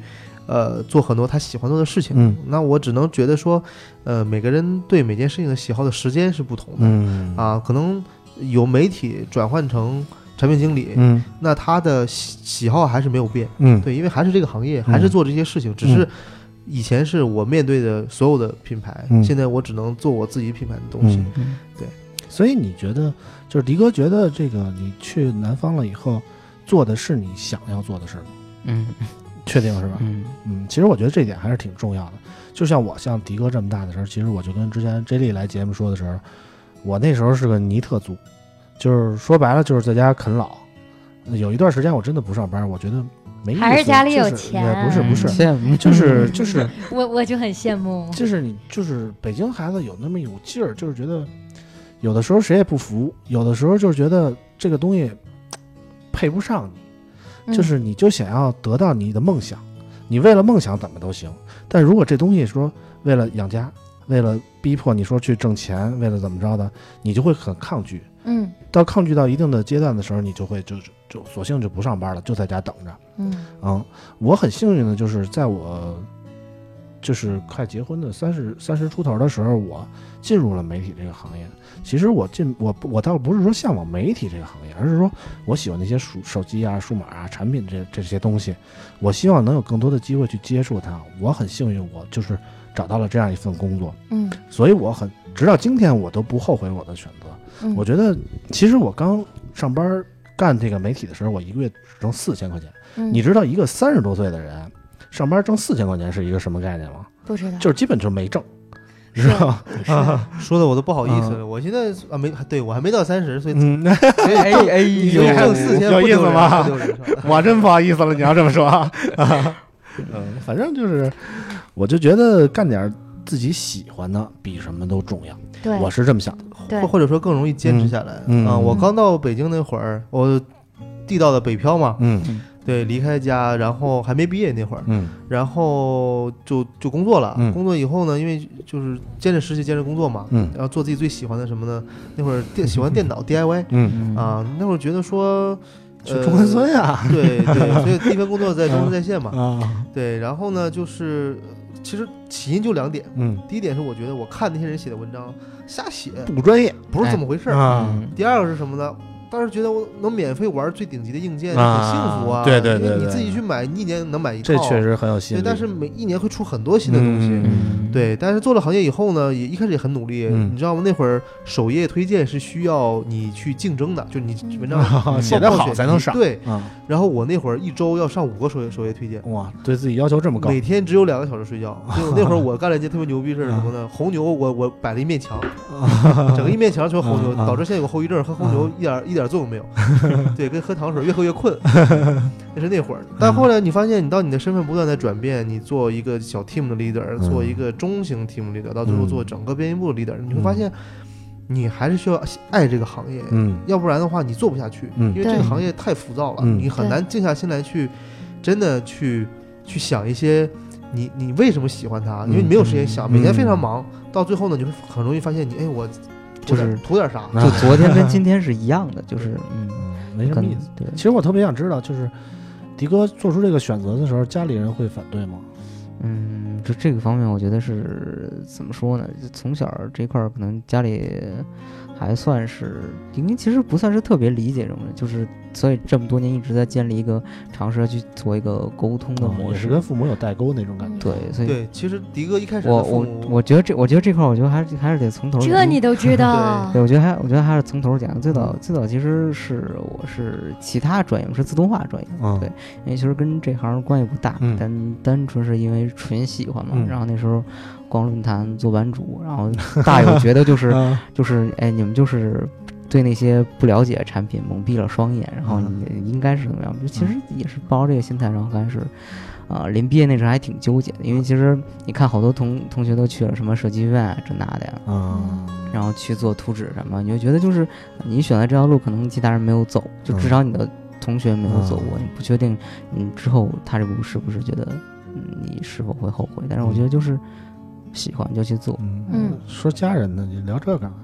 Speaker 3: 呃做很多他喜欢做的事情。
Speaker 2: 嗯
Speaker 3: 那我只能觉得说，呃，每个人对每件事情的喜好的时间是不同的、
Speaker 2: 嗯
Speaker 3: 啊，可能有媒体转换成产品经理，
Speaker 2: 嗯
Speaker 3: 那他的喜喜好还是没有变，
Speaker 2: 嗯
Speaker 3: 对，因为还是这个行业，还是做这些事情，只是。以前是我面对的所有的品牌，
Speaker 2: 嗯
Speaker 3: 现在我只能做我自己品牌的东西。
Speaker 2: 嗯。
Speaker 4: 嗯，
Speaker 2: 所以你觉得，就是迪哥觉得这个你去南方了以后，做的是你想要做的事吗？
Speaker 4: 嗯
Speaker 2: 确定是吧？
Speaker 4: 嗯
Speaker 2: 嗯，其实我觉得这点还是挺重要的。就像我像迪哥这么大的时候，其实我就跟之前 J 莉来节目说的时候，我那时候是个泥特族，就是说白了就是在家啃老。有一段时间我真的不上班，我觉得没意思。
Speaker 1: 还是家里有
Speaker 2: 就是
Speaker 1: 钱
Speaker 2: 也不是不是，
Speaker 4: 嗯羡慕
Speaker 2: 就是就是
Speaker 1: 我我就很羡慕。
Speaker 2: 就是你就是北京孩子有那么一股劲儿，就是觉得有的时候谁也不服，有的时候就是觉得这个东西配不上你。
Speaker 1: 嗯
Speaker 2: 就是你就想要得到你的梦想，你为了梦想怎么都行。但如果这东西说为了养家，为了逼迫你说去挣钱，为了怎么着的，你就会很抗拒。
Speaker 1: 嗯
Speaker 2: 到抗拒到一定的阶段的时候，你就会就就就索性就不上班了，就在家等着。
Speaker 1: 嗯
Speaker 2: 嗯，我很幸运的就是在我就是快结婚的三十三十出头的时候，我进入了媒体这个行业。其实我进我我倒不是说向往媒体这个行业，而是说我喜欢那些数手机啊、数码啊、产品这这些东西，我希望能有更多的机会去接触它。我很幸运，我就是找到了这样一份工作，
Speaker 1: 嗯
Speaker 2: 所以我很直到今天我都不后悔我的选择。
Speaker 1: 嗯，
Speaker 2: 我觉得其实我刚上班干这个媒体的时候，我一个月只挣四千块钱。
Speaker 1: 嗯
Speaker 2: 你知道一个三十多岁的人上班挣四千块钱是一个什么概念吗？
Speaker 1: 不知道，
Speaker 2: 就是基本就没挣，是吧？
Speaker 1: 是的
Speaker 3: 说的我都不好意思了。
Speaker 2: 嗯
Speaker 3: 我现在啊没，对我还没到三十，所以
Speaker 2: 嗯，
Speaker 3: 所以
Speaker 4: 哎
Speaker 3: 挣
Speaker 4: 哎
Speaker 3: 你
Speaker 4: 呦
Speaker 3: 就，挣四千
Speaker 2: 有
Speaker 3: 不
Speaker 2: 意思
Speaker 3: 丢人
Speaker 2: 吗
Speaker 3: 不丢人是吧
Speaker 2: (laughs) 我真不好意思了，你要这么说 (laughs) 啊。嗯，反正就是，我就觉得干点儿自己喜欢的比什么都重要，
Speaker 1: 对，
Speaker 2: 我是这么想的。
Speaker 1: 对
Speaker 3: 或或者说更容易坚持下来。
Speaker 2: 嗯嗯
Speaker 3: 啊，我
Speaker 1: 嗯
Speaker 3: 刚到北京那会儿，我地道的北漂嘛，
Speaker 2: 嗯
Speaker 3: 对，离开家，然后还没毕业那会儿，
Speaker 2: 嗯
Speaker 3: 然后就就工作了。
Speaker 2: 嗯
Speaker 3: 工作以后呢，因为就是兼着实习兼着工作嘛，
Speaker 2: 嗯
Speaker 3: 然后做自己最喜欢的什么呢？那会儿电喜欢电
Speaker 2: (laughs)
Speaker 3: 脑 DIY
Speaker 2: 嗯，
Speaker 3: 啊，那会儿觉得说。
Speaker 2: 去
Speaker 3: 呃
Speaker 2: 中关村呀嗯 (laughs)
Speaker 3: 对对，所以第一份工作在中关村在线嘛，
Speaker 2: 啊，
Speaker 3: 对，然后呢，就是其实起因就两点，
Speaker 2: 嗯，
Speaker 3: 第一点是我觉得我看那些人写的文章瞎写，
Speaker 2: 不专业
Speaker 3: 不是这么回事儿，
Speaker 2: 啊，
Speaker 4: 嗯
Speaker 3: 第二个是什么呢？当时觉得我能免费玩最顶级的硬件，
Speaker 2: 啊
Speaker 3: 很幸福啊！
Speaker 2: 对对对
Speaker 3: 因为
Speaker 2: 对
Speaker 3: 你自己去买，一年能买一套，
Speaker 2: 这确实很有吸
Speaker 3: 对。
Speaker 2: 引力。
Speaker 3: 但是每一年会出很多新的东西，
Speaker 2: 嗯
Speaker 3: 对。但是做了行业以后呢，也一开始也很努力，
Speaker 2: 嗯
Speaker 3: 你知道吗？那会儿首页推荐是需要你去竞争的，就你文章
Speaker 2: 啊
Speaker 3: 报
Speaker 2: (laughs) 写得好
Speaker 3: 报选
Speaker 2: 才能
Speaker 3: 题
Speaker 2: 上
Speaker 3: 对，
Speaker 2: 啊，
Speaker 3: 然后我那会儿一周要上五个首页首页推荐。
Speaker 2: 哇，对自己要求这么高
Speaker 3: 每天只有两个小时睡觉，
Speaker 2: (laughs)
Speaker 3: 就那会儿我干了一件特别牛逼事儿，什么
Speaker 2: 啊
Speaker 3: 呢？红牛我我摆了一面
Speaker 2: (laughs)
Speaker 3: 墙，整个一面墙全是红牛，
Speaker 2: 啊啊啊
Speaker 3: 导致现在有个后遗症，喝红牛一点一点作
Speaker 2: (laughs)
Speaker 3: 用没有。对，跟喝糖水越喝越困，那是那会儿。但后来你发现，你到你的身份不断在转变，你做一个小 team 的 leader，
Speaker 2: 嗯
Speaker 3: 做一个中型 team leader，到最后
Speaker 2: 嗯
Speaker 3: 做整个编辑部的 leader，你会发现，你还是需要爱这个行业，
Speaker 2: 嗯
Speaker 3: 要不然的话你做不下去，
Speaker 2: 嗯
Speaker 3: 因为这
Speaker 1: 对
Speaker 3: 个行业太浮躁了，
Speaker 2: 嗯
Speaker 3: 你很难静下心来去真的去去想一些你你为什么喜欢它，
Speaker 2: 嗯
Speaker 3: 因为你没有时间想，
Speaker 2: 嗯
Speaker 3: 每天非常忙，到最后呢，你会很容易发现你哎我图
Speaker 4: 就是
Speaker 3: 点图点啥，
Speaker 4: (laughs) 就昨天跟今天是一样
Speaker 2: (laughs)
Speaker 4: 的，就是嗯，
Speaker 2: 嗯，没什么
Speaker 4: 很
Speaker 2: 意思。
Speaker 4: 对。
Speaker 2: 其实我特别想知道，就是迪哥做出这个选择的时候，家里人会反对吗？
Speaker 4: 嗯，这这个方面我觉得是怎么说呢？就从小这块儿可能家里还算是，因为其实不算是特别理解这种人，就是所以这么多年一直在建立一个尝试着去做一个沟通的
Speaker 2: 啊
Speaker 4: 模
Speaker 2: 也是
Speaker 4: 式。
Speaker 2: 跟父母有代沟那种感觉。
Speaker 4: 对，所以
Speaker 3: 对，其实迪哥一开始
Speaker 4: 我
Speaker 3: 的父
Speaker 4: 我
Speaker 3: 母
Speaker 4: 我觉得这我觉得这块儿，我觉得还是还是得从头儿
Speaker 1: 这
Speaker 4: 讲
Speaker 2: (laughs)
Speaker 1: 你都知道
Speaker 4: 对，我觉得还我觉得还是从头儿讲。最
Speaker 2: 嗯
Speaker 4: 早最早其实是我是其他专业，我是自动化专业。
Speaker 2: 嗯
Speaker 4: 对因为其实跟这行关系不大，
Speaker 2: 嗯
Speaker 4: 但单纯是因为纯喜欢嘛。
Speaker 2: 嗯
Speaker 4: 然后那时候逛论坛做版主，然后
Speaker 2: (laughs)
Speaker 4: 大有觉得就是
Speaker 2: 啊
Speaker 4: 就是哎，你们就是对那些不了解的产品蒙蔽了双眼，然后
Speaker 2: 嗯
Speaker 4: 你应该是怎么样？就其实也是抱着这个心态，然后开始。啊、临毕业那时候还挺纠结的，因为其实你看好多同同学都去了什么设计院啊这那的呀，
Speaker 2: 啊
Speaker 4: 然后去做图纸什么，你就觉得就是你选的这条路，可能其他人没有走，就至少你的同学没有走过，
Speaker 2: 嗯，
Speaker 4: 你不确定你之后踏这步是不是觉得嗯你是否会后悔。但是我觉得就是喜欢就去做
Speaker 2: 嗯
Speaker 1: 嗯，
Speaker 2: 说家人呢，你聊这干嘛？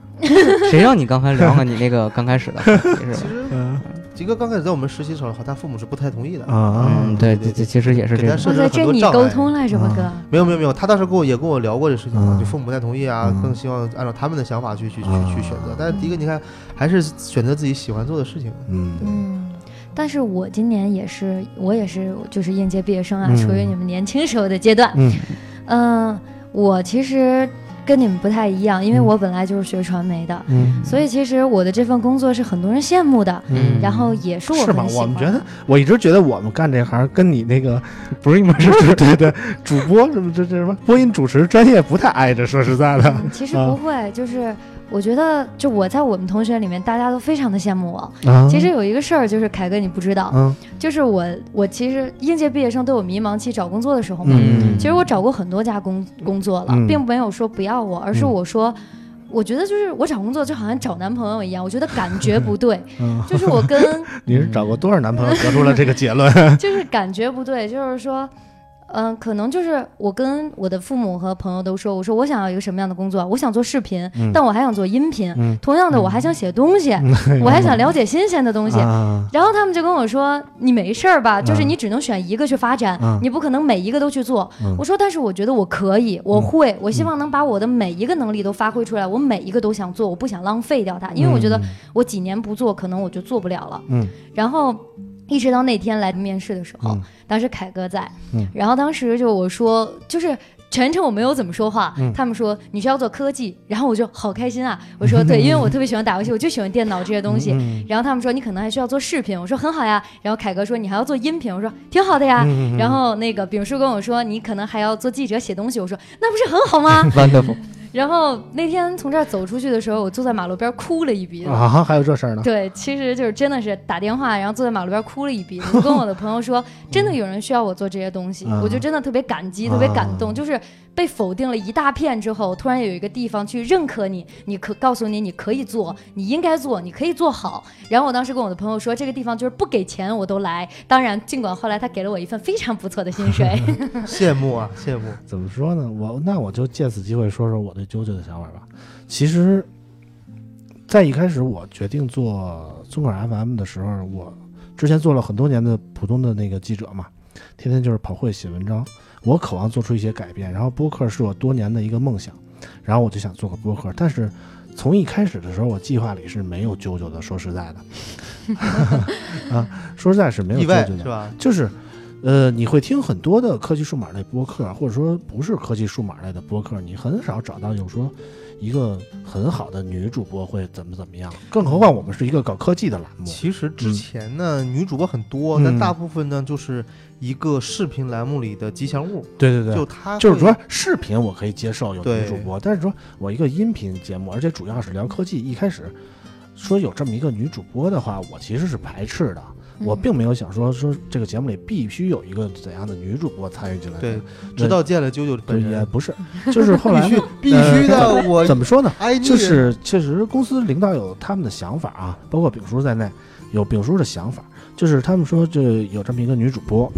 Speaker 4: 谁让你刚才聊了你那个刚开始的话题是
Speaker 3: 其
Speaker 4: 吧？
Speaker 3: 实
Speaker 2: 嗯
Speaker 3: 迪哥刚开始在我们实习的时候，他父母是不太同意的
Speaker 2: 啊
Speaker 4: 嗯，对，这这其实也是这
Speaker 3: 给他
Speaker 4: 样。
Speaker 3: 设
Speaker 1: 哇
Speaker 3: 置
Speaker 1: 塞，
Speaker 3: 了很
Speaker 1: 这
Speaker 3: 多
Speaker 1: 你
Speaker 3: 障
Speaker 1: 沟
Speaker 3: 碍。
Speaker 1: 通了是吧，
Speaker 2: 嗯
Speaker 1: 哥？
Speaker 3: 没有没有没有，他当时跟我也跟我聊过这事情嘛，
Speaker 2: 嗯
Speaker 3: 就父母不太同意啊，
Speaker 2: 嗯
Speaker 3: 更希望按照他们的想法去去去
Speaker 2: 啊
Speaker 3: 去选择。但是迪哥，你看还是选择自己喜欢做的事 (laughs) 情。
Speaker 2: 嗯
Speaker 1: 嗯，但是我今年也是，我也是就是应届毕业生啊，
Speaker 2: 嗯
Speaker 1: 属于你们年轻时候的阶段。
Speaker 2: 嗯
Speaker 1: 嗯、我其实跟你们不太一样，因为
Speaker 2: 嗯
Speaker 1: 我本来就是学传媒的，
Speaker 2: 嗯，
Speaker 1: 所以其实我的这份工作是很多人羡慕的，
Speaker 2: 嗯
Speaker 1: 然后也是我
Speaker 2: 是吗
Speaker 1: 很喜
Speaker 2: 我
Speaker 1: 欢
Speaker 2: 们
Speaker 1: 的。
Speaker 2: 觉得我一直觉得我们干这行跟你那个。
Speaker 4: 不是一码事
Speaker 2: 对对主播什么这这什么播音主持专业不太挨着，说实在的
Speaker 1: 嗯，其
Speaker 2: (laughs)
Speaker 1: 实
Speaker 2: 啊
Speaker 1: 不会，就是我觉得，就我在我们同学里面，大家都非常的羡慕我。
Speaker 2: 啊
Speaker 1: 其实有一个事儿，就是凯哥你不知道，
Speaker 2: 嗯
Speaker 1: 就是我我其实应届毕业生都有迷茫期找工作的时候嘛，
Speaker 2: 嗯
Speaker 1: 其实我找过很多家工工作了，
Speaker 2: 嗯
Speaker 1: 并没有说不要我，而是
Speaker 2: 嗯
Speaker 1: 我说。我觉得就是我找工作就好像找男朋友一样，我觉得感觉不对， (laughs)
Speaker 2: 嗯，
Speaker 1: 就是我跟
Speaker 2: 你是找过多少男朋友得出了这个结论？
Speaker 1: 就是感觉不对，就是说，嗯、可能就是我跟我的父母和朋友都说，我说我想要一个什么样的工作，啊我想做视频，
Speaker 2: 嗯
Speaker 1: 但我还想做音频，
Speaker 2: 嗯
Speaker 1: 同样的我还想写东西，我还想了解新鲜的东西。
Speaker 2: 啊
Speaker 1: 然后他们就跟我说：“你没事儿吧？就是你只能选一个去发展，
Speaker 2: 嗯
Speaker 1: 你不可能每一个都去做。
Speaker 2: 嗯
Speaker 1: 我说：“但是我觉得我可以，我会，我希望能把我的每一个能力都发挥出来，我每一个都想做，我不想浪费掉它，因为我觉得我几年不做，可能我就做不了了。
Speaker 2: 嗯
Speaker 1: 然后一直到那天来面试的时候，
Speaker 2: 嗯
Speaker 1: 当时凯哥在，
Speaker 2: 嗯
Speaker 1: 然后当时就我说就是。全程我没有怎么说话，
Speaker 2: 嗯
Speaker 1: 他们说你需要做
Speaker 2: (laughs)
Speaker 1: 科技，然后我就好开心啊！我说对，因为我特别喜欢打游戏，我就喜欢电脑这些东西。
Speaker 2: 嗯
Speaker 1: 然后他们说你可能还需要做视频，我说很好呀。然后凯哥说你还要做音频，我说挺好的呀。
Speaker 2: 嗯
Speaker 1: 然后那个丙叔跟我说你可能还要做记者写东西，我说那不是很好吗？
Speaker 4: 嗯
Speaker 2: (laughs)
Speaker 4: Wonderful，
Speaker 1: 然后那天从这儿走出去的时候，我坐在马路边哭了一鼻子。
Speaker 2: 啊，还有这事儿呢？
Speaker 1: 对，其实就是真的是打电话，然后坐在马路边哭了一鼻子。我跟我的朋
Speaker 2: (laughs)
Speaker 1: 友说，真的有人需要我做这些东西，
Speaker 2: 啊
Speaker 1: 我就真的特别感激，特别感
Speaker 2: 啊
Speaker 1: 动。就是被否定了一大片之后，突然有一个地方去认可你，你可告诉你你可以做，你应该做，你可以做好。然后我当时跟我的朋友说，这个地方就是不给钱我都来。当然，尽管后来他给了我一份非常不错的薪水。
Speaker 3: 羡慕啊，羡慕。
Speaker 2: 怎么说呢？我那我就借此机会说说我对啾啾的想法吧。其实，在一开始我决定做村口 FM 的时候，我之前做了很多年的普通的那个记者嘛，天天就是跑会写文章。我渴望做出一些改变，然后播客是我多年的一个梦想，然后我就想做个播客。但是从一开始的时候，我计划里是没有啾啾的。说实在的， (laughs) 啊，说实在是没有
Speaker 3: 意
Speaker 2: 啾
Speaker 3: 外
Speaker 2: 啾
Speaker 3: 是
Speaker 2: 的。
Speaker 3: 吧？
Speaker 2: 就是，呃，你会听很多的科技数码类播客，或者说不是科技数码类的播客，你很少找到有说一个很好的女主播会怎么怎么样。更何况我们是一个搞科技的栏目，
Speaker 3: 其实
Speaker 2: 嗯
Speaker 3: 之前呢，女主播很多，
Speaker 2: 嗯
Speaker 3: 但大部分呢就是一个视频栏目里的吉祥物，
Speaker 2: (laughs) 对对对，
Speaker 3: 就她
Speaker 2: 就是
Speaker 3: 会
Speaker 2: 说视频我可以接受有女
Speaker 3: 对
Speaker 2: 主播，但是说我一个音频节目，而且主要是聊科技，一开始说有这么一个女主播的话，我其实是排斥的。 (laughs) 我
Speaker 1: 嗯
Speaker 2: 并没有想说说这个节目里必须有一个怎样的女主播参与进来，
Speaker 3: 对，
Speaker 2: 那
Speaker 3: 直到见了啾啾本
Speaker 2: 也
Speaker 3: 人，
Speaker 2: 不是，就是后来
Speaker 3: 必须
Speaker 2: 呢呃
Speaker 3: 必须的，我
Speaker 2: 怎么说呢？
Speaker 3: 哎，
Speaker 2: 就是确实公司领导有他们的想法啊，包括丙叔在内，有丙叔的想法，就是他们说这有这么一个女主播，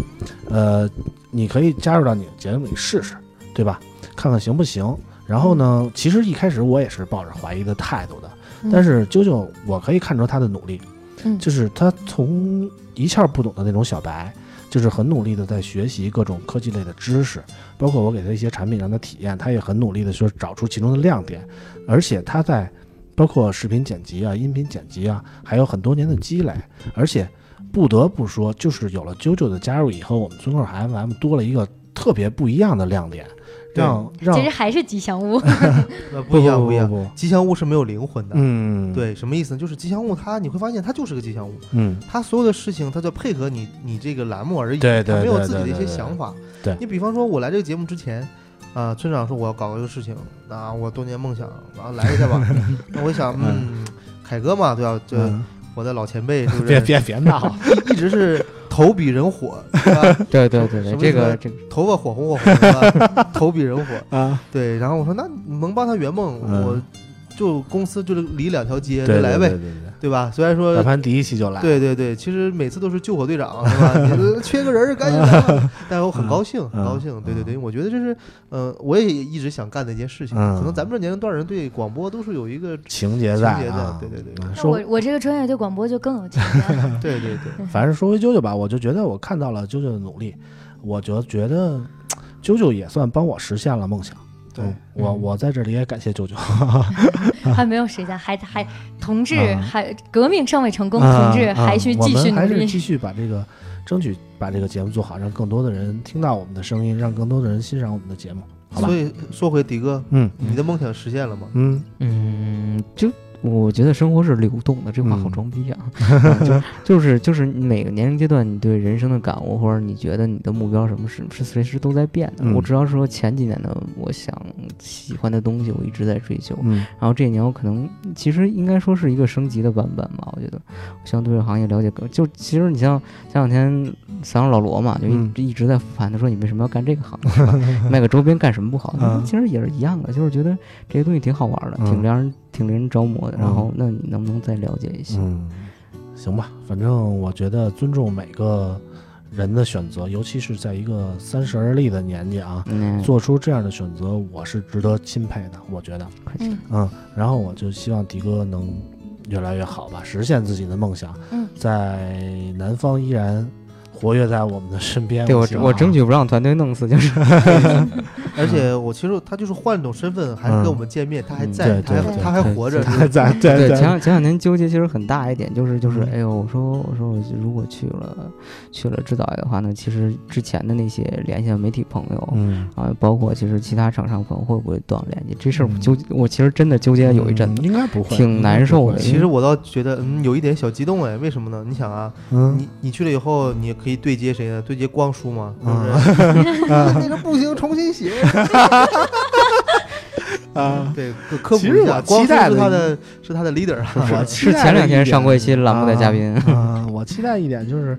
Speaker 2: 呃，你可以加入到你的节目里试试，对吧？看看行不行。然后呢，其实一开始我也是抱着怀疑的态度的，但是啾啾我可以看出他的努力，
Speaker 1: 嗯
Speaker 2: 就是他从一窍不懂的那种小白，就是很努力的在学习各种科技类的知识，包括我给他一些产品让他体验，他也很努力的说找出其中的亮点，而且他在包括视频剪辑啊、音频剪辑啊，还有很多年的积累，而且不得不说，就是有了啾啾的加入以后，我们尊口 FM 多了一个特别不一样的亮点，
Speaker 3: 对
Speaker 2: 让让哎
Speaker 1: 其实还是吉祥物。
Speaker 3: 呃不一样不一样，
Speaker 2: 不不，
Speaker 3: 吉祥物是没有灵魂的。
Speaker 2: 嗯，，
Speaker 3: 对，什么意思呢？就是吉祥物它，你会发现它就是个吉祥物，
Speaker 2: 嗯，
Speaker 3: 它所有的事情它就配合你你这个栏目而已，
Speaker 2: 对对
Speaker 3: 它没有
Speaker 2: 对
Speaker 3: 自己的
Speaker 2: 对
Speaker 3: 一些
Speaker 2: 对对
Speaker 3: 想法。
Speaker 2: 对
Speaker 3: 你比方说，我来这个节目之前，啊、村长说我要搞一个事情，啊，我多年梦想，啊，来一
Speaker 2: (laughs)
Speaker 3: 下吧。那我想，嗯，凯哥嘛，对吧、这
Speaker 2: 嗯
Speaker 3: 我的老前辈，
Speaker 2: (laughs)
Speaker 3: 是不
Speaker 2: 别
Speaker 3: 是？
Speaker 2: 别别
Speaker 3: (laughs)
Speaker 2: 闹，
Speaker 3: 一直是头比人火，是吧
Speaker 4: 对对对
Speaker 3: 什么什
Speaker 4: 对，这
Speaker 3: 么
Speaker 4: 个这个
Speaker 3: 头发火红火红的，头比人火。
Speaker 2: (laughs) 啊，
Speaker 3: 对，然后我说那能帮他圆梦，
Speaker 2: 嗯
Speaker 3: 我就公司就是离两条街，
Speaker 2: 对对
Speaker 3: 就来呗，
Speaker 2: 对对对
Speaker 3: 对吧？虽然说
Speaker 2: 大盘第一期就来，
Speaker 3: 对对对，其实每次都是救火队长，是吧？你呃缺个人儿赶紧来吧，但我很高兴，很高兴。对对对，我觉得这是，呃，我也一直想干的一件事情。
Speaker 2: 嗯
Speaker 3: 可能咱们这年龄段儿人对广播都是有一个，
Speaker 2: 情节在
Speaker 3: 情节在
Speaker 2: 啊，
Speaker 3: 对对对对
Speaker 2: 啊
Speaker 1: 那
Speaker 2: 说
Speaker 1: 我我这个专业对广播就更有经验
Speaker 2: (laughs)
Speaker 1: 了。
Speaker 3: 对对对，
Speaker 2: 反正说回啾啾吧，我就觉得我看到了啾啾的努力，我就觉得啾啾也算帮我实现了梦想。
Speaker 3: 对
Speaker 2: 嗯我我在这里也感谢啾啾， (laughs)
Speaker 1: 还没有谁家，还还同志、
Speaker 2: 啊
Speaker 1: 还革命尚未成功，
Speaker 2: 啊
Speaker 1: 同志、
Speaker 2: 啊
Speaker 1: 还需继
Speaker 2: 我
Speaker 1: 续
Speaker 2: 们
Speaker 1: 努
Speaker 2: 还是
Speaker 1: 力。
Speaker 2: 继续把这个争取把这个节目做好，让更多的人听到我们的声音，让更多的人欣赏我们的节目，好吧
Speaker 3: 所？以说回迪哥，
Speaker 2: 嗯
Speaker 3: 你的梦想实现了吗？
Speaker 2: 嗯，
Speaker 4: 嗯，就我觉得生活是流动的，这话好
Speaker 2: 嗯
Speaker 4: 装逼啊！啊 (laughs) 就就是就是你每个年龄阶段，你对人生的感悟，或者你觉得你的目标什么是是随时都在变的。
Speaker 2: 嗯
Speaker 4: 我只要说前几年的我想喜欢的东西，我一直在追求，
Speaker 2: 嗯
Speaker 4: 然后这一年我可能其实应该说是一个升级的版本吧，我觉得我希望对这个行业了解更。就其实你像前两天采访老罗嘛，就一、
Speaker 2: 嗯
Speaker 4: 一直在复盘，他说你为什么要干这个行业
Speaker 2: (laughs)
Speaker 4: 是吧，卖个周边干什么不好？
Speaker 2: 嗯
Speaker 4: 其实也是一样的，就是觉得这些东西挺好玩的，
Speaker 2: 嗯
Speaker 4: 挺让人挺令人着魔的。
Speaker 2: 嗯
Speaker 4: 然后那你能不能再了解一些？
Speaker 2: 嗯，行吧，反正我觉得尊重每个人的选择，尤其是在一个三十而立的年纪啊，
Speaker 4: 嗯，
Speaker 2: 做出这样的选择，我是值得钦佩的，我觉得。
Speaker 1: 嗯
Speaker 2: 嗯，然后我就希望迪哥能越来越好吧，实现自己的梦想。
Speaker 1: 嗯，
Speaker 2: 在南方依然活跃在我们的身边。
Speaker 4: 对我
Speaker 2: 希望啊
Speaker 4: 我争取不让团队弄死，就是
Speaker 3: 而且我其实他就是换一种身份，还是跟我们见面，他还
Speaker 4: 嗯
Speaker 2: 对
Speaker 3: 在，他还
Speaker 1: 对
Speaker 3: 他还
Speaker 4: 对
Speaker 3: 活着，
Speaker 2: (laughs) 他 (laughs) 在在
Speaker 4: 对前
Speaker 2: 在，
Speaker 4: 两前两年纠结其实很大一点，就是就是，
Speaker 2: 嗯
Speaker 4: 哎呦，我说我说我如果去了去了制造业的话呢，其实之前的那些联系的媒体朋友。
Speaker 2: 嗯，
Speaker 4: 啊，包括其实其他厂商朋友会不会断联系，这事儿我
Speaker 2: 嗯
Speaker 4: 纠结，我其实真的纠结了有一阵子。
Speaker 2: 嗯应该不会，
Speaker 4: 挺
Speaker 2: 应该
Speaker 4: 难受
Speaker 2: 不会
Speaker 4: 的
Speaker 3: 其实我倒觉得，嗯，有一点小激动哎，为什么呢？你想啊，
Speaker 2: 嗯，
Speaker 3: 你你去了以后，你可以对接谁呢？对接光叔嘛，是不
Speaker 2: 嗯
Speaker 3: 是？那个不行，重新写。
Speaker 2: 啊，
Speaker 3: 对，科科普
Speaker 2: 其实
Speaker 3: 一
Speaker 2: 我
Speaker 3: 下，光
Speaker 2: 期
Speaker 3: 头
Speaker 2: 待
Speaker 3: 是
Speaker 2: 的
Speaker 3: 他
Speaker 2: 一
Speaker 3: 的 (laughs) 是他的 leader 啊，
Speaker 2: 我期
Speaker 4: 是
Speaker 2: 待
Speaker 4: 前两
Speaker 2: 的
Speaker 4: 天
Speaker 2: 一
Speaker 4: 上过一期
Speaker 2: 点
Speaker 4: 栏目的嘉宾，
Speaker 2: 啊，我期待一点就是。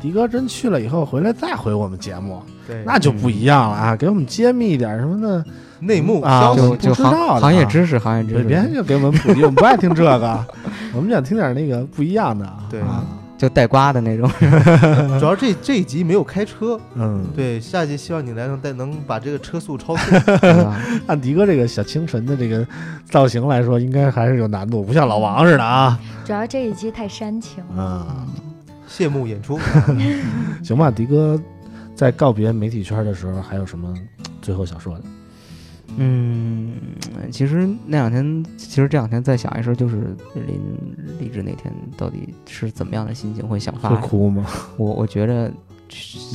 Speaker 2: 迪哥真去了以后回来再回我们节目，
Speaker 3: 对，
Speaker 2: 那就
Speaker 4: 嗯
Speaker 2: 不一样了啊！给我们揭秘一点什么的，
Speaker 3: 内幕
Speaker 2: 啊
Speaker 3: 消息
Speaker 2: 我
Speaker 4: 就
Speaker 2: 们不
Speaker 4: 就
Speaker 2: 知道的
Speaker 4: 行行业
Speaker 2: 啊
Speaker 4: 知识，行业知
Speaker 2: 别
Speaker 4: 识，
Speaker 2: 别就给我们普及，我们不爱听这个， (laughs) 我们想听点那个不一样的啊。
Speaker 3: 对
Speaker 2: 啊
Speaker 4: 就带瓜的
Speaker 2: (laughs)
Speaker 4: 那种。
Speaker 3: 主要这这一集没有开车，
Speaker 2: 嗯，
Speaker 3: 对，下一集希望你来能带能把这个车速超速， (laughs)
Speaker 4: 对吧
Speaker 2: 按迪哥这个小清纯的这个造型来说，应该还是有难度，不像老王似的啊。
Speaker 1: 主要这一期太煽情了。
Speaker 2: 啊，
Speaker 3: 谢幕演出。 (laughs)
Speaker 2: 行吧，迪哥在告别媒体圈的时候，还有什么最后想说的？
Speaker 4: 嗯，其实那两天，其实这两天在想一事，就是临离职那天到底是怎么样的心情会想
Speaker 2: 会
Speaker 4: 发？
Speaker 2: 哭吗？
Speaker 4: 我我觉得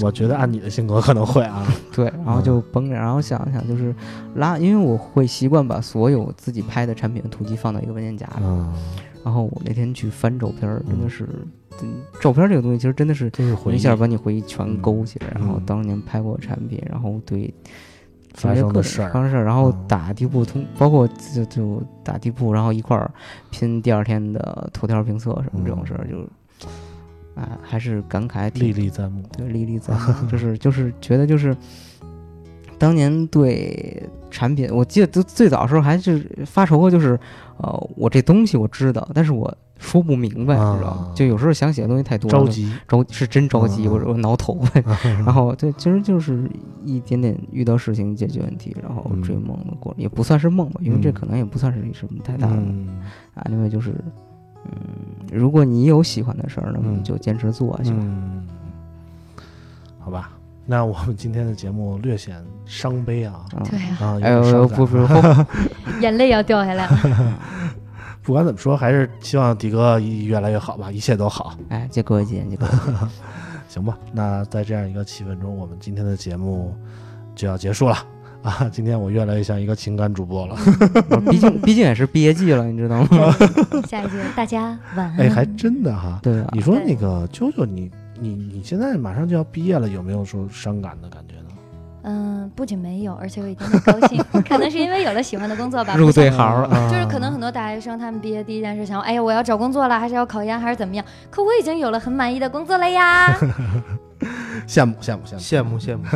Speaker 2: 我觉得按你的性格可能会
Speaker 4: (laughs)
Speaker 2: 啊。
Speaker 4: 对，然后
Speaker 2: 嗯
Speaker 4: 就崩了，然后想一想就是拉，因为我会习惯把所有自己拍的产品的图集放到一个文件夹里，
Speaker 2: 嗯，
Speaker 4: 然后我那天去翻照片儿，真
Speaker 2: 嗯
Speaker 4: 的是，嗯照片儿这个东西其实真的是
Speaker 2: 就是回
Speaker 4: 一
Speaker 2: 忆
Speaker 4: 下把你回忆全
Speaker 2: 嗯
Speaker 4: 勾起来，然后
Speaker 2: 嗯
Speaker 4: 当年拍过的产品，然后对
Speaker 2: 发
Speaker 4: 这些
Speaker 2: 生的
Speaker 4: 各种
Speaker 2: 事儿
Speaker 4: 发生事儿，然后
Speaker 2: 嗯
Speaker 4: 打地铺通，包括就就打地铺，然后一块儿拼第二天的头条评测什么
Speaker 2: 嗯
Speaker 4: 这种事儿，就啊还是感慨挺
Speaker 2: 历历在目。
Speaker 4: 对历历
Speaker 2: (laughs)
Speaker 4: 在目，啊就是就是觉得就是当年对产品，我记得最最早的时候还是发愁过，就是呃我这东西我知道，但是我说不明白，你知道
Speaker 2: 啊
Speaker 4: 吗？就有时候想写的东西太多了，
Speaker 2: 着 (laughs) 急，
Speaker 4: 着是真着急，
Speaker 2: 嗯
Speaker 4: 我
Speaker 2: 嗯
Speaker 4: 我挠头发。然后对，其实就是一点点遇到事情解决问题，然后
Speaker 2: 嗯
Speaker 4: 追梦的过，也不算是梦吧，因为这
Speaker 2: 嗯
Speaker 4: 可能也不算是什么太大的梦
Speaker 2: 嗯
Speaker 4: 啊。另外就是，嗯，如果你有喜欢的事儿，那么
Speaker 2: 嗯
Speaker 4: 你就坚持做啊下去吧。
Speaker 2: 嗯，好吧，那我们今天的节目略显伤悲啊
Speaker 4: 啊
Speaker 1: 对呀、
Speaker 2: 啊！有
Speaker 4: 哎
Speaker 2: 点伤
Speaker 4: 呦，
Speaker 2: 感
Speaker 4: 不不，
Speaker 1: 眼泪要掉下
Speaker 2: (laughs)
Speaker 1: 来了。
Speaker 2: 不管怎么说，还是希望迪哥越来越好吧，一切都好，
Speaker 4: 哎，借各位姐，借各位姐
Speaker 2: 行吧？那在这样一个气氛中，我们今天的节目就要结束了啊！今天我越来越像一个情感主播 (laughs) 了，
Speaker 4: 我 (laughs) 毕竟毕竟也是毕业季了，你知道吗？
Speaker 1: 下一节大家晚安。
Speaker 2: 哎，还真的哈。
Speaker 4: 对啊，
Speaker 2: 你说
Speaker 1: 对
Speaker 2: 那个啾啾，你你你现在马上就要毕业了，有没有说伤感的感觉呢？
Speaker 1: 嗯，不仅没有，而且有一点点高
Speaker 2: (laughs)
Speaker 1: 兴，可能是因为有了喜欢的工作吧。
Speaker 4: 入
Speaker 1: 不像
Speaker 4: 对行了。
Speaker 2: 啊
Speaker 1: 就是可能很多大学生他们毕业第一件事想，哎呀，我要找工作了，还是要考研，还是怎么样？可我已经有了很满意的工作了
Speaker 2: (laughs)
Speaker 1: 呀。
Speaker 2: 羡慕羡慕羡慕
Speaker 3: 羡慕羡慕，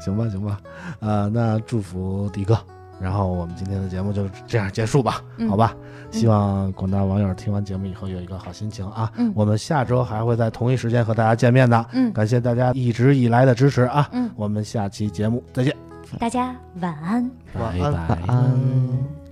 Speaker 2: 行吧，行吧，呃，那祝福迪哥，然后我们今天的节目就这样结束吧，
Speaker 1: 嗯
Speaker 2: 好吧？希望广大网友听完节目以后有一个好心情啊！
Speaker 1: 嗯
Speaker 2: 我们下周还会在同一时间和大家见面的，
Speaker 1: 嗯
Speaker 2: 感谢大家一直以来的支持啊！
Speaker 1: 嗯
Speaker 2: 我们下期节目再见，
Speaker 1: 大家晚安。
Speaker 3: 晚
Speaker 2: 拜
Speaker 3: 安
Speaker 2: 拜
Speaker 4: 晚安。